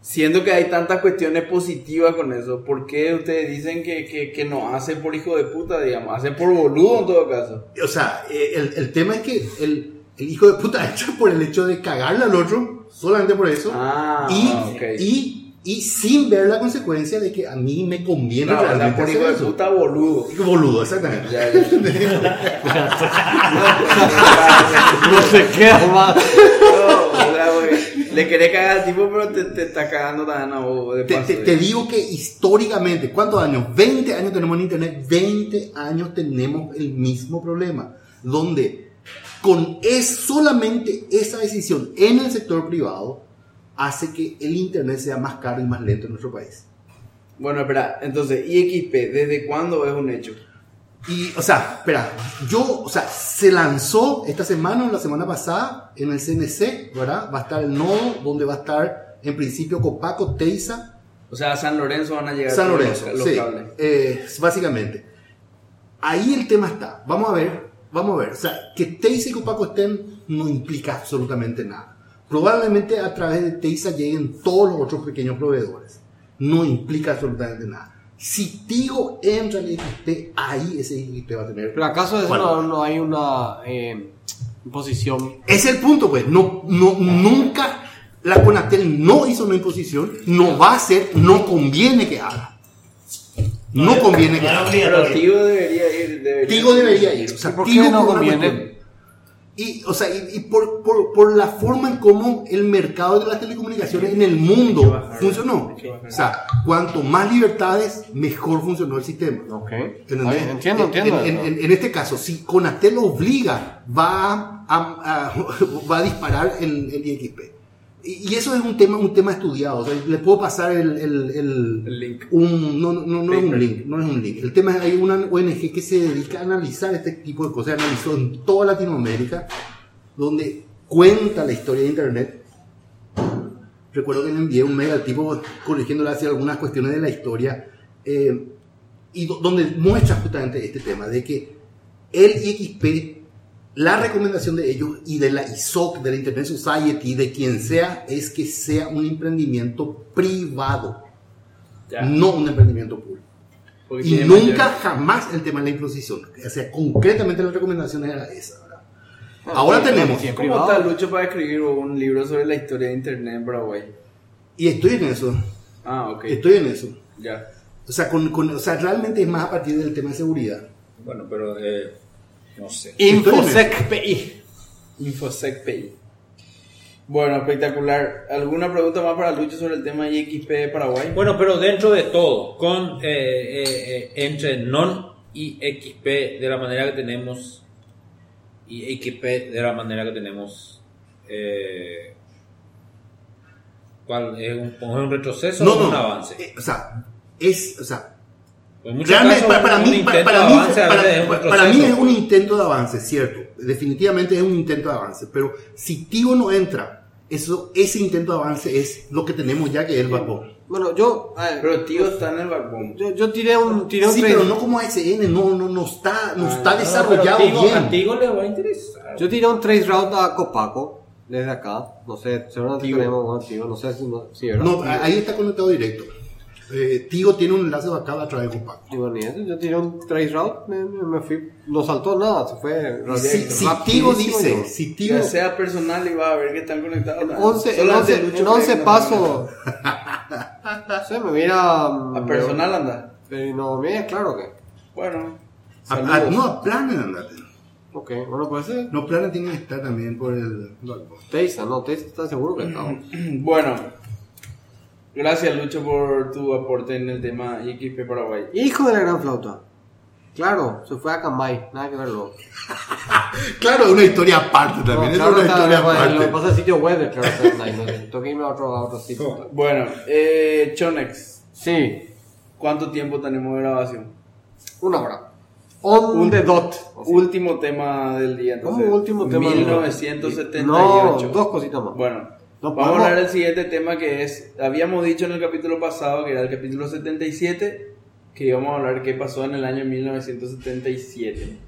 [SPEAKER 1] siendo que hay tantas cuestiones positivas con eso, ¿por qué ustedes dicen que, que, que no hace por hijo de puta, digamos? Hace por boludo en todo caso.
[SPEAKER 2] O sea, eh, el, el tema es que el, el hijo de puta <laughs> hecho por el hecho de cagarle al otro, solamente por eso.
[SPEAKER 1] Ah,
[SPEAKER 2] y,
[SPEAKER 1] ok.
[SPEAKER 2] y, y sin ver la consecuencia de que a mí me conviene
[SPEAKER 1] Claro, o sea,
[SPEAKER 2] realmente
[SPEAKER 1] por hijo
[SPEAKER 2] hacer
[SPEAKER 1] de
[SPEAKER 2] eso.
[SPEAKER 1] puta
[SPEAKER 2] <laughs>
[SPEAKER 1] boludo.
[SPEAKER 2] Boludo, exactamente.
[SPEAKER 1] Ya,
[SPEAKER 2] <laughs>
[SPEAKER 1] ya.
[SPEAKER 3] No se queda más.
[SPEAKER 1] No, o sea, güey, Le querés cagar al tipo, pero te, te está cagando también a vos de
[SPEAKER 2] Te,
[SPEAKER 1] paso.
[SPEAKER 2] te- te digo que históricamente, ¿cuántos años? 20 años tenemos en Internet, 20 años tenemos el mismo problema, donde con es solamente esa decisión en el sector privado hace que el Internet sea más caro y más lento en nuestro país.
[SPEAKER 1] Bueno, espera, entonces, IXP, ¿desde cuándo es un hecho?
[SPEAKER 2] Y, o sea, espera, yo, o sea, se lanzó esta semana o la semana pasada en el CNC, ¿verdad? Va a estar el nodo, donde va a estar en principio Copaco, Teiza,
[SPEAKER 1] O sea, a San Lorenzo van a llegar
[SPEAKER 2] San
[SPEAKER 1] todos
[SPEAKER 2] Lorenzo,
[SPEAKER 1] los, los
[SPEAKER 2] sí,
[SPEAKER 1] cables.
[SPEAKER 2] eh, básicamente. Ahí el tema está. Vamos a ver, vamos a ver. O sea, que Teisa y Copaco estén no implica absolutamente nada. Probablemente a través de Teisa lleguen todos los otros pequeños proveedores. No implica absolutamente nada. Si Tigo entra al XP, ahí ese XP va a tener.
[SPEAKER 3] Pero acaso eso
[SPEAKER 2] Bueno.
[SPEAKER 3] no, no hay una eh, imposición.
[SPEAKER 2] Es el punto, pues. No, no, nunca la Conatel no hizo una imposición, no va a hacer, no conviene que haga. No conviene que
[SPEAKER 4] Ahora
[SPEAKER 2] haga.
[SPEAKER 1] Pero
[SPEAKER 4] obligatorio.
[SPEAKER 1] Tigo debería ir. Debería
[SPEAKER 2] Tigo debería ir. O sea,
[SPEAKER 3] ¿Y por
[SPEAKER 2] Tigo
[SPEAKER 3] qué no
[SPEAKER 2] por una
[SPEAKER 3] conviene?
[SPEAKER 2] cuestión. Y, o sea, y, y por, por- por la forma en cómo el mercado de las telecomunicaciones en el mundo funcionó. O sea, cuanto más libertades, mejor funcionó el sistema.
[SPEAKER 3] Ok.
[SPEAKER 2] ¿Entendés?
[SPEAKER 3] Ay, Entiendo,
[SPEAKER 2] En-
[SPEAKER 3] entiendo.
[SPEAKER 2] En, en- en este caso, si Conatel obliga, va a, a- <laughs> a- va a disparar el, el IXP. Y, y eso es un tema, un tema estudiado. O sea, le puedo pasar el, el- el-
[SPEAKER 1] El link.
[SPEAKER 2] un- no, no, no, no es un link, no es un link. El tema es hay una ONG que se dedica a analizar este tipo de cosas, analizó en toda Latinoamérica, donde cuenta la historia de Internet. Recuerdo que le envié un mail al tipo corrigiéndole hacia algunas cuestiones de la historia. eh, y do- donde muestra justamente este tema de que el IXP, la recomendación de ellos y de la ISOC, de la Internet Society, de quien sea, es que sea un emprendimiento privado,
[SPEAKER 1] Ya.
[SPEAKER 2] no un emprendimiento público.
[SPEAKER 1] Porque
[SPEAKER 2] Y
[SPEAKER 1] tiene
[SPEAKER 2] nunca,
[SPEAKER 1] mayor-
[SPEAKER 2] jamás el tema de la imposición. O sea, concretamente la recomendación era esa. ¿verdad? Ahora tenemos,
[SPEAKER 3] siempre.
[SPEAKER 1] ¿Cómo
[SPEAKER 3] privado.
[SPEAKER 1] está Lucho para escribir un libro sobre la historia de Internet en Paraguay?
[SPEAKER 2] y estoy en eso,
[SPEAKER 1] Ah, ok.
[SPEAKER 2] estoy en eso.
[SPEAKER 1] Ya.
[SPEAKER 2] O sea, con, con- o sea, realmente es más a partir del tema de seguridad.
[SPEAKER 6] Bueno, pero eh, no sé.
[SPEAKER 3] Infosec PI.
[SPEAKER 1] Infosec Pay. Bueno, espectacular. ¿Alguna pregunta más para Lucho sobre el tema de XP de Paraguay?
[SPEAKER 6] Bueno, pero dentro de todo, con eh, eh, eh, entre non y XP de la manera que tenemos y XP de la manera que tenemos, eh, ¿Cuál es un, es un retroceso
[SPEAKER 2] No,
[SPEAKER 6] o
[SPEAKER 2] no.
[SPEAKER 6] un avance?
[SPEAKER 2] eh, o sea, es, o sea,
[SPEAKER 6] Pues en muchos
[SPEAKER 2] Realmente,
[SPEAKER 6] casos,
[SPEAKER 2] para, para
[SPEAKER 6] un
[SPEAKER 2] mí, para,
[SPEAKER 6] intento
[SPEAKER 2] para
[SPEAKER 6] de
[SPEAKER 2] mí-
[SPEAKER 6] avance a
[SPEAKER 2] para-
[SPEAKER 6] veces es un
[SPEAKER 2] para- para mí es
[SPEAKER 6] retroceso.
[SPEAKER 2] un intento de avance, cierto. Definitivamente es un intento de avance. Pero si Tigo no entra, eso, ese intento de avance es lo que tenemos ya que es el vapor.
[SPEAKER 3] Bueno, yo, a ver, pues,
[SPEAKER 1] Pero tío está en el backbone.
[SPEAKER 3] yo, yo tiré un, tiré un
[SPEAKER 2] Sí,
[SPEAKER 3] trade-
[SPEAKER 2] pero no como ASN, no, no, no está, no está
[SPEAKER 6] No,
[SPEAKER 2] desarrollado
[SPEAKER 6] pero Tigo- A
[SPEAKER 2] bien.
[SPEAKER 6] Tigo le va a interesar.
[SPEAKER 3] Yo tiré un trace route a Copaco desde acá. No sé, seguramente
[SPEAKER 1] Tío.
[SPEAKER 3] tenemos un activo. No sé si no, sí, ¿verdad?
[SPEAKER 2] No, a- ahí está conectado directo. Eh, Tigo tiene un enlace vacado a través de Copaco.
[SPEAKER 3] Digo, ni eso. Yo tiré un trace route, me, me- me fui. No saltó nada, se fue.
[SPEAKER 2] Si,
[SPEAKER 3] directo.
[SPEAKER 2] si
[SPEAKER 3] Rapidísimo
[SPEAKER 2] Tigo dice,
[SPEAKER 3] yo.
[SPEAKER 2] si Tigo,
[SPEAKER 1] Ya sea personal y va a ver que están conectados.
[SPEAKER 3] En
[SPEAKER 1] ¿no?
[SPEAKER 3] 11, en
[SPEAKER 1] Solo hace
[SPEAKER 3] 11,
[SPEAKER 1] Lucho
[SPEAKER 3] en
[SPEAKER 1] cree
[SPEAKER 3] 11
[SPEAKER 1] que no
[SPEAKER 3] pasos. Se me mira.
[SPEAKER 1] conecta. A personal anda.
[SPEAKER 3] Pero no, mira, claro que.
[SPEAKER 1] Bueno.
[SPEAKER 2] a- a-
[SPEAKER 1] saludos.
[SPEAKER 2] no aplanen, andate.
[SPEAKER 3] Ok, bueno, puede ser.
[SPEAKER 2] No planes tienen que estar también por el vapor.
[SPEAKER 3] Teisa, no, Teisa está seguro
[SPEAKER 1] <laughs>
[SPEAKER 3] que está.
[SPEAKER 1] <clears throat> Bueno. Gracias Lucho por tu aporte en el tema XP Paraguay.
[SPEAKER 3] Hijo de la gran flauta. Claro, se fue a Cambay, nada que verlo.
[SPEAKER 2] Claro, una historia aparte también. es una historia aparte.
[SPEAKER 3] lo que pasa es sitio web de Claro está online, no sé, Tengo que irme a otro, a otro sitio.
[SPEAKER 1] Bueno, eh, Chonex,
[SPEAKER 3] Sí,
[SPEAKER 1] ¿cuánto tiempo tenemos de grabación?
[SPEAKER 3] una hora. On
[SPEAKER 1] Un-
[SPEAKER 3] the dot.
[SPEAKER 1] Último tema del día, entonces.
[SPEAKER 3] ¿Cómo Ah, último tema?
[SPEAKER 1] 1978.
[SPEAKER 3] No, dos cositas más.
[SPEAKER 1] Bueno,
[SPEAKER 3] No,
[SPEAKER 1] vamos
[SPEAKER 3] vamos-
[SPEAKER 1] a hablar del siguiente tema que es, habíamos dicho en el capítulo pasado, que era el capítulo 77, que íbamos a hablar qué pasó en el año 1977.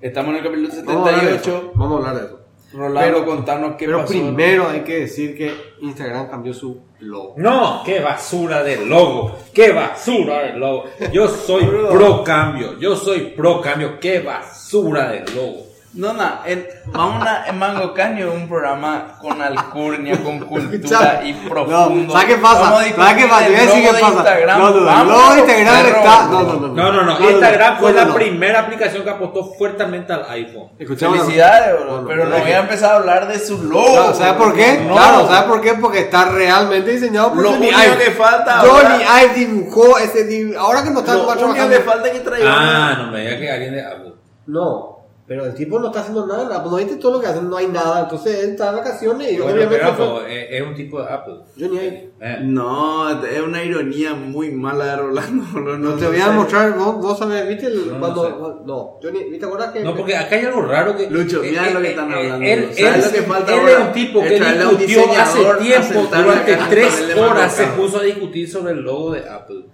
[SPEAKER 1] Estamos en el capítulo
[SPEAKER 3] Vamos a hablar de eso,
[SPEAKER 1] 78,
[SPEAKER 3] Vamos a hablar de eso.
[SPEAKER 1] Rolando,
[SPEAKER 3] Pero-
[SPEAKER 1] contarnos qué
[SPEAKER 3] Pero
[SPEAKER 1] pasó.
[SPEAKER 3] primero hay que decir que Instagram cambió su logo.
[SPEAKER 6] No, qué basura de logo, qué basura de logo. Yo soy pro cambio, yo soy pro cambio, qué basura de logo.
[SPEAKER 1] No, no, en, vamos a en Mango Caño, un programa con alcurnia,
[SPEAKER 3] <laughs>
[SPEAKER 1] con cultura
[SPEAKER 3] Escucha.
[SPEAKER 1] y
[SPEAKER 3] No,
[SPEAKER 1] profundo.
[SPEAKER 3] ¿sabes qué pasa?
[SPEAKER 1] Vamos a
[SPEAKER 3] ¿Sabes qué pasa? Yo
[SPEAKER 1] discutir
[SPEAKER 3] voy
[SPEAKER 1] el
[SPEAKER 3] a decir
[SPEAKER 1] logo
[SPEAKER 3] qué
[SPEAKER 1] de
[SPEAKER 3] pasa.
[SPEAKER 1] Instagram.
[SPEAKER 3] No, no, no.
[SPEAKER 1] Vamos
[SPEAKER 3] No,
[SPEAKER 1] a
[SPEAKER 3] Instagram
[SPEAKER 1] romper
[SPEAKER 3] está.
[SPEAKER 1] logo.
[SPEAKER 3] No, no, no.
[SPEAKER 6] No, no, no, Instagram fue la primera aplicación que apostó fuertemente al iPhone.
[SPEAKER 3] Escuchamos.
[SPEAKER 1] Felicidades, bro.
[SPEAKER 3] Bueno,
[SPEAKER 1] pero no
[SPEAKER 3] es
[SPEAKER 1] voy
[SPEAKER 3] que-
[SPEAKER 1] a empezar a hablar de su logo.
[SPEAKER 3] Claro, ¿Sabes por qué?
[SPEAKER 1] No.
[SPEAKER 3] Claro, ¿sabes por qué? Porque está realmente diseñado por
[SPEAKER 1] Lo
[SPEAKER 3] Johnny
[SPEAKER 1] único
[SPEAKER 3] Ive.
[SPEAKER 1] que falta ahora-
[SPEAKER 3] Johnny Ive dibujó ese dibujo. Ahora que no está
[SPEAKER 1] Lo
[SPEAKER 3] más
[SPEAKER 1] único
[SPEAKER 3] trabajando.
[SPEAKER 1] que falta es que traiga.
[SPEAKER 6] Ah, no me diga que alguien de Apple.
[SPEAKER 3] No, pero el tipo no está haciendo nada. No viste todo lo que hace, no hay nada. Entonces él está de vacaciones y
[SPEAKER 6] Bueno,
[SPEAKER 3] obviamente
[SPEAKER 6] pero Apple
[SPEAKER 3] fue-
[SPEAKER 6] eh, es, un tipo de Apple.
[SPEAKER 3] Johnny Ive.
[SPEAKER 6] Eh.
[SPEAKER 1] No, es una ironía muy mala de Rolando. bro,
[SPEAKER 3] No te voy a
[SPEAKER 1] sé.
[SPEAKER 3] mostrar, vos, vos sabés, viste el-
[SPEAKER 6] No, no
[SPEAKER 3] cuando.
[SPEAKER 6] sé.
[SPEAKER 3] No, Johnny, ¿viste acuerdas que?
[SPEAKER 6] No, porque acá hay algo raro que. eh,
[SPEAKER 1] Lucho, mira lo que están hablando,
[SPEAKER 6] Él,
[SPEAKER 1] bro. ¿Sabes
[SPEAKER 6] él-
[SPEAKER 1] lo que falta
[SPEAKER 6] él
[SPEAKER 1] ahora?
[SPEAKER 6] es un tipo
[SPEAKER 1] Es
[SPEAKER 6] que
[SPEAKER 1] traerle a un
[SPEAKER 6] discutió hace
[SPEAKER 1] diseñador a
[SPEAKER 6] tiempo,
[SPEAKER 1] sentarle
[SPEAKER 6] durante
[SPEAKER 1] acá y
[SPEAKER 6] tres
[SPEAKER 1] ponerle mano
[SPEAKER 6] horas se
[SPEAKER 1] acá.
[SPEAKER 6] puso a discutir sobre el logo de Apple.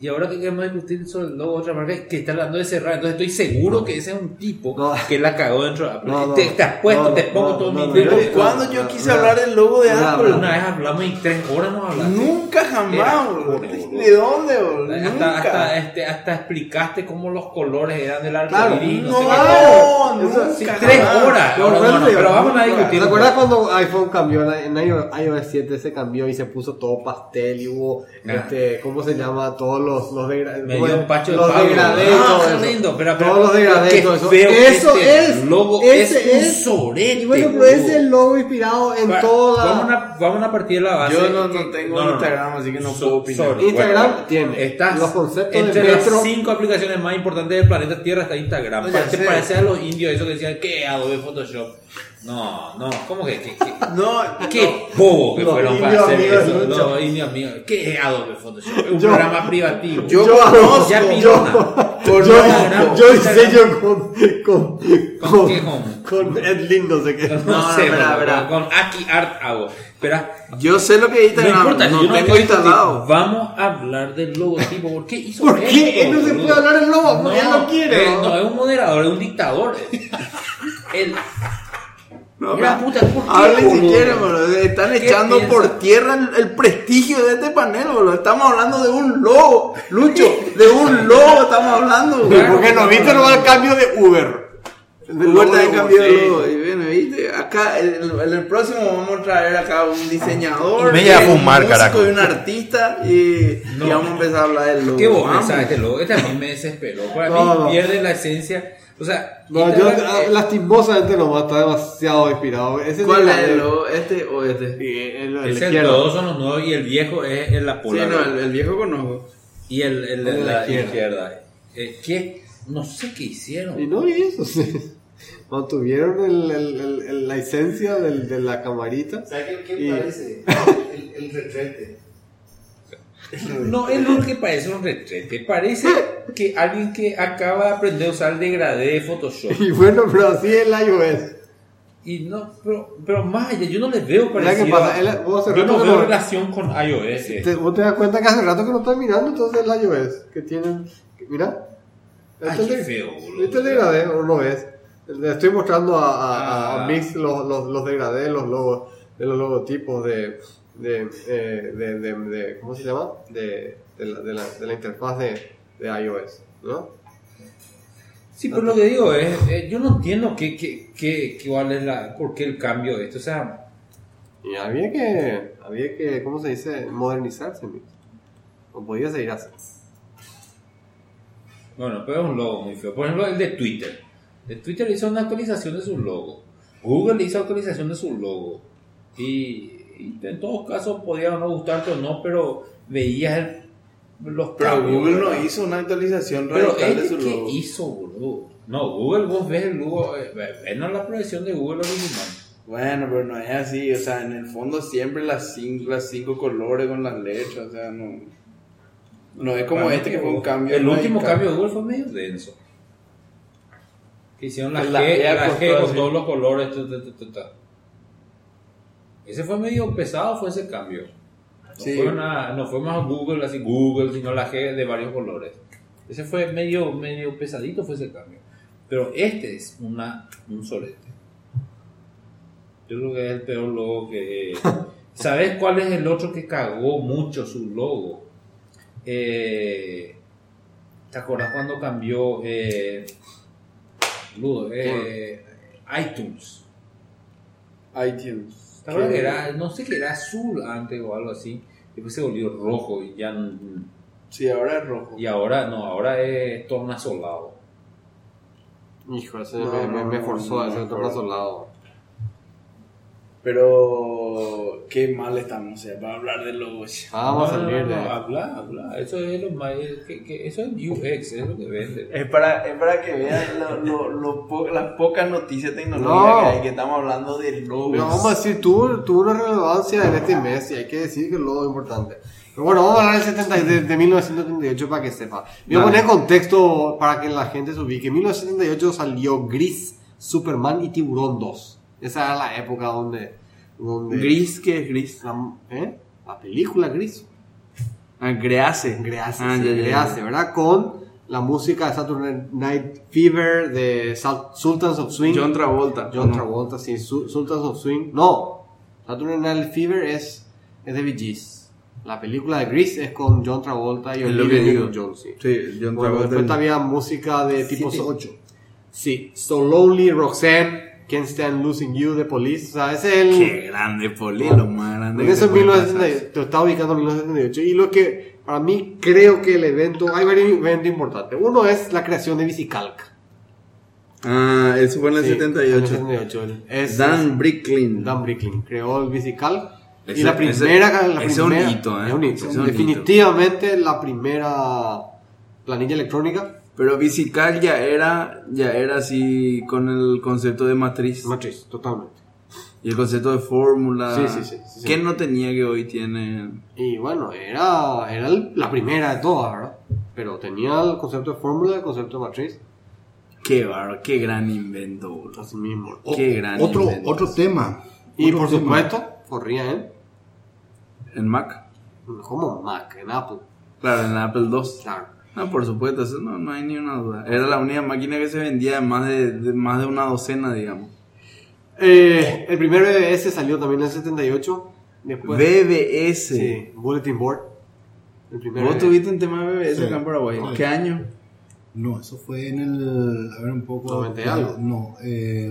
[SPEAKER 6] Y ahora que queremos discutir sobre el logo de otra marca, que está hablando de cerrar. Entonces estoy seguro que ese es un tipo
[SPEAKER 3] No.
[SPEAKER 6] que la cagó dentro de Apple.
[SPEAKER 3] No, no,
[SPEAKER 6] te, te has puesto,
[SPEAKER 3] no,
[SPEAKER 6] te pongo
[SPEAKER 3] no,
[SPEAKER 6] todo
[SPEAKER 3] no,
[SPEAKER 6] mi
[SPEAKER 3] no,
[SPEAKER 6] dedo.
[SPEAKER 3] no, no.
[SPEAKER 1] ¿Cuándo yo quise hablar del logo de
[SPEAKER 3] Nada,
[SPEAKER 1] Apple?
[SPEAKER 6] Una vez hablamos y tres horas nos hablaste.
[SPEAKER 1] Nunca jamás,
[SPEAKER 6] Era
[SPEAKER 1] bro.
[SPEAKER 6] cone, bro.
[SPEAKER 1] ¿De dónde, bro?
[SPEAKER 6] Hasta, hasta,
[SPEAKER 1] Nunca.
[SPEAKER 6] este, hasta explicaste cómo los colores eran del arco
[SPEAKER 3] Claro,
[SPEAKER 6] iris,
[SPEAKER 1] no,
[SPEAKER 6] sé qué.
[SPEAKER 1] no,
[SPEAKER 3] Eso,
[SPEAKER 1] nunca
[SPEAKER 3] sí,
[SPEAKER 6] Tres
[SPEAKER 1] jamás.
[SPEAKER 6] horas.
[SPEAKER 3] Te
[SPEAKER 6] Ahora, bueno,
[SPEAKER 3] ofrece,
[SPEAKER 6] pero
[SPEAKER 3] ¿no?
[SPEAKER 6] vamos a
[SPEAKER 3] ¿Te
[SPEAKER 6] discutir.
[SPEAKER 3] acuerdas cuando iPhone cambió? En iOS iOS 7 se cambió y se puso todo pastel y hubo,
[SPEAKER 6] Ah.
[SPEAKER 3] este, ¿cómo se llama? Todos los, los degradés.
[SPEAKER 6] Me dio un pacho de
[SPEAKER 3] Los
[SPEAKER 6] pavo.
[SPEAKER 3] degradés. y
[SPEAKER 6] Ah,
[SPEAKER 3] todo
[SPEAKER 6] qué
[SPEAKER 3] eso.
[SPEAKER 6] lindo, pero- pero-
[SPEAKER 3] Todos los degradés. y
[SPEAKER 6] qué
[SPEAKER 3] todo eso
[SPEAKER 6] feo que
[SPEAKER 3] Eso
[SPEAKER 6] este
[SPEAKER 3] es.
[SPEAKER 6] logo,
[SPEAKER 3] ese
[SPEAKER 6] es un sorete,
[SPEAKER 3] Y bueno, pero
[SPEAKER 6] boludo.
[SPEAKER 3] ese es el logo inspirado en
[SPEAKER 6] Va- Vamos
[SPEAKER 3] toda.
[SPEAKER 6] a, vamos a partir de la base.
[SPEAKER 1] Yo no, no tengo Instagram, así que no
[SPEAKER 6] So-
[SPEAKER 1] puedo opinar.
[SPEAKER 6] sorry.
[SPEAKER 3] Instagram
[SPEAKER 6] Bueno,
[SPEAKER 3] tiene
[SPEAKER 6] estás
[SPEAKER 3] los conceptos de
[SPEAKER 6] entre las
[SPEAKER 3] Metro.
[SPEAKER 6] cinco aplicaciones más importantes del planeta Tierra está Instagram.
[SPEAKER 1] No, ya
[SPEAKER 6] Parece-
[SPEAKER 1] sé.
[SPEAKER 6] parece a los indios esos que decían que Adobe Photoshop. No, no, ¿cómo que? que- que-
[SPEAKER 1] <laughs> No,
[SPEAKER 6] Qué bobo que
[SPEAKER 3] Los
[SPEAKER 6] fueron para
[SPEAKER 3] indios
[SPEAKER 6] hacer
[SPEAKER 3] amigos de
[SPEAKER 6] eso.
[SPEAKER 3] Lucho.
[SPEAKER 6] Los indios amigos. ¿Qué es Adobe Photoshop? Es un programa privativo.
[SPEAKER 1] Yo
[SPEAKER 6] conozco. Ya
[SPEAKER 3] yo,
[SPEAKER 6] pirona.
[SPEAKER 3] yo,
[SPEAKER 6] Instagram,
[SPEAKER 3] yo
[SPEAKER 6] Instagram.
[SPEAKER 3] diseño con, con,
[SPEAKER 6] ¿Con qué, con?
[SPEAKER 3] con Ed Lindo, sé que.
[SPEAKER 6] No,
[SPEAKER 1] No,
[SPEAKER 6] sé,
[SPEAKER 1] no, verá,
[SPEAKER 6] bro,
[SPEAKER 1] verá.
[SPEAKER 6] con Aki Art hago. Pero
[SPEAKER 1] Yo sé lo que es
[SPEAKER 6] no
[SPEAKER 1] Instagram,
[SPEAKER 6] importa,
[SPEAKER 1] no
[SPEAKER 6] yo no
[SPEAKER 1] tengo
[SPEAKER 6] quiero
[SPEAKER 1] instalado.
[SPEAKER 6] discutir. Vamos a hablar del logotipo. ¿Por qué hizo
[SPEAKER 3] ¿Por qué?
[SPEAKER 6] esto,
[SPEAKER 3] Él no se
[SPEAKER 6] boludo?
[SPEAKER 3] puede hablar del logo, porque él no quiere.
[SPEAKER 6] él Eh, no es un moderador, es un dictador. Él.
[SPEAKER 1] No,
[SPEAKER 6] Mira,
[SPEAKER 1] mira,
[SPEAKER 6] puta, ¿por qué,
[SPEAKER 1] Hablen si
[SPEAKER 6] boludo?
[SPEAKER 1] quieren, boludo. Están
[SPEAKER 6] ¿Qué
[SPEAKER 1] echando
[SPEAKER 6] piensa?
[SPEAKER 1] por tierra el, el prestigio de este panel, boludo. Estamos hablando de un lobo, Lucho. De un lobo estamos hablando,
[SPEAKER 3] Pero
[SPEAKER 1] boludo.
[SPEAKER 3] ¿Por qué no viste nomás el cambio de Uber? Del
[SPEAKER 1] Uber también
[SPEAKER 3] logo
[SPEAKER 1] cambió
[SPEAKER 3] de
[SPEAKER 1] el
[SPEAKER 3] Uber, sí.
[SPEAKER 1] logo. Y bueno, viste, acá, en el, en el próximo vamos a traer acá un diseñador,
[SPEAKER 10] Me lleva a
[SPEAKER 1] eh,
[SPEAKER 10] fumar,
[SPEAKER 1] un músico
[SPEAKER 10] carajo.
[SPEAKER 1] y un artista. Y,
[SPEAKER 6] No.
[SPEAKER 1] y vamos a empezar a hablar del logo.
[SPEAKER 6] ¿Qué vos
[SPEAKER 1] Vamos.
[SPEAKER 6] pensás de este logo? Este a mí me desesperó. Para
[SPEAKER 3] No,
[SPEAKER 6] mí
[SPEAKER 3] no.
[SPEAKER 6] pierde la esencia. O sea, eh,
[SPEAKER 3] No, yo
[SPEAKER 6] Instagram
[SPEAKER 3] ah,
[SPEAKER 6] es-
[SPEAKER 3] lastimosamente nomás está demasiado inspirado. Ese
[SPEAKER 1] ¿Cuál
[SPEAKER 3] de-
[SPEAKER 1] es el logo? ¿Este o este?
[SPEAKER 3] Sí, el, el
[SPEAKER 6] es el
[SPEAKER 3] izquierdo.
[SPEAKER 6] todos son los nuevos y el viejo es el la
[SPEAKER 1] Sí,
[SPEAKER 6] polar.
[SPEAKER 1] no, el, el viejo conozco.
[SPEAKER 6] Y el, el,
[SPEAKER 3] El de
[SPEAKER 6] la
[SPEAKER 3] la izquierda.
[SPEAKER 6] izquierda. Eh, ¿Qué? No sé qué hicieron.
[SPEAKER 3] Y no, y eso <laughs> sí. Mantuvieron el, el- el- el- la esencia del- de la camarita.
[SPEAKER 10] ¿Sabes qué,
[SPEAKER 3] Y-
[SPEAKER 10] qué parece? El, el retrete.
[SPEAKER 6] No es lo que parece un retrete. Parece que alguien que acaba de aprender a usar el degradé
[SPEAKER 3] <laughs>
[SPEAKER 6] de Photoshop.
[SPEAKER 3] Y bueno, pero así es el iOS.
[SPEAKER 6] Y no, pero, pero más allá, yo no le veo
[SPEAKER 3] Mira
[SPEAKER 6] parecido.
[SPEAKER 3] qué pasa,
[SPEAKER 6] a-
[SPEAKER 3] él- vos hace
[SPEAKER 6] yo
[SPEAKER 3] rato
[SPEAKER 6] no
[SPEAKER 3] que
[SPEAKER 6] veo
[SPEAKER 3] no-
[SPEAKER 6] relación con iOS.
[SPEAKER 3] Te- vos te das cuenta que hace rato que no estás mirando entonces el iOS. Que tienen. que- Mira.
[SPEAKER 6] Ay,
[SPEAKER 3] Este
[SPEAKER 6] qué
[SPEAKER 3] le-
[SPEAKER 6] feo, boludo.
[SPEAKER 3] Este el degradé, o no ves. Le estoy mostrando a, a- a- a
[SPEAKER 6] Ah.
[SPEAKER 3] Mix los, los, los degradés, los logos, de los logotipos de. de, eh, de, de- de- ¿Cómo se llama? De, de, la, de, la, de la interfaz de, de iOS. ¿No?
[SPEAKER 6] Sí, pero lo que digo es, eh, yo no entiendo qué, qué, qué, qué- cuál es la, por qué el cambio de esto. O sea,
[SPEAKER 3] Y había que. Había que. ¿Cómo se dice? Modernizarse, Mix. O podía seguir así.
[SPEAKER 6] bueno, pero es un logo muy feo. Por ejemplo, el de Twitter. El Twitter hizo una actualización de su logo. Google hizo actualización de su logo. Y, y en todos casos podía no gustarte o no, pero veías el- los
[SPEAKER 1] Pero
[SPEAKER 6] cambios,
[SPEAKER 1] Ah, Google
[SPEAKER 6] ¿verdad?
[SPEAKER 1] no hizo una actualización
[SPEAKER 6] Pero
[SPEAKER 1] radical de
[SPEAKER 6] este,
[SPEAKER 1] su
[SPEAKER 6] ¿qué
[SPEAKER 1] logo.
[SPEAKER 6] hizo, boludo? No, Google, vos ves el logo, eh, ves no la proyección de Google original.
[SPEAKER 1] Bueno, pero no es así, o sea, en el fondo siempre las cinco, las cinco colores con las letras, o sea, no. No es como
[SPEAKER 6] Para
[SPEAKER 1] este
[SPEAKER 6] mí,
[SPEAKER 1] que fue un cambio.
[SPEAKER 6] El último
[SPEAKER 1] radical.
[SPEAKER 6] cambio de Google fue medio denso. Que hicieron la,
[SPEAKER 1] La
[SPEAKER 6] G,
[SPEAKER 1] E
[SPEAKER 6] la
[SPEAKER 1] con
[SPEAKER 6] G
[SPEAKER 1] todo
[SPEAKER 6] con
[SPEAKER 1] así.
[SPEAKER 6] todos los colores. ta, ta, ta, ta, ta. Ese fue medio pesado, fue ese cambio. No,
[SPEAKER 1] Sí.
[SPEAKER 6] fue una- no fue más Google, así Google, sino la G de varios colores. Ese fue medio, medio pesadito, fue ese cambio. Pero este es una, un solete. Yo creo que es el peor logo que... ¿Sabes cuál es el otro que cagó mucho su logo? Eh, ¿Te acuerdas cuando cambió eh, boludo, eh, iTunes?
[SPEAKER 1] iTunes.
[SPEAKER 6] ¿Te acuerdas que era, no sé que era azul antes o algo así? Después se volvió rojo y ya n-
[SPEAKER 1] Sí, ahora es rojo.
[SPEAKER 6] y ahora no, ahora es tornasolado.
[SPEAKER 3] Hijo, eso
[SPEAKER 1] No,
[SPEAKER 3] me,
[SPEAKER 1] no,
[SPEAKER 3] me- me
[SPEAKER 1] no,
[SPEAKER 3] forzó
[SPEAKER 1] no,
[SPEAKER 3] a hacer
[SPEAKER 1] no,
[SPEAKER 3] otro
[SPEAKER 1] no.
[SPEAKER 3] brazo al lado.
[SPEAKER 1] Pero qué mal estamos, o sea, para hablar de logos.
[SPEAKER 3] Ah, vamos a
[SPEAKER 6] No, no,
[SPEAKER 3] salir
[SPEAKER 6] no,
[SPEAKER 3] de.
[SPEAKER 6] no, habla, habla. Eso es lo más, es que- que- eso es UX, es lo que vende.
[SPEAKER 1] Es para, es para que vean lo- lo- lo po- las pocas noticias tecnológicas
[SPEAKER 3] No.
[SPEAKER 1] que hay, que estamos hablando de logos.
[SPEAKER 3] Pero vamos a decir, tuvo, tuvo una relevancia en este mes y hay que decir que es lo importante. Pero bueno, vamos a hablar del 70 y de, de 1978 para que sepa. Voy a poner contexto para que la gente se ubique. En 1978 salió Gris, Superman y Tiburón 2. Esa era la época donde... donde
[SPEAKER 1] Gris, ¿qué es gris?
[SPEAKER 3] La, ¿eh? la película Gris.
[SPEAKER 1] Ah, greace.
[SPEAKER 3] Grease,
[SPEAKER 1] Ah,
[SPEAKER 3] sí,
[SPEAKER 1] ya, ya, ya.
[SPEAKER 3] Grease, ¿verdad? Con la música de Saturday Night Fever, de Sal- Sultans of Swing.
[SPEAKER 1] John Travolta.
[SPEAKER 3] John
[SPEAKER 1] No.
[SPEAKER 3] Travolta, sí, Su- Sultans of Swing. No, Saturday Night Fever es, es de Bee Gees. La película de Grease es con John Travolta y
[SPEAKER 1] Es lo
[SPEAKER 3] Olivia
[SPEAKER 1] que digo.
[SPEAKER 3] Newton-John, sí.
[SPEAKER 1] Sí, John
[SPEAKER 3] Bueno,
[SPEAKER 1] Travolta.
[SPEAKER 3] después había música de tipo... so- Sí, So Lonely, Roxanne, Can't Stand Losing You, The Police. O sea, ese es el...
[SPEAKER 1] Qué grande, Poli,
[SPEAKER 3] Bueno,
[SPEAKER 1] lo más grande.
[SPEAKER 3] En
[SPEAKER 1] que
[SPEAKER 3] eso es
[SPEAKER 1] puede pasar.
[SPEAKER 3] 1978, te estaba ubicando en 1978. Y lo que para mí creo que el evento, hay varios eventos importantes. Uno es la creación de Bicicalc.
[SPEAKER 1] Ah, eso fue en el
[SPEAKER 3] Sí, en el
[SPEAKER 1] 78.
[SPEAKER 3] 78. el- Es,
[SPEAKER 1] Dan Bricklin.
[SPEAKER 3] Dan Bricklin creó el Bicicalc. Y
[SPEAKER 1] Ese-
[SPEAKER 3] la primera.
[SPEAKER 1] ese-
[SPEAKER 3] la
[SPEAKER 1] ese es un
[SPEAKER 3] primera-
[SPEAKER 1] hito, ¿eh?
[SPEAKER 3] es un hito.
[SPEAKER 1] Ese es un
[SPEAKER 3] Definitivamente la primera planilla electrónica.
[SPEAKER 1] Pero Bicical ya era, ya era así con el concepto de matriz
[SPEAKER 3] Matriz, totalmente.
[SPEAKER 1] y el concepto de fórmula.
[SPEAKER 3] Sí, sí, sí, sí, sí.
[SPEAKER 1] Que no tenía que hoy tiene.
[SPEAKER 3] Y bueno, era, era el- la primera de todas, ¿verdad? Pero tenía el concepto de fórmula, el concepto de matriz.
[SPEAKER 1] Qué barro, qué gran invento, boludo.
[SPEAKER 3] Así mismo.
[SPEAKER 1] Qué gran
[SPEAKER 2] otro,
[SPEAKER 1] invento.
[SPEAKER 2] otro tema.
[SPEAKER 3] Y
[SPEAKER 2] Otro
[SPEAKER 3] por
[SPEAKER 2] tema.
[SPEAKER 3] supuesto, corría en,
[SPEAKER 1] En Mac.
[SPEAKER 3] como Mac, en Apple,
[SPEAKER 1] Claro, en la Apple II.
[SPEAKER 3] claro.
[SPEAKER 1] No, por supuesto, eso no, no hay ni una duda. Era la única máquina que se vendía de más de, de más de una docena, digamos.
[SPEAKER 3] Eh, el primer BBS salió también en el 78. Después,
[SPEAKER 1] BBS.
[SPEAKER 3] sí, Bulletin Board. El primer
[SPEAKER 1] Vos
[SPEAKER 3] BBS.
[SPEAKER 1] tuviste un tema de BBS
[SPEAKER 2] Sí.
[SPEAKER 1] acá en Paraguay.
[SPEAKER 2] Sí.
[SPEAKER 1] ¿Qué año?
[SPEAKER 2] No, eso fue en el. A ver, un poco.
[SPEAKER 3] 90 y algo.
[SPEAKER 2] No, eh,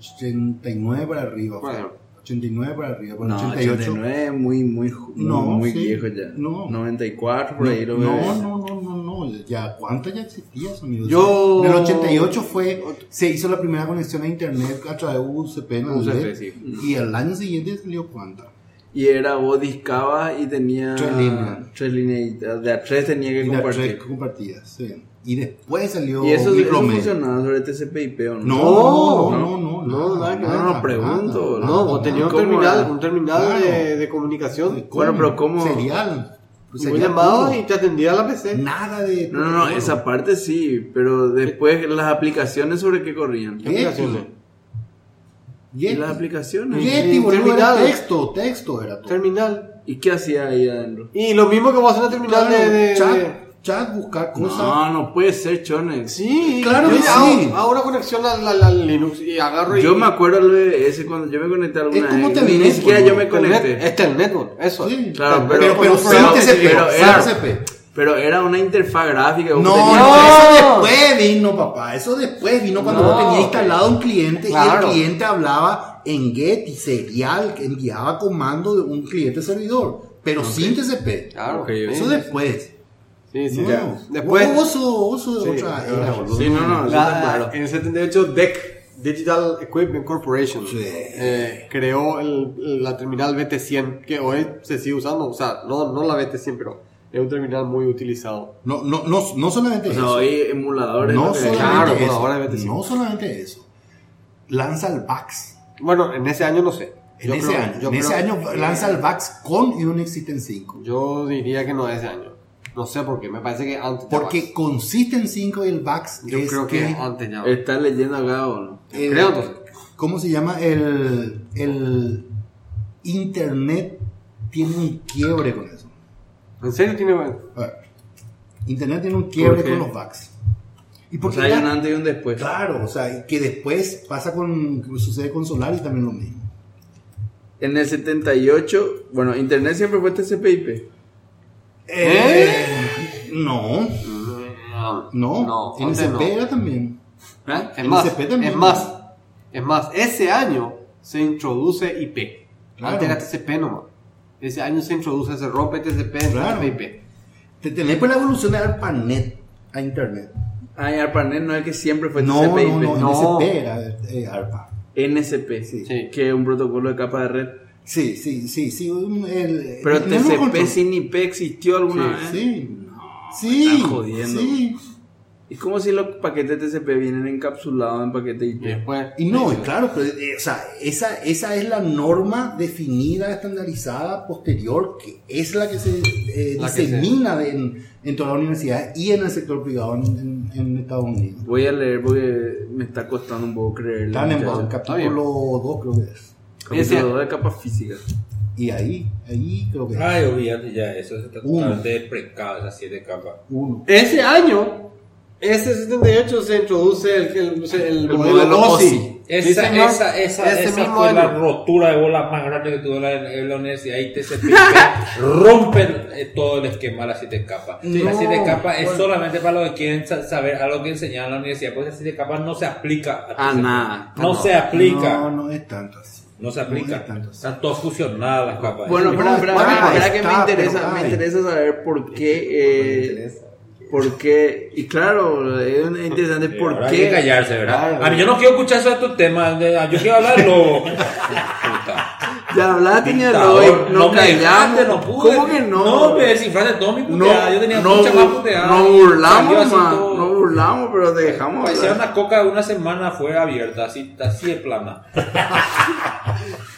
[SPEAKER 2] 89 para arriba. fue.
[SPEAKER 3] Bueno.
[SPEAKER 2] 89 para arriba. Bueno,
[SPEAKER 1] No,
[SPEAKER 2] 88.
[SPEAKER 1] 89 muy, muy, ju-
[SPEAKER 2] No,
[SPEAKER 1] muy
[SPEAKER 2] sí.
[SPEAKER 1] viejo ya.
[SPEAKER 2] No.
[SPEAKER 1] 94 por ahí
[SPEAKER 2] No,
[SPEAKER 1] lo veo.
[SPEAKER 2] no, no, no, no, ya, ¿cuánto ya existía sonido?
[SPEAKER 3] Yo-
[SPEAKER 2] En el 88 fue, se hizo la primera conexión a internet a través de UCP en la
[SPEAKER 3] UCP,
[SPEAKER 2] red,
[SPEAKER 3] sí.
[SPEAKER 2] y al año siguiente salió cuánta.
[SPEAKER 1] Y era vos discabas y tenía
[SPEAKER 2] Tres líneas.
[SPEAKER 1] tres líneas. De a tres tenía que
[SPEAKER 2] Y las tres
[SPEAKER 1] compartir.
[SPEAKER 2] compartidas, sí. Y después salió
[SPEAKER 1] Y eso, eso
[SPEAKER 2] Micromed.
[SPEAKER 1] funcionaba sobre TCP/IP o no.
[SPEAKER 2] No, no, no,
[SPEAKER 3] No,
[SPEAKER 2] nada,
[SPEAKER 3] nada que
[SPEAKER 2] nada,
[SPEAKER 1] ver. No, pregunto,
[SPEAKER 2] nada,
[SPEAKER 1] no,
[SPEAKER 2] nada,
[SPEAKER 3] No, vos tenías un
[SPEAKER 1] ¿Cómo
[SPEAKER 3] terminal,
[SPEAKER 1] era?
[SPEAKER 3] un terminal
[SPEAKER 2] Claro.
[SPEAKER 3] de, de comunicación.
[SPEAKER 1] Bueno, pero ¿cómo?
[SPEAKER 2] Serial.
[SPEAKER 3] Vos
[SPEAKER 2] serial
[SPEAKER 3] llamabas
[SPEAKER 2] todo.
[SPEAKER 3] y te atendía la PC.
[SPEAKER 1] Mm.
[SPEAKER 2] Nada de.
[SPEAKER 1] No, no, no,
[SPEAKER 2] protocolo.
[SPEAKER 1] esa parte sí, pero después las aplicaciones sobre qué corrían.
[SPEAKER 3] ¿Qué aplicaciones?
[SPEAKER 1] ¿Y
[SPEAKER 2] Yeti.
[SPEAKER 1] las aplicaciones?
[SPEAKER 2] Yeti,
[SPEAKER 3] Y
[SPEAKER 2] boludo, era
[SPEAKER 3] terminado.
[SPEAKER 2] texto, texto era todo.
[SPEAKER 3] Terminal.
[SPEAKER 1] ¿Y qué hacía ahí adentro?
[SPEAKER 3] Y lo mismo que vos haces en la terminal
[SPEAKER 2] Claro,
[SPEAKER 3] de, de- de-
[SPEAKER 2] chat, chat, buscar cosas.
[SPEAKER 1] No, no puede ser, Chonex.
[SPEAKER 3] Sí,
[SPEAKER 2] Claro
[SPEAKER 3] yo
[SPEAKER 2] que
[SPEAKER 3] hago-
[SPEAKER 2] sí.
[SPEAKER 3] Hago una conexión al, al- al Linux y agarro y.
[SPEAKER 1] Yo me acuerdo lo de ese cuando yo me conecté alguna
[SPEAKER 2] Es como
[SPEAKER 1] vez.
[SPEAKER 2] Eh, te
[SPEAKER 1] Ni
[SPEAKER 2] vi,
[SPEAKER 1] siquiera
[SPEAKER 2] boludo.
[SPEAKER 1] yo me
[SPEAKER 3] Telnet-
[SPEAKER 1] conecté.
[SPEAKER 3] Este es el network, eso.
[SPEAKER 2] Sí.
[SPEAKER 1] Claro,
[SPEAKER 2] eh, pero, pero,
[SPEAKER 1] pero- pero-
[SPEAKER 2] sin TCP,
[SPEAKER 1] pero
[SPEAKER 2] sin
[SPEAKER 1] era-
[SPEAKER 2] TCP.
[SPEAKER 1] Pero era una interfaz gráfica.
[SPEAKER 2] No,
[SPEAKER 1] vos
[SPEAKER 2] no,
[SPEAKER 1] tenías-
[SPEAKER 2] eso después vino, papá. Eso después vino cuando
[SPEAKER 3] No.
[SPEAKER 2] vos tenías instalado un cliente y
[SPEAKER 3] Claro.
[SPEAKER 2] el cliente hablaba en Get y serial, que enviaba comando de un cliente servidor, pero sin TCP.
[SPEAKER 3] Claro.
[SPEAKER 1] Ok,
[SPEAKER 3] sí,
[SPEAKER 2] Eso después.
[SPEAKER 3] Sí, sí.
[SPEAKER 2] No.
[SPEAKER 3] Después.
[SPEAKER 2] Vos sos- vos sos de
[SPEAKER 3] Sí,
[SPEAKER 2] otra
[SPEAKER 3] claro.
[SPEAKER 2] era, boludo.
[SPEAKER 1] Sí, no, no, eso
[SPEAKER 3] La-
[SPEAKER 1] está claro.
[SPEAKER 3] Ah, En el 78, DEC, Digital Equipment Corporation,
[SPEAKER 2] Sí.
[SPEAKER 3] eh, creó el- la terminal BT100, que hoy se sigue usando, o sea, no, no la BT100, pero es un terminal muy utilizado.
[SPEAKER 2] No, no, no, no solamente
[SPEAKER 1] O sea,
[SPEAKER 2] eso.
[SPEAKER 1] hoy emuladores.
[SPEAKER 2] no
[SPEAKER 1] lo que-
[SPEAKER 2] solamente
[SPEAKER 3] Claro, por
[SPEAKER 2] eso.
[SPEAKER 3] ahora vete sin-
[SPEAKER 2] no solamente eso. Lanza el VAX.
[SPEAKER 3] Bueno, en ese año no sé.
[SPEAKER 2] En
[SPEAKER 3] Yo
[SPEAKER 2] ese
[SPEAKER 3] creo-
[SPEAKER 2] año.
[SPEAKER 3] yo
[SPEAKER 2] En ese
[SPEAKER 3] creo-
[SPEAKER 2] año lanza el VAX con Unix System 5.
[SPEAKER 3] Yo diría que no es ese año. No sé por qué, me parece que antes. ya
[SPEAKER 2] Porque con System 5 y el VAX
[SPEAKER 3] va. Yo
[SPEAKER 2] es
[SPEAKER 3] creo que, antes ya. va.
[SPEAKER 1] Está leyendo acá o no. pues.
[SPEAKER 2] el-
[SPEAKER 3] creo, entonces.
[SPEAKER 2] ¿Cómo se llama? El, el Internet tiene un quiebre con eso.
[SPEAKER 3] ¿En serio tiene.?
[SPEAKER 2] A ver, Internet tiene un quiebre
[SPEAKER 1] qué?
[SPEAKER 2] con los VAX. Y
[SPEAKER 1] O
[SPEAKER 2] porque
[SPEAKER 1] sea, hay
[SPEAKER 2] ya-
[SPEAKER 1] un antes y un después.
[SPEAKER 2] Claro, o sea, que después pasa con, sucede con Solari también lo mismo.
[SPEAKER 1] En el 78, bueno, internet siempre fue TCP/IP.
[SPEAKER 2] Eh, No,
[SPEAKER 3] No.
[SPEAKER 2] no,
[SPEAKER 3] No,
[SPEAKER 2] en
[SPEAKER 3] antes no.
[SPEAKER 2] CP era también.
[SPEAKER 1] ¿Eh?
[SPEAKER 3] Es
[SPEAKER 2] El
[SPEAKER 3] más,
[SPEAKER 2] ICP también.
[SPEAKER 3] es más, es más, ese año se introduce IP.
[SPEAKER 2] Claro.
[SPEAKER 3] Antes era TCP nomás. Ese año se introduce, se rompe TCP,
[SPEAKER 2] Claro.
[SPEAKER 3] entra IP.
[SPEAKER 2] Te tenés por la evolución de ARPANET a Internet.
[SPEAKER 1] Ay, ARPANET no es que siempre fue
[SPEAKER 2] No,
[SPEAKER 1] TCP/IP.
[SPEAKER 2] no, no,
[SPEAKER 3] Pues No.
[SPEAKER 2] en CP era eh, ARPA.
[SPEAKER 1] NCP,
[SPEAKER 3] Sí.
[SPEAKER 1] que es un protocolo de capa de red.
[SPEAKER 2] Sí, sí, sí, sí. un- el-
[SPEAKER 1] Pero
[SPEAKER 2] el mismo
[SPEAKER 1] TCP
[SPEAKER 2] control.
[SPEAKER 1] sin IP existió alguna vez.
[SPEAKER 2] Sí, sí,
[SPEAKER 1] están jodiendo.
[SPEAKER 2] sí.
[SPEAKER 1] Es como si los paquetes TCP vienen encapsulados en paquete
[SPEAKER 3] Y
[SPEAKER 1] IP.
[SPEAKER 3] después.
[SPEAKER 2] Y no, y claro, pero, eh, o sea, esa, esa es la norma definida, estandarizada, posterior, que es la que se eh,
[SPEAKER 3] La que
[SPEAKER 2] disemina de- en, en toda la universidad y en el sector privado en, en- en Estados Unidos.
[SPEAKER 1] Voy a leer porque me está costando un poco creerlo.
[SPEAKER 2] Están en
[SPEAKER 1] muchachos.
[SPEAKER 2] el capítulo 2, creo que es.
[SPEAKER 3] Ese-
[SPEAKER 1] Capítulo de capa física.
[SPEAKER 2] Y ahí, ahí creo que es.
[SPEAKER 6] Ay, olvídate ya, eso está
[SPEAKER 2] Uno.
[SPEAKER 6] totalmente desprecado, esas siete capas.
[SPEAKER 2] Uno.
[SPEAKER 3] Ese año, ese 78, se introduce el, el, el, modelo,
[SPEAKER 1] modelo
[SPEAKER 3] OSI.
[SPEAKER 1] OSI.
[SPEAKER 3] Sí,
[SPEAKER 6] Esa,
[SPEAKER 3] señor.
[SPEAKER 6] esa, esa,
[SPEAKER 3] Ese
[SPEAKER 6] esa
[SPEAKER 3] mismo
[SPEAKER 6] fue la
[SPEAKER 3] año.
[SPEAKER 6] rotura de bola más grande que tuvo la, en la universidad y TCP rompen eh, todo el esquema de las siete capas. Las siete capas es solamente para los que quieren sa- saber algo que enseñan en la universidad, pues porque las siete capas no se aplica
[SPEAKER 1] Ah,
[SPEAKER 6] TCP.
[SPEAKER 1] nada.
[SPEAKER 6] No, se aplica.
[SPEAKER 2] No,
[SPEAKER 6] No,
[SPEAKER 2] no es tanto así.
[SPEAKER 6] se aplica.
[SPEAKER 2] No es tanto así.
[SPEAKER 6] Están todas fusionadas las capas.
[SPEAKER 1] Bueno,
[SPEAKER 2] No,
[SPEAKER 1] espera, espera,
[SPEAKER 2] está,
[SPEAKER 1] espera, espera que
[SPEAKER 2] está,
[SPEAKER 1] me interesa,
[SPEAKER 2] pero
[SPEAKER 1] me
[SPEAKER 2] ay.
[SPEAKER 1] interesa saber por qué, eh, por qué, y claro, es un- es interesante
[SPEAKER 6] Eh,
[SPEAKER 1] por
[SPEAKER 6] ahora Hay que
[SPEAKER 1] qué,
[SPEAKER 6] callarse, ¿verdad?
[SPEAKER 3] Claro.
[SPEAKER 6] A mí yo no quiero escuchar eso de tu tema, de- ah, yo quiero hablarlo. Puta.
[SPEAKER 1] ya hablaste ni de
[SPEAKER 6] Dictador,
[SPEAKER 1] hoy, no
[SPEAKER 6] me dejaste,
[SPEAKER 1] callaste,
[SPEAKER 6] no pude.
[SPEAKER 1] ¿cómo que no?
[SPEAKER 6] No, me desinflaste todo mi puteada.
[SPEAKER 1] No,
[SPEAKER 6] yo tenía
[SPEAKER 1] no
[SPEAKER 6] mucha
[SPEAKER 1] bu-
[SPEAKER 6] más puteada.
[SPEAKER 1] no
[SPEAKER 6] Salió
[SPEAKER 1] burlamos,
[SPEAKER 6] así
[SPEAKER 1] man,
[SPEAKER 6] todo. Pues,
[SPEAKER 1] no burlamos, pero te dejamos
[SPEAKER 6] Parecía
[SPEAKER 1] hablar.
[SPEAKER 6] una coca de una semana fue abierta, así, así de plana.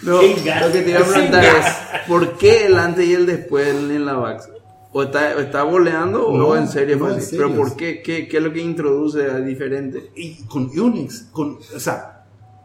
[SPEAKER 1] No, lo que te
[SPEAKER 6] <laughs>
[SPEAKER 1] iba a preguntar es, ¿por qué el antes y el después en la VAX? ¿O está, o está boleando
[SPEAKER 2] No,
[SPEAKER 1] o en serio?
[SPEAKER 2] no,
[SPEAKER 1] fue
[SPEAKER 2] en
[SPEAKER 1] así?
[SPEAKER 2] serio.
[SPEAKER 1] ¿Pero por qué? qué? ¿Qué es lo que introduce a diferente?
[SPEAKER 2] y con Unix, con, o sea,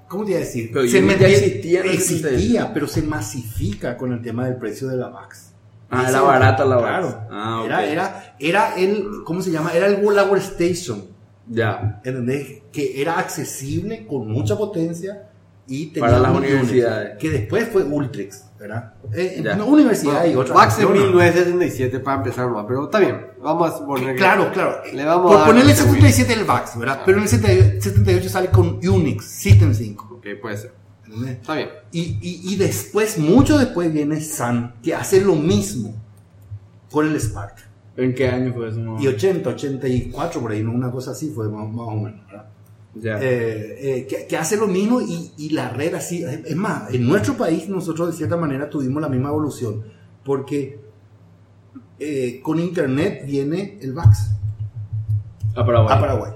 [SPEAKER 2] ¿cómo te iba a decir?
[SPEAKER 1] Pero Unix ya
[SPEAKER 2] mete-
[SPEAKER 1] existía en el
[SPEAKER 2] existía,
[SPEAKER 1] 76.
[SPEAKER 2] pero se masifica con el tema del precio de la VAX.
[SPEAKER 1] Ah,
[SPEAKER 2] Ese-
[SPEAKER 1] era barata la VAX.
[SPEAKER 2] Claro.
[SPEAKER 1] Ah, ok.
[SPEAKER 2] era, era, era el, ¿cómo se llama? Era el World Station,
[SPEAKER 1] Ya,
[SPEAKER 2] ¿entendés? Que era accesible con mucha potencia y tenía
[SPEAKER 1] Para las
[SPEAKER 2] un Unix,
[SPEAKER 1] universidades.
[SPEAKER 2] que después fue Ultrix, ¿verdad? Eh,
[SPEAKER 1] Ya.
[SPEAKER 2] en una universidad y otra.
[SPEAKER 3] Max en
[SPEAKER 2] no, no.
[SPEAKER 3] 1977 para empezar nomás, pero está bien. Vamos a poner.
[SPEAKER 2] Que,
[SPEAKER 3] que-
[SPEAKER 2] Claro, claro.
[SPEAKER 3] Le vamos a
[SPEAKER 2] Por
[SPEAKER 3] dar
[SPEAKER 2] ponerle
[SPEAKER 3] ese
[SPEAKER 2] 77 el VAX, ¿verdad? Pero en el 78 sale con Unix, System 5.
[SPEAKER 3] Ok, puede ser.
[SPEAKER 2] ¿entendés?
[SPEAKER 3] Está bien.
[SPEAKER 2] Y, y- y después, mucho después viene Sun, que hace lo mismo con el Spark.
[SPEAKER 1] ¿en qué año fue eso? mamá?
[SPEAKER 2] Y 80, 84 por ahí, ¿no? una cosa así fue más, más o menos, ¿verdad?
[SPEAKER 1] Ya.
[SPEAKER 2] eh, eh, que, que hace lo mismo y, y la red así. eh, Es más, en nuestro país nosotros de cierta manera tuvimos la misma evolución, porque eh, con internet viene el VAX
[SPEAKER 1] A Paraguay.
[SPEAKER 2] a Paraguay,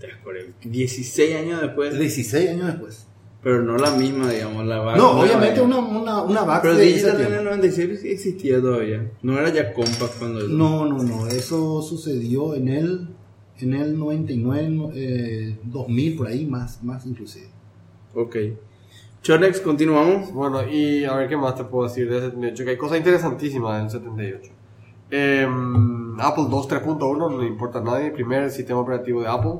[SPEAKER 1] Ya, correcto. 16 años después,
[SPEAKER 2] 16 años después.
[SPEAKER 1] pero no la misma, digamos, la vaca.
[SPEAKER 2] No, obviamente una, una, una VAX
[SPEAKER 1] Pero
[SPEAKER 2] de ese
[SPEAKER 1] Digital en
[SPEAKER 2] tiempo.
[SPEAKER 1] el 96 existía todavía. No era ya Compact cuando.
[SPEAKER 2] No, no, no, eso sucedió en el, en el 99, eh, 2000, por ahí, más, más inclusive.
[SPEAKER 1] Ok. Chonex, continuamos.
[SPEAKER 3] Bueno, y a ver qué más te puedo decir del 78, que hay cosas interesantísimas del 78. Em, Apple 2 3.1, no le importa a nadie, primer sistema operativo de Apple.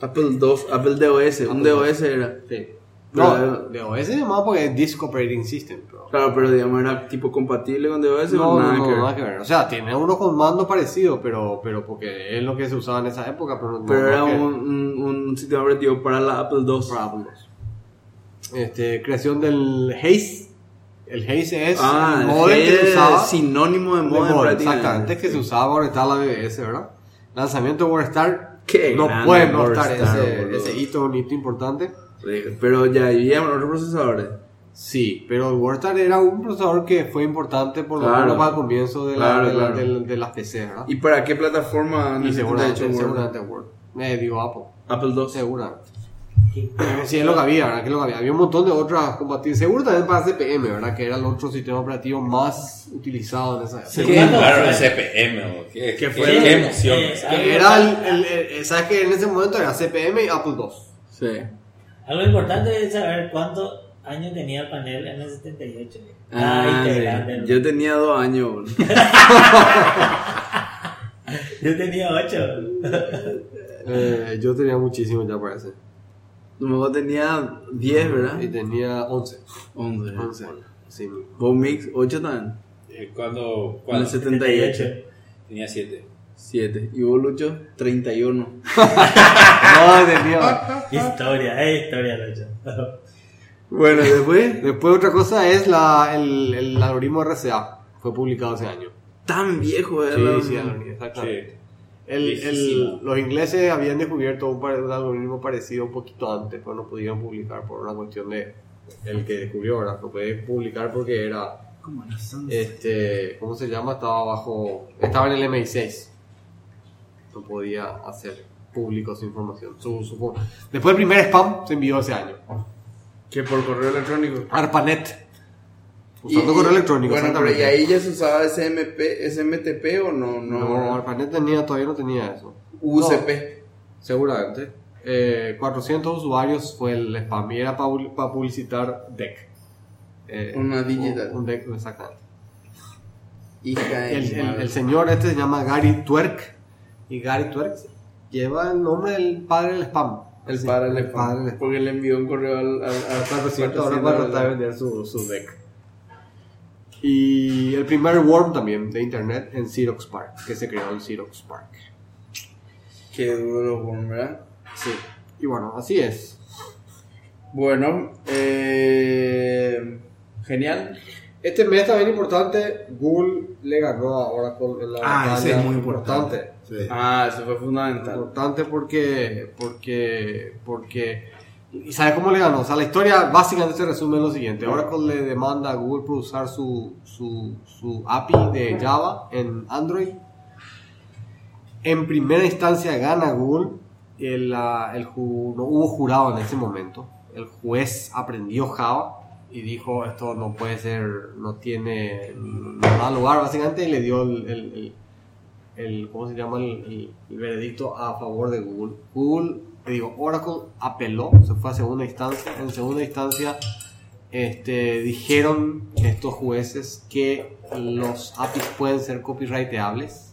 [SPEAKER 1] Apple 2, Apple DOS, un
[SPEAKER 3] Apple.
[SPEAKER 1] DOS era.
[SPEAKER 3] Sí.
[SPEAKER 1] Pero-
[SPEAKER 3] No, de OS llamado porque es Disk Operating System, pero...
[SPEAKER 1] Claro, pero digamos, era tipo compatible con DOS
[SPEAKER 3] No,
[SPEAKER 1] o
[SPEAKER 3] no,
[SPEAKER 1] nada
[SPEAKER 3] no,
[SPEAKER 1] que ver.
[SPEAKER 3] nada que ver. O sea, tiene unos comandos parecidos, pero, pero porque es lo que se usaba en esa época, pero no,
[SPEAKER 1] Pero
[SPEAKER 3] no
[SPEAKER 1] era
[SPEAKER 3] que-
[SPEAKER 1] un, un, un sistema operativo para la Apple II.
[SPEAKER 3] para Apple II. Este, creación del Haze. El Haze es
[SPEAKER 1] Ah,
[SPEAKER 3] un modem que se usaba.
[SPEAKER 1] sinónimo de
[SPEAKER 3] de
[SPEAKER 1] modem,
[SPEAKER 3] modem,
[SPEAKER 1] prácticamente.
[SPEAKER 3] exactamente, que se usaba para estaba la BBS, ¿verdad? Lanzamiento de Warstar.
[SPEAKER 1] Qué
[SPEAKER 3] no
[SPEAKER 1] grande
[SPEAKER 3] puede no estar
[SPEAKER 1] Warstar,
[SPEAKER 3] ese,
[SPEAKER 1] boludo.
[SPEAKER 3] ese hito, un hito importante.
[SPEAKER 1] Sí, Pero ya había otros procesadores.
[SPEAKER 3] Sí, pero el Warstar era un procesador que fue importante por lo
[SPEAKER 1] Claro.
[SPEAKER 3] menos para el comienzo de, la-
[SPEAKER 1] Claro,
[SPEAKER 3] de la-
[SPEAKER 1] claro.
[SPEAKER 3] del- de las PC, ¿verdad?
[SPEAKER 1] ¿Y para qué plataforma
[SPEAKER 3] Y seguramente,
[SPEAKER 1] Word?
[SPEAKER 3] seguramente Word. Eh, digo Apple,
[SPEAKER 1] Apple II.
[SPEAKER 3] segura. Sí, es lo que había, ¿verdad? Que es lo que había. Había un montón de otras compatibles. Seguro también para CPM, ¿verdad? Que era el otro sistema operativo más utilizado en esa época.
[SPEAKER 4] ¿Qué?
[SPEAKER 6] Claro, el CPM. o ¿Qué, qué,
[SPEAKER 4] fue?
[SPEAKER 6] qué emoción.
[SPEAKER 4] Eh,
[SPEAKER 6] esa.
[SPEAKER 3] Que era el, el- el- eh, ¿Sabes que en ese momento era CPM y Apple II?
[SPEAKER 1] Sí.
[SPEAKER 4] Algo importante es saber cuántos años tenía el panel en el 78.
[SPEAKER 1] Ah, sí.
[SPEAKER 4] integrante.
[SPEAKER 1] Yo tenía dos años. boludo. <laughs>
[SPEAKER 4] Yo tenía 8.
[SPEAKER 3] Eh, yo tenía muchísimo ya parece.
[SPEAKER 1] Tu mamá tenía 10, ¿verdad?
[SPEAKER 3] Y tenía 11.
[SPEAKER 1] 11.
[SPEAKER 3] 11. Sí, mismo.
[SPEAKER 1] Vos Mix, 8 también.
[SPEAKER 6] Eh, Cuando,
[SPEAKER 1] En el
[SPEAKER 6] cuando
[SPEAKER 1] 78.
[SPEAKER 6] tenía 7.
[SPEAKER 1] 7. Y vos Lucho, 31.
[SPEAKER 3] No, tenía.
[SPEAKER 4] Historia, es historia, Lucho.
[SPEAKER 1] Bueno, después.
[SPEAKER 3] Después otra cosa es la, el, el algoritmo RCA. Fue publicado ese año.
[SPEAKER 1] <laughs> Tan viejo era.
[SPEAKER 3] Sí,
[SPEAKER 1] la-
[SPEAKER 3] sí, algoritmo, exactamente.
[SPEAKER 6] Sí.
[SPEAKER 3] El, el,
[SPEAKER 6] Viejísimo.
[SPEAKER 3] los ingleses habían descubierto un, pare- un algoritmo parecido un poquito antes, pero no pudieron publicar por una cuestión de el que descubrió, ¿verdad? No puede publicar porque era
[SPEAKER 1] ¿Cómo era santo?
[SPEAKER 3] Este, ¿cómo se llama? Estaba bajo, estaba en el MI6. No podía hacer público su información. Su, su- Después el primer spam se envió ese año.
[SPEAKER 1] Que por correo electrónico.
[SPEAKER 3] ARPANET. Usando correo electrónico.
[SPEAKER 1] Bueno, pero
[SPEAKER 3] exactamente.
[SPEAKER 1] ¿y ahí ya se usaba SMP, SMTP o no?
[SPEAKER 3] No,
[SPEAKER 1] No,
[SPEAKER 3] ARPANET tenía, todavía no tenía eso.
[SPEAKER 1] UCP.
[SPEAKER 3] Seguramente. Eh, 400 usuarios fue el spam y era para publicitar DEC. Eh,
[SPEAKER 1] Una digital.
[SPEAKER 3] Un, un DEC, exactamente.
[SPEAKER 1] Hija de
[SPEAKER 3] El, el-
[SPEAKER 1] madre.
[SPEAKER 3] el señor este se llama Gary Twerk. Y Gary Twerk lleva el nombre del padre del spam.
[SPEAKER 1] El
[SPEAKER 3] Así,
[SPEAKER 1] padre le
[SPEAKER 3] padre del spam.
[SPEAKER 1] Porque le envió un correo al. al, al
[SPEAKER 3] Por cierto, ahora
[SPEAKER 1] 400
[SPEAKER 3] va a tratar de vender su, su deck. Y el primer worm también de internet en Xerox Park, que se creó en Xerox Park.
[SPEAKER 1] Qué duro los Worm, ¿verdad?
[SPEAKER 3] Sí. Y bueno, así es.
[SPEAKER 1] Bueno, eh, genial.
[SPEAKER 3] Este mes también importante, Google le ganó a Oracle en la
[SPEAKER 2] Ah, ese
[SPEAKER 3] batalla.
[SPEAKER 2] es muy importante. Sí.
[SPEAKER 1] Ah, eso fue fundamental.
[SPEAKER 3] Importante porque, porque, porque, ¿y sabes cómo le ganó? O sea, la historia básicamente se resume en lo siguiente. Oracle le demanda a Google Eh, por usar su, su, su API de Java en Android. En primera instancia gana Google, el, ah, el ju- no hubo jurado en ese momento. El juez aprendió Java y dijo esto no puede ser, no tiene, no da lugar básicamente y le dio el, el- el- el- ¿cómo se llama? El, el- el veredicto a favor de Google. Google, te digo, Oracle apeló, se fue a segunda instancia. En segunda instancia este, dijeron estos jueces que los APIs pueden ser copyrighteables.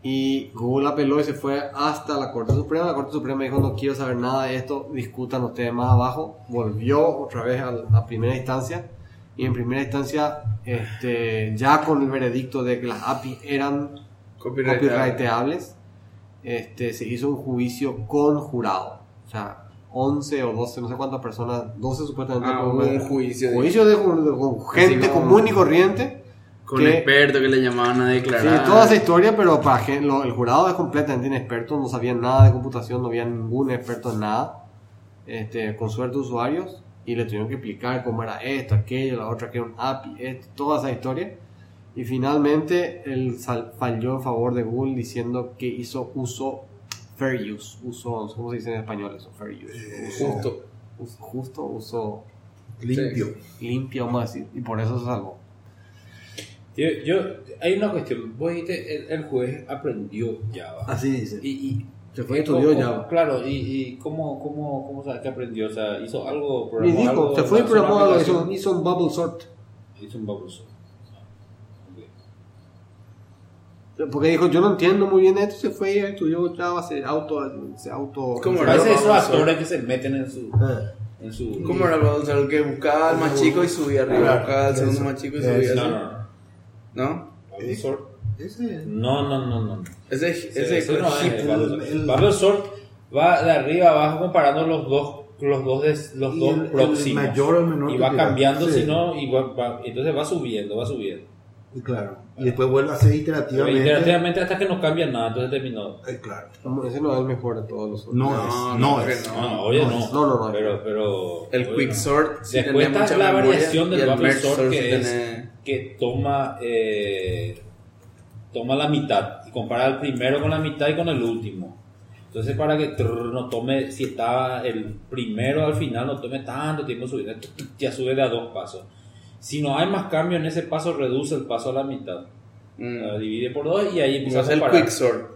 [SPEAKER 3] Y Google apeló y se fue hasta la Corte Suprema. La Corte Suprema dijo, no quiero saber nada de esto, discutan ustedes más abajo. Volvió otra vez a la primera instancia. Y en primera instancia, este, ya con el veredicto de que las APIs eran
[SPEAKER 1] Copyright.
[SPEAKER 3] copyrighteables, este, se hizo un juicio con jurado. O sea, 11 o 12, no sé cuántas personas, 12 supuestamente.
[SPEAKER 1] Ah,
[SPEAKER 3] como-
[SPEAKER 1] hubo un juicio.
[SPEAKER 3] juicio de, con- con gente
[SPEAKER 1] Así como-
[SPEAKER 3] común y corriente
[SPEAKER 1] Con
[SPEAKER 3] que-
[SPEAKER 1] expertos que le llamaban a
[SPEAKER 3] Sí,
[SPEAKER 1] declarar.
[SPEAKER 3] toda esa historia, pero para gen- lo- el jurado es completamente inexperto, no sabían nada de computación, no había ningún experto en nada. Este, con suerte usuarios y le tuvieron que explicar cómo era esto, aquello, la otra que era un API, esto, toda esa historia. Y finalmente él sal- falló en favor de Google diciendo que hizo uso fair use, uso, no sé cómo se dice en español eso, fair use, uso
[SPEAKER 6] Justo.
[SPEAKER 3] uso- justo, uso
[SPEAKER 2] Limpio.
[SPEAKER 3] limpio, vamos a decir, y por eso se salvó.
[SPEAKER 6] Yo, yo- hay una cuestión. Vos dijiste, el, el juez aprendió Java.
[SPEAKER 2] Así dice.
[SPEAKER 6] Y, y-
[SPEAKER 2] Se fue y estudió
[SPEAKER 6] ¿cómo-
[SPEAKER 2] Java.
[SPEAKER 6] Claro, y, y cómo, cómo, cómo sabes que aprendió. O sea, hizo algo,
[SPEAKER 3] Y dijo,
[SPEAKER 6] algo,
[SPEAKER 3] se fue y
[SPEAKER 6] lanzó una
[SPEAKER 3] programó algo, hizo,
[SPEAKER 6] aplicación.
[SPEAKER 3] hizo un bubble sort.
[SPEAKER 6] Hizo un baboso.
[SPEAKER 3] Porque dijo, yo no entiendo muy bien esto, se fue y estudió Java, se auto... Se auto
[SPEAKER 1] ¿Cómo
[SPEAKER 6] A
[SPEAKER 1] era?
[SPEAKER 6] veces esos
[SPEAKER 1] Vamos,
[SPEAKER 6] actores que se meten en su.
[SPEAKER 2] Ah,
[SPEAKER 6] En su
[SPEAKER 1] ¿Cómo era el El que buscaba
[SPEAKER 6] Ah,
[SPEAKER 1] al más chico y subía arriba, buscaba al segundo más chico y subía
[SPEAKER 6] No,
[SPEAKER 1] así.
[SPEAKER 6] no, no.
[SPEAKER 1] ¿No?
[SPEAKER 6] Babel Sort.
[SPEAKER 2] Ese.
[SPEAKER 6] No, no, no, no.
[SPEAKER 1] Ese,
[SPEAKER 6] Ese,
[SPEAKER 1] ese,
[SPEAKER 6] no es
[SPEAKER 2] el- el-
[SPEAKER 6] Babel Sort va de arriba abajo comparando los dos los dos des- los
[SPEAKER 2] Y
[SPEAKER 6] dos
[SPEAKER 2] el- el
[SPEAKER 6] próximos
[SPEAKER 2] mayor o el menor
[SPEAKER 6] y
[SPEAKER 2] que
[SPEAKER 6] va
[SPEAKER 2] pega.
[SPEAKER 6] cambiando
[SPEAKER 2] Sí.
[SPEAKER 6] si no y va- va- entonces va subiendo va subiendo
[SPEAKER 2] Y eh, claro. Y después vuelve a hacer iterativamente.
[SPEAKER 6] Iterativamente hasta que no cambia nada entonces terminó
[SPEAKER 2] Eh, claro.
[SPEAKER 3] Ese no es el mejor de todos los otros.
[SPEAKER 2] No,
[SPEAKER 1] No,
[SPEAKER 2] es.
[SPEAKER 1] no
[SPEAKER 2] No,
[SPEAKER 1] creo
[SPEAKER 2] es.
[SPEAKER 1] que
[SPEAKER 6] no, no, obvio
[SPEAKER 3] no,
[SPEAKER 6] no,
[SPEAKER 3] no, no, no.
[SPEAKER 6] pero pero
[SPEAKER 1] el
[SPEAKER 6] obvio
[SPEAKER 1] quick
[SPEAKER 6] no.
[SPEAKER 1] sort. si
[SPEAKER 6] Después
[SPEAKER 1] tenés
[SPEAKER 6] está
[SPEAKER 1] mucha
[SPEAKER 6] la
[SPEAKER 1] memoria,
[SPEAKER 6] variación del
[SPEAKER 1] y el
[SPEAKER 6] Babel
[SPEAKER 1] merge
[SPEAKER 6] Sort,
[SPEAKER 1] si
[SPEAKER 6] que es
[SPEAKER 1] tenés-
[SPEAKER 6] que toma eh, toma la mitad y compara el primero con la mitad y con el último. Entonces para que trrr, no tome, si está el primero al final, no tome tanto tiempo subiendo, tuc, tuc, ya sube de a dos pasos. Si no hay más cambio en ese paso, reduce el paso a la mitad.
[SPEAKER 1] Mm.
[SPEAKER 6] La divide por dos y ahí
[SPEAKER 1] No
[SPEAKER 6] empieza
[SPEAKER 1] es
[SPEAKER 6] a
[SPEAKER 1] el
[SPEAKER 6] comparar.
[SPEAKER 1] quick sort.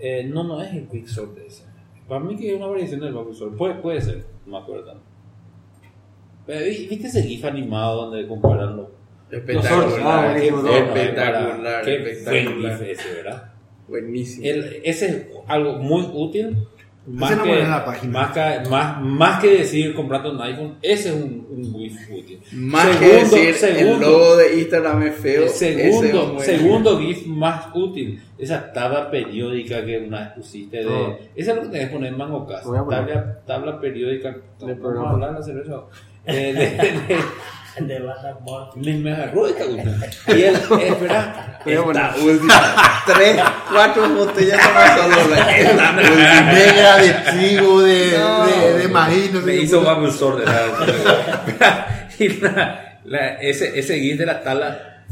[SPEAKER 6] Eh, no, no es el quicksort de ese. Para mí que es una variación del Bubble Sort. Puede, puede ser, no me acuerdo. Pero, ¿vi- ¿Viste ese GIF animado donde comparan los
[SPEAKER 3] Ah,
[SPEAKER 1] Espectacular.
[SPEAKER 3] buenísimo,
[SPEAKER 1] qué
[SPEAKER 3] no,
[SPEAKER 1] Espectacular.
[SPEAKER 6] Qué buen
[SPEAKER 1] Espectacular.
[SPEAKER 6] GIF ese, ¿verdad?
[SPEAKER 1] Buenísimo.
[SPEAKER 6] El- ese es algo muy útil. Más
[SPEAKER 2] no
[SPEAKER 6] que,
[SPEAKER 2] pone en la página.
[SPEAKER 6] más, que, más, más que decir comprando un iPhone, ese es un, un GIF útil.
[SPEAKER 1] Más
[SPEAKER 6] Segundo-
[SPEAKER 1] que decir el
[SPEAKER 6] segundo-
[SPEAKER 1] logo de Instagram es feo.
[SPEAKER 6] el
[SPEAKER 1] ese es un
[SPEAKER 6] segundo,
[SPEAKER 1] buen-
[SPEAKER 6] segundo GIF más útil. Esa tabla periódica que una vez pusiste de.
[SPEAKER 3] Ah.
[SPEAKER 6] Esa es lo que tenés que poner en Mango Cast.
[SPEAKER 3] Voy a poner.
[SPEAKER 6] Tabla, tabla periódica. Vamos a
[SPEAKER 3] programa.
[SPEAKER 6] hablar de cerveza. Eh, de-
[SPEAKER 4] De banda muerta.
[SPEAKER 6] de- me- me agarró esta última. Y él, espera.
[SPEAKER 3] Pero bueno. <laughs>
[SPEAKER 6] esta
[SPEAKER 1] Última. Tres, cuatro botellas de Mazadorra. Esta
[SPEAKER 2] <laughs> Negra de trigo, de, de, de maíz, no sé
[SPEAKER 6] <laughs> me
[SPEAKER 2] qué
[SPEAKER 6] hizo
[SPEAKER 2] puta.
[SPEAKER 6] Bubble Sword de la- <laughs> y la- la- ese, ese guis de la tabla,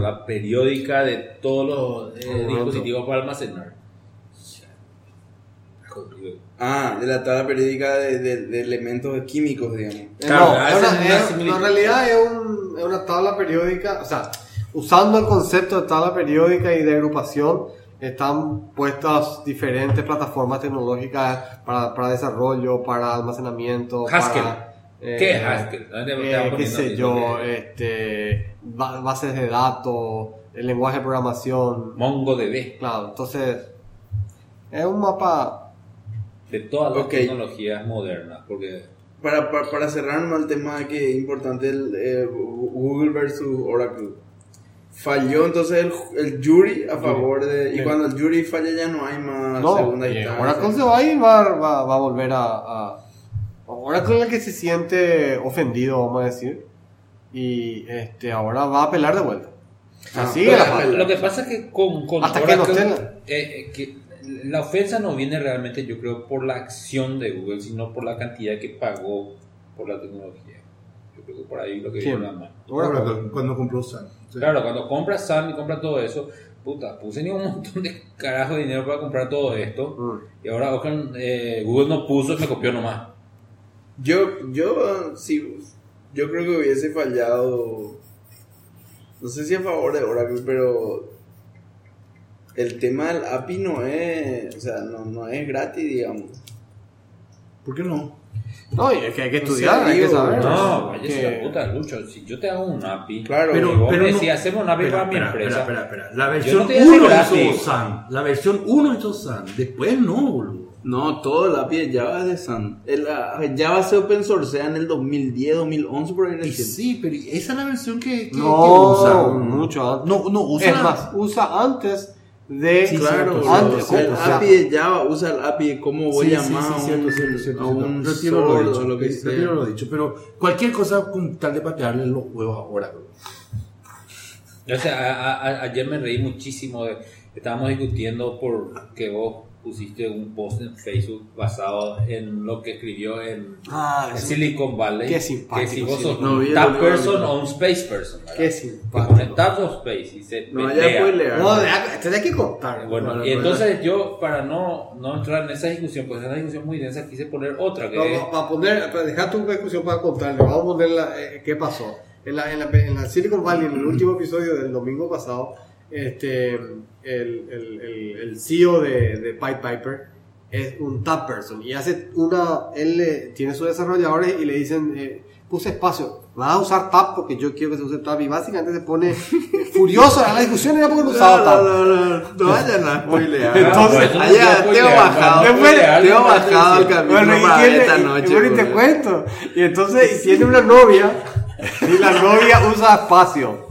[SPEAKER 6] la periódica de todos los eh, dispositivos para almacenar.
[SPEAKER 1] Ah, de la tabla periódica de, de- de elementos químicos, digamos.
[SPEAKER 3] Eh,
[SPEAKER 6] Claro,
[SPEAKER 3] no,
[SPEAKER 6] esa
[SPEAKER 3] es una-
[SPEAKER 6] es una
[SPEAKER 3] es-
[SPEAKER 6] similitud.
[SPEAKER 3] en realidad es, un- es una tabla periódica, o sea, usando el concepto de tabla periódica y de agrupación, están puestas diferentes plataformas tecnológicas para, para desarrollo, para almacenamiento.
[SPEAKER 6] Haskell.
[SPEAKER 3] Para,
[SPEAKER 6] ¿Qué es Haskell? ¿Dónde te
[SPEAKER 3] eh,
[SPEAKER 6] vas
[SPEAKER 3] qué
[SPEAKER 6] poniendo
[SPEAKER 3] sé
[SPEAKER 6] así?
[SPEAKER 3] yo,
[SPEAKER 6] Porque
[SPEAKER 3] este, ba- bases de datos, el lenguaje de programación,
[SPEAKER 6] MongoDB,
[SPEAKER 3] claro, entonces es un mapa
[SPEAKER 6] de todas las
[SPEAKER 1] Ok.
[SPEAKER 6] tecnologías modernas, porque
[SPEAKER 1] Para, para, para cerrar nomás el tema que es importante, el, eh, Google versus Oracle. Falló entonces el, el jury a favor de... Y cuando el jury falla ya no hay más
[SPEAKER 3] No,
[SPEAKER 1] segunda
[SPEAKER 3] eh,
[SPEAKER 1] instancia.
[SPEAKER 3] Oracle se va a ir, va, va, va a volver a, a... Oracle es el que se siente ofendido, vamos a decir. Y este, ahora va a apelar de vuelta.
[SPEAKER 1] Ah,
[SPEAKER 3] Así
[SPEAKER 1] pero
[SPEAKER 3] la
[SPEAKER 1] apela.
[SPEAKER 3] pata.
[SPEAKER 6] Lo que pasa es que con, con
[SPEAKER 3] Hasta que no
[SPEAKER 6] Oracle,
[SPEAKER 3] estén.
[SPEAKER 6] eh, eh, que la ofensa no viene realmente, yo creo, por la acción de Google, sino por la cantidad que pagó por la tecnología. Yo creo que por ahí lo que
[SPEAKER 3] ¿Quién?
[SPEAKER 6] viene la mano.
[SPEAKER 3] Oracle.
[SPEAKER 2] Ahora, cuando compró Sun. Sí.
[SPEAKER 6] Claro, cuando compras Sam y compras todo eso, puta, puse ni un montón de carajo de dinero para comprar todo esto.
[SPEAKER 3] Mm.
[SPEAKER 6] Y ahora Ocan, eh, Google no puso, me copió nomás.
[SPEAKER 1] Yo, yo, eh, sí, yo creo que hubiese fallado, no sé si a favor de Oracle, pero el tema del API no es, o sea, no, no es gratis, digamos.
[SPEAKER 2] ¿Por qué no?
[SPEAKER 3] No, y es que hay que
[SPEAKER 1] No
[SPEAKER 3] estudiar,
[SPEAKER 1] sé,
[SPEAKER 3] hay que
[SPEAKER 1] digo,
[SPEAKER 3] saber.
[SPEAKER 6] No,
[SPEAKER 3] Que-
[SPEAKER 6] váyase la puta, Lucho. Si yo te hago un API,
[SPEAKER 1] Claro,
[SPEAKER 6] pero,
[SPEAKER 1] pero-
[SPEAKER 2] pero no-
[SPEAKER 6] si hacemos un API
[SPEAKER 2] Espera,
[SPEAKER 6] para mi
[SPEAKER 2] espera,
[SPEAKER 6] empresa,
[SPEAKER 2] Espera, espera, espera. La
[SPEAKER 6] no
[SPEAKER 2] versión
[SPEAKER 6] te voy a hacer
[SPEAKER 2] 1 hizo
[SPEAKER 6] gratis.
[SPEAKER 2] Sun. La versión 1 hizo Sun. Después no, boludo.
[SPEAKER 1] No, todo el API de Java es de Sun. El, ah, Java se open sourcea en el 2010, 2011, por ahí
[SPEAKER 2] Y
[SPEAKER 1] recién.
[SPEAKER 2] sí, pero esa es la versión que, que, que
[SPEAKER 3] No,
[SPEAKER 2] usa.
[SPEAKER 3] mucho antes.
[SPEAKER 2] No, no, usa.
[SPEAKER 3] es más, usa antes de...
[SPEAKER 2] Sí, claro,
[SPEAKER 3] antes,
[SPEAKER 1] usa el
[SPEAKER 3] o sea,
[SPEAKER 1] API de Java, usa el API de cómo voy
[SPEAKER 2] Sí,
[SPEAKER 1] a
[SPEAKER 2] sí,
[SPEAKER 1] llamar
[SPEAKER 2] sí,
[SPEAKER 1] a
[SPEAKER 2] cierto,
[SPEAKER 1] un-
[SPEAKER 2] cierto, cierto,
[SPEAKER 1] a
[SPEAKER 2] cierto.
[SPEAKER 1] un
[SPEAKER 2] Retiro lo
[SPEAKER 1] sordo,
[SPEAKER 2] dicho,
[SPEAKER 1] lo que
[SPEAKER 2] eh,
[SPEAKER 1] sea.
[SPEAKER 2] retiro lo dicho, pero cualquier cosa con tal de patearle los huevos ahora.
[SPEAKER 6] O sea, a- a- a- ayer me reí muchísimo. de- estábamos discutiendo por que vos pusiste un post en Facebook basado en lo que escribió en,
[SPEAKER 3] Ah,
[SPEAKER 6] en
[SPEAKER 3] es-
[SPEAKER 6] Silicon Valley.
[SPEAKER 3] qué
[SPEAKER 6] que si
[SPEAKER 3] simpático,
[SPEAKER 6] vos sos
[SPEAKER 3] Silicon
[SPEAKER 1] Valley. No, vi
[SPEAKER 6] tap
[SPEAKER 1] el video,
[SPEAKER 6] person
[SPEAKER 1] no.
[SPEAKER 6] o un space person. ¿verdad?
[SPEAKER 3] Qué
[SPEAKER 6] Te
[SPEAKER 3] simpático.
[SPEAKER 6] pones tap o space y se
[SPEAKER 1] No, ya
[SPEAKER 6] pelea.
[SPEAKER 1] puedes leer.
[SPEAKER 3] No,
[SPEAKER 2] Ah,
[SPEAKER 3] de- esto hay que contar.
[SPEAKER 6] Bueno,
[SPEAKER 1] Bueno,
[SPEAKER 6] y
[SPEAKER 1] bueno.
[SPEAKER 2] <laughs>
[SPEAKER 6] entonces yo, para no, no entrar en esa discusión, pues es una discusión muy densa, quise poner otra que es-
[SPEAKER 3] Vamos a poner, para dejar tu conclusión para contarle, vamos a poner la- eh, qué pasó. En la, en, la, en la Silicon Valley, en el último episodio del domingo pasado, este, el, el, el, el CEO de, de Pied Piper es un tap person y hace una, él eh, tiene sus desarrolladores y le dicen, eh, puse espacio, vas a usar tap porque yo quiero que se use tap y básicamente se pone furioso, la discusión era porque no usaba
[SPEAKER 1] <laughs>
[SPEAKER 3] tap.
[SPEAKER 1] no, no, no, no vayan a spoilear.
[SPEAKER 3] <laughs> Entonces,
[SPEAKER 6] Ah, bueno,
[SPEAKER 1] allá,
[SPEAKER 6] eso no
[SPEAKER 1] Teo
[SPEAKER 6] se puede
[SPEAKER 1] bajado,
[SPEAKER 6] leer, bueno,
[SPEAKER 1] Teo
[SPEAKER 6] no se puede
[SPEAKER 1] bajado el
[SPEAKER 6] leer.
[SPEAKER 1] camino
[SPEAKER 3] Bueno, y
[SPEAKER 1] para
[SPEAKER 3] tiene,
[SPEAKER 1] esta
[SPEAKER 3] y-
[SPEAKER 1] noche.
[SPEAKER 3] bueno, y te
[SPEAKER 1] boludo.
[SPEAKER 3] cuento. Y entonces, y tiene una novia, y la novia usa espacio.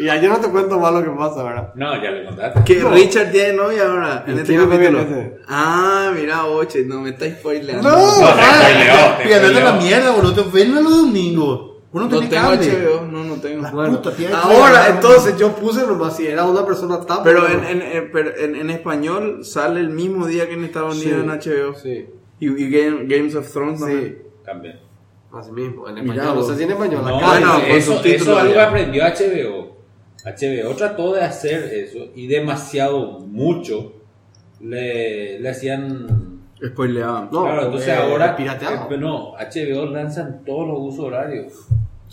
[SPEAKER 3] Y ya yo no te cuento más lo que pasa, ¿verdad?
[SPEAKER 6] No, ya le contaste.
[SPEAKER 1] Que Richard tiene novia ahora, en este
[SPEAKER 3] Tiene novia en
[SPEAKER 1] capítulo.
[SPEAKER 3] este.
[SPEAKER 1] Ah, mira, Oche, no me está spoileando.
[SPEAKER 2] No,
[SPEAKER 6] No,
[SPEAKER 1] <laughs>
[SPEAKER 6] te spoileó, te
[SPEAKER 2] Fíjate la
[SPEAKER 6] spoileó.
[SPEAKER 2] mierda, boludo. Venme los domingos. Uno
[SPEAKER 1] no
[SPEAKER 2] tiene
[SPEAKER 1] tengo
[SPEAKER 2] cable.
[SPEAKER 1] HBO, no, no tengo.
[SPEAKER 2] La puta, tía,
[SPEAKER 3] Ahora,
[SPEAKER 2] tía,
[SPEAKER 3] entonces, yo puse nomás si era una persona tap.
[SPEAKER 1] Pero,
[SPEAKER 3] ¿no?
[SPEAKER 1] en, en, en- pero en, en español sale el mismo día que en Estados
[SPEAKER 3] Sí,
[SPEAKER 1] Unidos en HBO.
[SPEAKER 3] Sí,
[SPEAKER 1] Y, y Game- Games of Thrones
[SPEAKER 3] sí.
[SPEAKER 1] también.
[SPEAKER 6] También.
[SPEAKER 3] Así mismo, en
[SPEAKER 1] Mirá
[SPEAKER 3] español. No
[SPEAKER 1] vos.
[SPEAKER 3] sé si en español.
[SPEAKER 6] No,
[SPEAKER 3] acá,
[SPEAKER 1] bueno,
[SPEAKER 6] eso-
[SPEAKER 1] Ah, con
[SPEAKER 6] eso,
[SPEAKER 1] subtítulos
[SPEAKER 6] eso algo
[SPEAKER 1] ya.
[SPEAKER 6] aprendió HBO. HBO trató de hacer eso y demasiado mucho le, le hacían...
[SPEAKER 1] Spoileaban.
[SPEAKER 3] No,
[SPEAKER 6] claro, entonces
[SPEAKER 3] eh,
[SPEAKER 6] ahora...
[SPEAKER 3] pirateado.
[SPEAKER 6] eh, no, HBO lanzan todos los usos horarios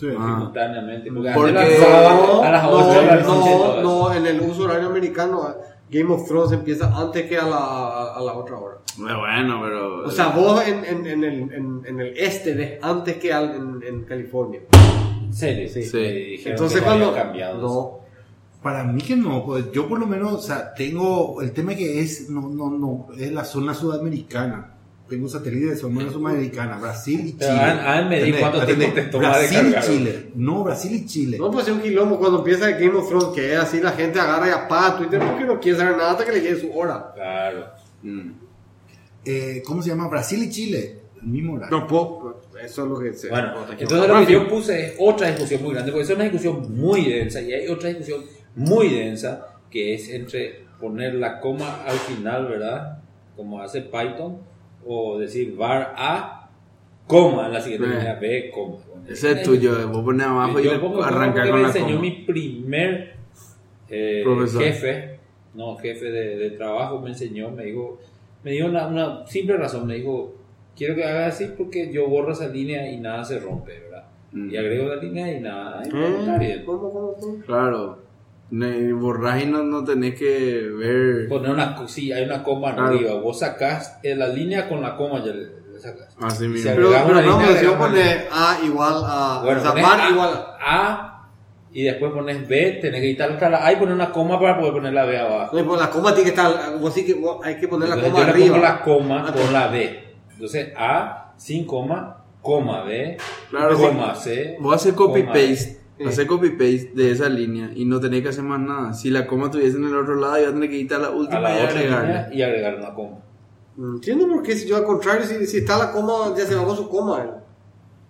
[SPEAKER 1] Ah.
[SPEAKER 6] simultáneamente.
[SPEAKER 1] Porque-
[SPEAKER 6] antes
[SPEAKER 3] No,
[SPEAKER 6] lanzaban a las 8 de la
[SPEAKER 3] no,
[SPEAKER 6] noche. todo
[SPEAKER 3] no,
[SPEAKER 6] eso.
[SPEAKER 3] no, en el uso horario americano, ah, Game of Thrones empieza antes que a la, a la otra hora.
[SPEAKER 1] Bueno, Bueno, pero. eh,
[SPEAKER 3] O sea, vos en, en, en, el, en, en el este ves antes que al- en, en California.
[SPEAKER 6] En serio,
[SPEAKER 3] Sí.
[SPEAKER 6] me eh, dijeron
[SPEAKER 3] Entonces
[SPEAKER 6] que no había
[SPEAKER 3] cuando...
[SPEAKER 6] cambiado eso.
[SPEAKER 3] No,
[SPEAKER 2] Para mí que no, pues yo por lo menos, o sea, tengo el tema que es, no, no, no, es la zona sudamericana. Tengo satélites de zona sudamericana, Brasil y
[SPEAKER 6] Pero ah,
[SPEAKER 2] Chile.
[SPEAKER 6] han- han medido
[SPEAKER 2] ¿Entendés?
[SPEAKER 6] cuánto tiempo
[SPEAKER 2] ¿Entendés?
[SPEAKER 6] te toma de
[SPEAKER 2] Brasil y
[SPEAKER 6] cargar.
[SPEAKER 2] Chile. No, Brasil y Chile.
[SPEAKER 3] no pues es un quilombo cuando empieza el Game of Thrones, que es así, la gente agarra y apaga Twitter porque no quiere saber nada hasta que le llegue su hora.
[SPEAKER 6] Claro.
[SPEAKER 1] Mm.
[SPEAKER 2] Eh, ¿Cómo se llama? Brasil y Chile. El mismo horario.
[SPEAKER 3] No, puedo, eso es lo que se...
[SPEAKER 6] Bueno,
[SPEAKER 3] te equivocas.
[SPEAKER 6] entonces lo que yo puse es otra discusión muy grande, porque es una discusión muy densa y hay otra discusión muy densa que es entre poner la coma al final, ¿verdad? Como hace Python, o decir var a, coma, en la siguiente
[SPEAKER 1] Sí.
[SPEAKER 6] línea B, coma.
[SPEAKER 1] Ese es tuyo, eh, vos pones abajo y
[SPEAKER 6] Eh, yo
[SPEAKER 1] le
[SPEAKER 6] pongo coma
[SPEAKER 1] arrancas
[SPEAKER 6] porque
[SPEAKER 1] con
[SPEAKER 6] me
[SPEAKER 1] la
[SPEAKER 6] enseñó
[SPEAKER 1] coma.
[SPEAKER 6] mi primer eh,
[SPEAKER 1] Profesor.
[SPEAKER 6] jefe, no, jefe de, de trabajo, me enseñó, me dijo, me dio una, una simple razón, me dijo, quiero que hagas así porque yo borro esa línea y nada se rompe, ¿verdad?
[SPEAKER 1] Mm.
[SPEAKER 6] Y agrego la línea y nada, y
[SPEAKER 3] ¿Eh?
[SPEAKER 6] está bien.
[SPEAKER 3] ¿Cómo, cómo, cómo?
[SPEAKER 1] Claro. Ne- Borrás y no, no tenés que ver.
[SPEAKER 6] Poner una, co- sí, hay una coma
[SPEAKER 1] Claro.
[SPEAKER 6] arriba, vos sacás eh, la línea con la coma, ya le, le sacás.
[SPEAKER 1] Así mismo.
[SPEAKER 6] Se
[SPEAKER 3] Pero,
[SPEAKER 6] Agregamos
[SPEAKER 3] pero
[SPEAKER 6] la
[SPEAKER 3] no,
[SPEAKER 6] línea,
[SPEAKER 3] pero si yo
[SPEAKER 6] agregamos la
[SPEAKER 3] pone A igual a... Ah,
[SPEAKER 6] Bueno,
[SPEAKER 3] o sea,
[SPEAKER 6] pones
[SPEAKER 3] bar
[SPEAKER 6] a,
[SPEAKER 3] igual a...
[SPEAKER 6] A y después pones B, tenés que quitar la A y poner una coma para poder poner la B abajo.
[SPEAKER 3] No, y pues la coma tiene que estar... Vos sí que vos- hay que poner la
[SPEAKER 6] Entonces
[SPEAKER 3] coma
[SPEAKER 6] yo le pongo
[SPEAKER 3] arriba.
[SPEAKER 6] la coma
[SPEAKER 3] Ah,
[SPEAKER 6] con la B. Entonces A, sin coma, coma B,
[SPEAKER 1] Claro,
[SPEAKER 6] coma C.
[SPEAKER 1] Vos haces
[SPEAKER 6] coma D.
[SPEAKER 1] copy-paste.
[SPEAKER 3] Sí.
[SPEAKER 1] Haces copy-paste de esa línea y no tenés que hacer más nada. Si la coma estuviese en el otro lado, iba a tener que quitar la
[SPEAKER 6] A
[SPEAKER 1] última
[SPEAKER 6] la
[SPEAKER 1] y
[SPEAKER 6] otra
[SPEAKER 1] agregarla.
[SPEAKER 6] línea y agregar una coma.
[SPEAKER 3] No Entiendo por qué, si yo al contrario, si, si está la coma, ya se va con su coma. eh.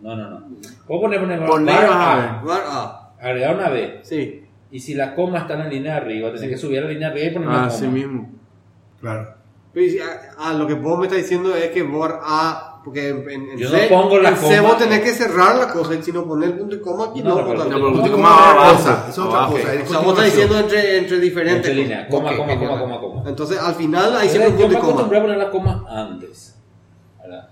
[SPEAKER 6] No, no, no. Vos poner poner
[SPEAKER 1] Poner,
[SPEAKER 6] bar
[SPEAKER 1] ajá.
[SPEAKER 6] A,
[SPEAKER 3] Bar A,
[SPEAKER 6] agregar una B.
[SPEAKER 3] sí.
[SPEAKER 6] Y si la coma está en la línea de arriba, tenés que subir a la línea de arriba y poner una
[SPEAKER 1] Ah,
[SPEAKER 3] Ah,
[SPEAKER 1] Así
[SPEAKER 6] coma.
[SPEAKER 1] mismo.
[SPEAKER 2] Claro.
[SPEAKER 3] Pero y si- ah, ah, lo que vos me estás diciendo es que bar A, porque en, en- en
[SPEAKER 6] Yo no pongo la
[SPEAKER 3] en C
[SPEAKER 6] coma.
[SPEAKER 3] vos tenés que cerrar la cosa, y si no poner el punto y coma aquí no.
[SPEAKER 6] No, no,
[SPEAKER 3] no,
[SPEAKER 6] no,
[SPEAKER 1] No,
[SPEAKER 3] no,
[SPEAKER 1] pero
[SPEAKER 3] no.
[SPEAKER 1] usted
[SPEAKER 2] no,
[SPEAKER 1] como
[SPEAKER 2] no, no,
[SPEAKER 1] abajo,
[SPEAKER 2] no,
[SPEAKER 1] abajo.
[SPEAKER 2] es otra
[SPEAKER 1] Abajo.
[SPEAKER 2] cosa, es-
[SPEAKER 3] O sea, vos estás diciendo entre, entre diferentes.
[SPEAKER 6] Entre líneas,
[SPEAKER 3] cosas.
[SPEAKER 6] coma,
[SPEAKER 3] Ok,
[SPEAKER 6] coma,
[SPEAKER 3] genial.
[SPEAKER 6] coma, coma, coma.
[SPEAKER 3] Entonces al final ahí se
[SPEAKER 6] Entonces,
[SPEAKER 3] punto
[SPEAKER 6] yo
[SPEAKER 3] y
[SPEAKER 6] me
[SPEAKER 3] coma.
[SPEAKER 6] acostumbré a poner la coma antes. ¿verdad?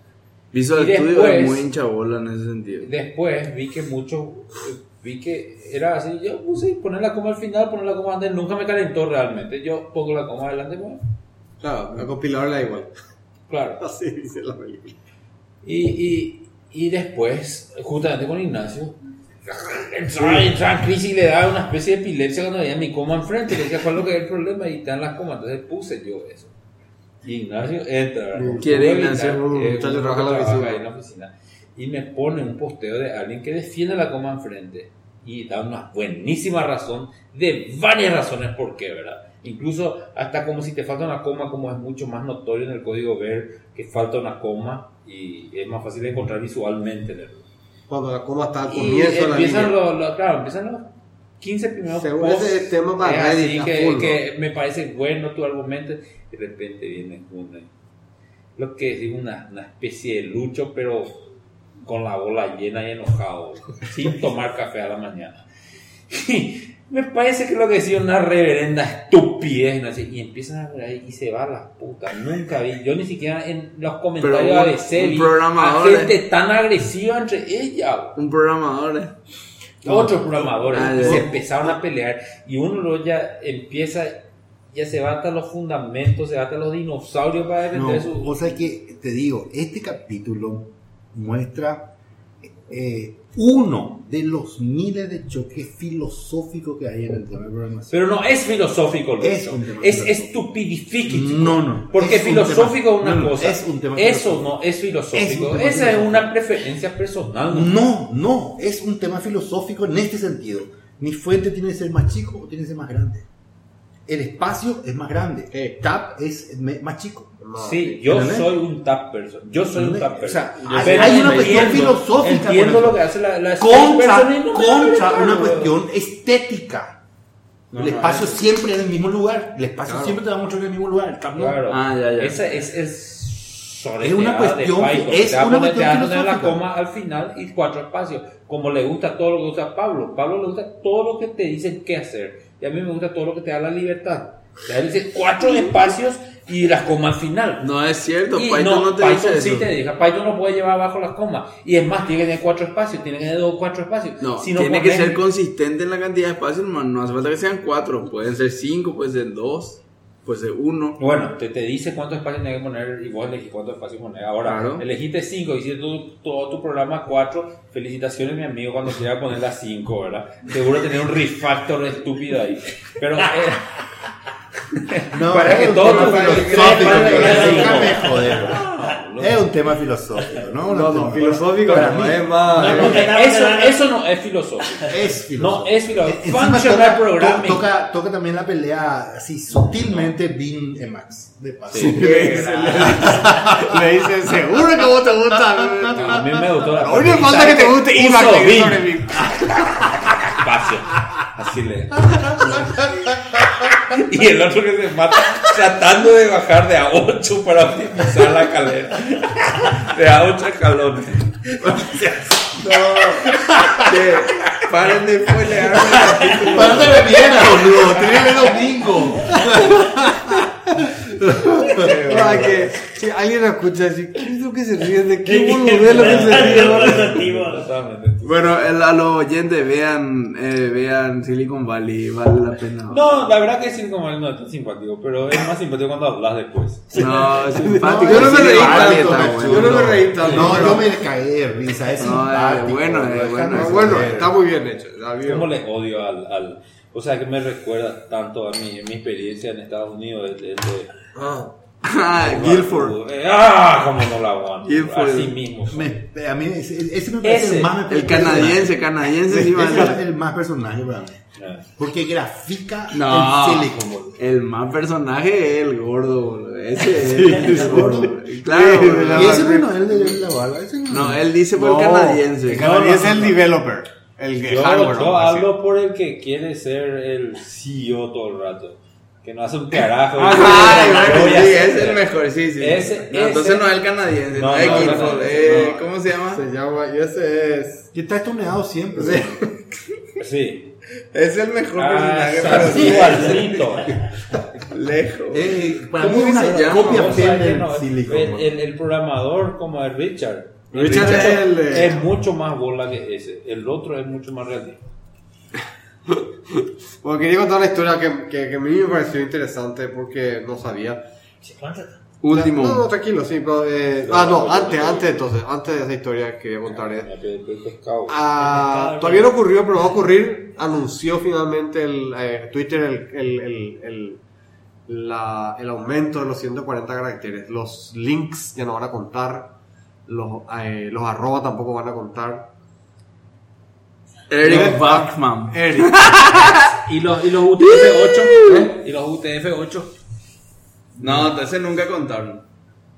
[SPEAKER 1] Visual
[SPEAKER 6] Y
[SPEAKER 1] Studio es
[SPEAKER 6] después-
[SPEAKER 1] muy hincha bola en ese sentido.
[SPEAKER 6] Después vi que mucho, eh, vi que era así, yo puse poner la coma al final, poner la coma antes, nunca me calentó realmente. Yo pongo la coma adelante, bueno,
[SPEAKER 3] Claro, la compiladora la igual.
[SPEAKER 6] claro.
[SPEAKER 3] Así dice la película.
[SPEAKER 6] Y, y, y después, justamente con Ignacio, entraba, entraba en crisis y le daba una especie de epilepsia cuando veía mi coma enfrente. Le decía, ¿cuál es lo que es el problema? Y están las comas, entonces puse yo eso. Y Ignacio entra. ¿verdad?
[SPEAKER 1] ¿Quiere
[SPEAKER 6] Luego
[SPEAKER 1] Ignacio?
[SPEAKER 6] Ignacio, eh,
[SPEAKER 3] Muchacho,
[SPEAKER 6] uno
[SPEAKER 3] trabaja en la
[SPEAKER 6] que trabaja
[SPEAKER 3] oficina.
[SPEAKER 6] ahí en la oficina. Y me pone un posteo de alguien que defiende la coma enfrente. Y da una buenísima razón, de varias razones por qué, ¿verdad? Incluso hasta como si te falta una coma, como es mucho más notorio en el código ver que falta una coma y es más fácil de encontrar visualmente. ¿verdad?
[SPEAKER 3] Cuando la coma está al
[SPEAKER 6] Y
[SPEAKER 3] comienzo de la
[SPEAKER 6] empiezan
[SPEAKER 3] línea.
[SPEAKER 6] los, los- claro, empiezan los 15 primeros
[SPEAKER 3] Seguro ese es tema para
[SPEAKER 6] es así
[SPEAKER 3] Reddit, a
[SPEAKER 6] que,
[SPEAKER 3] full,
[SPEAKER 6] que me parece bueno tu argumento. De repente viene una, lo que es digo, una, una especie de lucho, pero con la bola llena y enojado, <laughs> sin tomar café a la mañana. <laughs> me parece que lo que es una reverenda estupidez. ¿no? Así, Y empiezan a hablar y se va a la puta. Nunca vi, yo ni siquiera en los comentarios
[SPEAKER 1] Pero un-
[SPEAKER 6] a veces
[SPEAKER 1] un
[SPEAKER 6] vi a
[SPEAKER 3] ¿eh?
[SPEAKER 1] programador,
[SPEAKER 6] gente tan agresiva entre ellas.
[SPEAKER 1] Un programador. eh.
[SPEAKER 6] Otros programadores
[SPEAKER 1] Ah,
[SPEAKER 6] y
[SPEAKER 1] ya.
[SPEAKER 6] se empezaron a pelear y uno luego ya empieza, ya se va hasta los fundamentos, se va hasta los dinosaurios para
[SPEAKER 2] No,
[SPEAKER 6] defender su...
[SPEAKER 2] o sea que te digo, este capítulo muestra eh, uno de los miles de choques filosóficos que hay en el tema de programación.
[SPEAKER 6] Pero no es filosófico, Lucho.
[SPEAKER 2] Es
[SPEAKER 6] Es,
[SPEAKER 2] un tema
[SPEAKER 6] es
[SPEAKER 2] filosófico.
[SPEAKER 6] estupidifíquico.
[SPEAKER 2] No, no.
[SPEAKER 6] Porque
[SPEAKER 2] Es un
[SPEAKER 6] filosófico
[SPEAKER 2] tema-
[SPEAKER 6] es una
[SPEAKER 2] no, no,
[SPEAKER 6] cosa.
[SPEAKER 2] es un tema
[SPEAKER 6] Eso
[SPEAKER 2] filosófico.
[SPEAKER 6] no es
[SPEAKER 2] Es
[SPEAKER 6] filosófico.
[SPEAKER 2] un tema
[SPEAKER 6] Esa es
[SPEAKER 2] filosófico.
[SPEAKER 6] una preferencia personal. ¿no?
[SPEAKER 2] No, no, es un tema filosófico en este sentido. Mi fuente tiene que ser más chico o tiene que ser más grande. El espacio es más grande.
[SPEAKER 3] Sí.
[SPEAKER 2] Tab es me- más chico.
[SPEAKER 6] Sí, yo
[SPEAKER 2] ¿Entendés?
[SPEAKER 6] soy un tap person. Yo soy un tap
[SPEAKER 2] O
[SPEAKER 6] person.
[SPEAKER 2] sea,
[SPEAKER 6] Yo
[SPEAKER 2] hay-
[SPEAKER 6] pero
[SPEAKER 2] hay una cuestión filosófica con
[SPEAKER 6] Entiendo
[SPEAKER 2] eso.
[SPEAKER 6] lo que hace la, la
[SPEAKER 2] Contra,
[SPEAKER 6] person y no me vale,
[SPEAKER 2] contra
[SPEAKER 6] claro,
[SPEAKER 2] una
[SPEAKER 6] bro.
[SPEAKER 2] cuestión estética.
[SPEAKER 6] No,
[SPEAKER 2] el
[SPEAKER 6] no,
[SPEAKER 2] espacio
[SPEAKER 6] es-
[SPEAKER 2] siempre es el mismo lugar. El espacio siempre te da mucho en el mismo lugar. El tab no.
[SPEAKER 6] Claro.
[SPEAKER 1] Ah, ya, ya.
[SPEAKER 6] Esa es,
[SPEAKER 2] Es
[SPEAKER 6] es,
[SPEAKER 2] una
[SPEAKER 6] soreteada
[SPEAKER 2] cuestión-
[SPEAKER 6] de Python.
[SPEAKER 2] es
[SPEAKER 6] Te va a
[SPEAKER 2] una
[SPEAKER 6] poner- te
[SPEAKER 2] cuestión
[SPEAKER 6] va a poner la
[SPEAKER 2] filosófica.
[SPEAKER 6] coma al final y cuatro espacios. Como le gusta todo lo que gusta a Pablo. Pablo le gusta todo lo que te dicen qué hacer. Y a mí me gusta todo lo que te da la libertad. Y a él dice cuatro espacios y las comas al final.
[SPEAKER 1] No es cierto,
[SPEAKER 6] Y
[SPEAKER 1] Python no, te
[SPEAKER 6] Python
[SPEAKER 1] dice
[SPEAKER 6] sí
[SPEAKER 1] eso.
[SPEAKER 6] te deja. Python no puede llevar abajo las comas. Y es más, tiene que tener cuatro espacios, tiene que tener dos, cuatro espacios.
[SPEAKER 1] No,
[SPEAKER 6] Si
[SPEAKER 1] tiene que
[SPEAKER 6] pones-
[SPEAKER 1] ser consistente en la cantidad de espacios, hermano. No hace falta que sean cuatro. Pueden ser cinco, pueden ser dos, puede ser uno.
[SPEAKER 6] Bueno, te, te dice cuántos espacios tienes que poner y vos elegís cuántos espacios poner. Ahora,
[SPEAKER 1] Claro.
[SPEAKER 6] elegiste 5, hiciste tu- todo tu programa 4. Felicitaciones, mi amigo, cuando quiera poner las 5, ¿verdad? Seguro tener un refactor estúpido ahí. Pero, eh,
[SPEAKER 2] No,
[SPEAKER 6] Para
[SPEAKER 2] es
[SPEAKER 6] que
[SPEAKER 2] un
[SPEAKER 6] todo
[SPEAKER 2] tema
[SPEAKER 6] tu-
[SPEAKER 2] filosófico,
[SPEAKER 6] para que-
[SPEAKER 2] pero
[SPEAKER 6] para que-
[SPEAKER 2] déjame joder. Es un tema filosófico, ¿no? Un tema
[SPEAKER 1] filosófico
[SPEAKER 2] para
[SPEAKER 1] no
[SPEAKER 2] mí
[SPEAKER 1] es más.
[SPEAKER 6] no, porque eso, eso no es filosofía.
[SPEAKER 2] Es filosófico.
[SPEAKER 6] No es filosofía.
[SPEAKER 2] Encima
[SPEAKER 6] Functional
[SPEAKER 2] toca-
[SPEAKER 6] programming.
[SPEAKER 2] to- toca, toca también la pelea así sutilmente Bin y Max. De paso.
[SPEAKER 6] Sí.
[SPEAKER 3] Le dicen, seguro que vos te <laughs> gusta.
[SPEAKER 6] A mí me gustó la
[SPEAKER 3] Lo único que falta es que te guste
[SPEAKER 6] Uso
[SPEAKER 3] Imax que
[SPEAKER 6] Bing.
[SPEAKER 3] sobre Bing.
[SPEAKER 6] espacio. Así le. <laughs> y el otro que se mata tratando de bajar de a 8 para optimizar la calera. De a 8 escalones.
[SPEAKER 1] Paren de spoilear.
[SPEAKER 2] Para de la mierda, boludo. Tenía que ver domingo.
[SPEAKER 3] Ah, que si alguien lo escucha así, ¿qué es lo que se ríen? ¿De <laughs> qué boludez lo que se ríen?
[SPEAKER 4] Pero
[SPEAKER 6] Totalmente.
[SPEAKER 1] Bueno, el- a los oyentes, vean, eh, vean Silicon Valley, vale la pena.
[SPEAKER 6] No, la verdad que sí, como él no es tan simpático, pero es más simpático cuando hablas después.
[SPEAKER 1] No, es simpático.
[SPEAKER 3] Yo no me
[SPEAKER 1] Sí,
[SPEAKER 3] reí
[SPEAKER 1] vale,
[SPEAKER 3] tanto,
[SPEAKER 1] está
[SPEAKER 3] macho.
[SPEAKER 1] bueno.
[SPEAKER 3] Yo no me
[SPEAKER 1] <laughs>
[SPEAKER 3] reí tanto.
[SPEAKER 2] No, yo me caí de risa. Es
[SPEAKER 1] No, es
[SPEAKER 2] simpático,
[SPEAKER 1] bueno, es
[SPEAKER 2] boludo,
[SPEAKER 1] bueno,
[SPEAKER 2] déjame
[SPEAKER 1] es
[SPEAKER 3] Ah, Bueno,
[SPEAKER 2] joder.
[SPEAKER 3] está muy bien hecho. está bien.
[SPEAKER 6] ¿Cómo le odio al, al- O sea, que me recuerda tanto a mi, mi experiencia en Estados Unidos. el- el de-
[SPEAKER 1] Ah,
[SPEAKER 3] <laughs>
[SPEAKER 1] Guilford.
[SPEAKER 6] Eh, ¡Ah! Como no la aguanto.
[SPEAKER 1] Guilford.
[SPEAKER 6] Así mismo.
[SPEAKER 2] Me- a mí ese, ese me parece
[SPEAKER 6] Ese,
[SPEAKER 2] el más
[SPEAKER 1] El canadiense, canadiense sí
[SPEAKER 2] <laughs> Ese
[SPEAKER 3] <laughs>
[SPEAKER 2] es
[SPEAKER 1] vale.
[SPEAKER 2] el más personaje para mí.
[SPEAKER 6] Ah.
[SPEAKER 2] Porque grafica
[SPEAKER 1] No.
[SPEAKER 2] el Silicon, boludo.
[SPEAKER 1] El más personaje es el gordo, boludo. Ese es el gordo. Claro,
[SPEAKER 3] <laughs> Sí,
[SPEAKER 1] boludo.
[SPEAKER 2] Y ese no es el de la barba, ese no.
[SPEAKER 1] No, él dice por el canadiense.
[SPEAKER 3] El canadiense es el developer. El
[SPEAKER 1] Eh,
[SPEAKER 6] Yo,
[SPEAKER 3] hardware.
[SPEAKER 6] yo
[SPEAKER 3] vamos a decir.
[SPEAKER 6] hablo por el que quiere ser el CEO todo el rato. Que no hace un carajo.
[SPEAKER 1] <laughs> Ah,
[SPEAKER 6] Yo
[SPEAKER 1] ay,
[SPEAKER 6] voy a
[SPEAKER 1] bueno, sí,
[SPEAKER 6] hacer-
[SPEAKER 1] es el mejor, sí, sí.
[SPEAKER 6] Ese-
[SPEAKER 1] No, entonces
[SPEAKER 6] ese-
[SPEAKER 1] no es el canadiense,
[SPEAKER 6] No,
[SPEAKER 1] no, es
[SPEAKER 6] no,
[SPEAKER 1] Guilford.
[SPEAKER 6] no, no,
[SPEAKER 1] eh,
[SPEAKER 6] no.
[SPEAKER 1] ¿Cómo se llama?
[SPEAKER 3] Se llama, y ese es.
[SPEAKER 2] Que está estoneado siempre.
[SPEAKER 6] Sí.
[SPEAKER 1] Es el mejor
[SPEAKER 6] Ah,
[SPEAKER 1] personaje, pero
[SPEAKER 6] así igualito.
[SPEAKER 1] lejos.
[SPEAKER 2] Eh, para mí
[SPEAKER 1] ¿Cómo que
[SPEAKER 2] es una
[SPEAKER 1] se llama?
[SPEAKER 2] copia
[SPEAKER 6] Vos sabés
[SPEAKER 2] fiel
[SPEAKER 6] que
[SPEAKER 2] del
[SPEAKER 6] no, eh,
[SPEAKER 2] Silicon.
[SPEAKER 6] el,
[SPEAKER 2] boludo.
[SPEAKER 6] el- el programador como el Richard.
[SPEAKER 1] Richard es el, eh,
[SPEAKER 6] es mucho más bola que ese. El otro es mucho más realista.
[SPEAKER 1] Eh.
[SPEAKER 3] Bueno, quería contar una historia que, que, que a mí me pareció interesante porque no sabía.
[SPEAKER 1] Último.
[SPEAKER 3] No, no, tranquilo, sí, pero. eh, ah, no, antes, antes entonces, antes de esa historia quería contar. eh. Ah, todavía no ocurrió, pero va a ocurrir. Anunció finalmente el, eh, Twitter el, el, el, el- la- el aumento de los 140 caracteres. Los links ya no van a contar. Los, eh, los arroba tampoco van a contar.
[SPEAKER 1] Eric Bachman.
[SPEAKER 3] Eric,
[SPEAKER 6] ¿Y los, y los UTF-8? ¿eh? ¿Y los UTF-8?
[SPEAKER 1] No, entonces nunca contaron.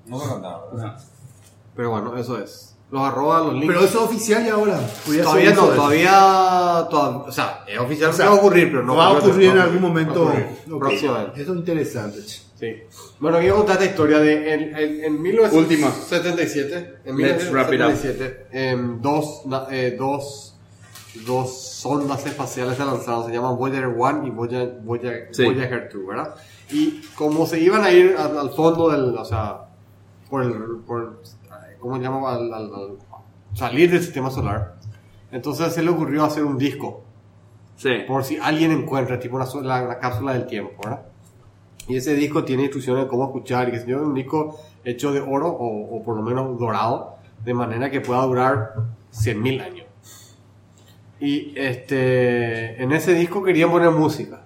[SPEAKER 6] No se contaron.
[SPEAKER 3] <laughs> Pero bueno, eso es. Los arroba, los links.
[SPEAKER 2] Pero eso es oficial ya ahora. Podía
[SPEAKER 3] todavía
[SPEAKER 2] ser
[SPEAKER 3] no,
[SPEAKER 2] uso de eso.
[SPEAKER 3] todavía, toda- O sea, es oficial,
[SPEAKER 2] O sea,
[SPEAKER 3] no va a ocurrir, pero no
[SPEAKER 2] va a
[SPEAKER 3] ocurrió,
[SPEAKER 2] ocurrir en
[SPEAKER 3] no,
[SPEAKER 2] algún
[SPEAKER 3] no
[SPEAKER 2] momento.
[SPEAKER 3] ocurrió.
[SPEAKER 2] Ok.
[SPEAKER 3] Próximamente.
[SPEAKER 2] Eso es interesante. che.
[SPEAKER 3] Sí. Bueno, quiero contar esta historia de en, en, en
[SPEAKER 1] Última.
[SPEAKER 3] 1977. En
[SPEAKER 1] Let's wrap it up.
[SPEAKER 3] 1977, em, dos, na- eh, dos, dos sondas espaciales se lanzaron, se llaman Voyager 1 y Voyager, Voyager,
[SPEAKER 1] Sí.
[SPEAKER 3] Voyager 2, ¿verdad? Y como se iban a ir al, al fondo del, o sea, por el, por, ¿cómo se llama? Al- al- al salir del sistema solar. Entonces se le ocurrió hacer un disco
[SPEAKER 1] Sí.
[SPEAKER 3] por si alguien encuentra, tipo una, sola- una cápsula del tiempo, ¿verdad? Y ese disco tiene instrucciones de cómo escuchar, y que sé yo, un disco hecho de oro o, o por lo menos dorado, de manera que pueda durar 100.000 años. Y este, en ese disco querían poner música.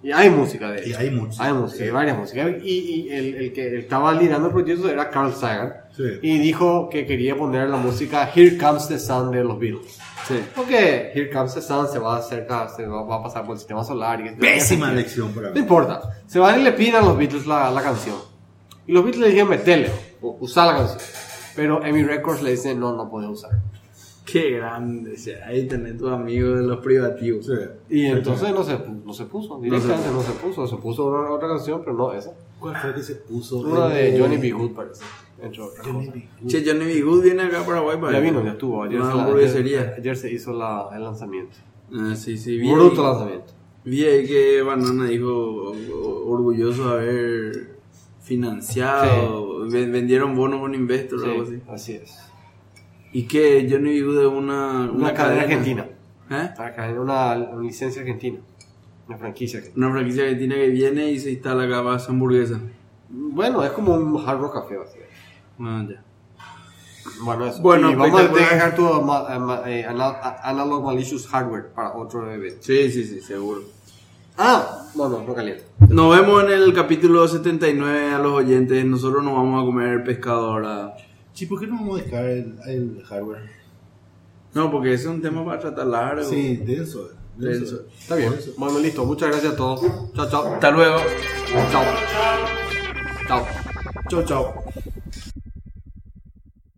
[SPEAKER 3] Y hay música Ah, de
[SPEAKER 2] Y
[SPEAKER 3] hecho.
[SPEAKER 2] hay muchos.
[SPEAKER 3] Hay música, hay varias músicas. Y, y el, el que estaba liderando el proyecto era Carl Sagan.
[SPEAKER 2] Sí.
[SPEAKER 3] Y dijo que quería poner la música Here Comes the Sun de los Beatles.
[SPEAKER 1] Sí.
[SPEAKER 3] Porque Here Comes the Sun se va a acercar, se va, va a pasar por el sistema solar. Y
[SPEAKER 2] Pésima elección para
[SPEAKER 3] No
[SPEAKER 2] mí.
[SPEAKER 3] importa. Se van y le piden a los Beatles la, la canción. Y los Beatles le dijeron, metele, o usa la canción. Pero Emmy Records le dice, no, no puedes usar.
[SPEAKER 1] Qué grande. o sea, ahí tenés tus amigos de los privativos.
[SPEAKER 2] Sí.
[SPEAKER 3] Y entonces no se, pu- no se puso, directamente no se puso. Se puso una- otra canción, pero no esa.
[SPEAKER 2] ¿Cuál fue que se puso?
[SPEAKER 3] Una de Johnny B. Good, parece. Entre otras
[SPEAKER 2] Johnny
[SPEAKER 3] cosas.
[SPEAKER 2] B.
[SPEAKER 1] Che, Johnny B. Good viene acá a Paraguay para
[SPEAKER 3] Ya vino, ya estuvo. Ayer,
[SPEAKER 1] Una
[SPEAKER 3] se la-
[SPEAKER 1] hamburguesería.
[SPEAKER 3] ayer se hizo la- el lanzamiento.
[SPEAKER 1] Ah, sí, sí. Vi
[SPEAKER 3] Bruto
[SPEAKER 1] ahí-
[SPEAKER 3] lanzamiento.
[SPEAKER 1] Vi ahí que Banana dijo o- orgulloso de haber financiado, ven- vendieron bonos con Investor o algo así.
[SPEAKER 3] Sí, así es.
[SPEAKER 1] Y que Johnny B. Good es una, una,
[SPEAKER 3] Una cadena argentina.
[SPEAKER 1] ¿Eh?
[SPEAKER 3] Acá en una, una licencia argentina, una franquicia.
[SPEAKER 1] Una franquicia argentina que viene y se instala acá para hacer hamburguesa.
[SPEAKER 3] Bueno, es como un hard rock café, básicamente.
[SPEAKER 1] Ah, ya.
[SPEAKER 3] Bueno, eso.
[SPEAKER 1] Bueno,
[SPEAKER 3] y vamos a
[SPEAKER 1] espectacular.
[SPEAKER 3] dejar tu ma- eh, ma- eh, ana- a- Analog Malicious Hardware para otro evento.
[SPEAKER 1] Sí, sí, sí, seguro.
[SPEAKER 3] Ah, no, no, no caliente.
[SPEAKER 1] Nos vemos en el capítulo 79 a los oyentes. Nosotros no vamos a comer pescado ahora.
[SPEAKER 2] Che, ¿por qué no vamos a dejar el, el hardware?
[SPEAKER 1] No, porque ese es un tema para tratar largo.
[SPEAKER 2] Sí, denso. Denso.
[SPEAKER 3] Está bien. Bueno, listo. Muchas gracias a todos. Chao, chao.
[SPEAKER 1] Hasta luego.
[SPEAKER 3] Chao. Chao.
[SPEAKER 2] Chao, chao.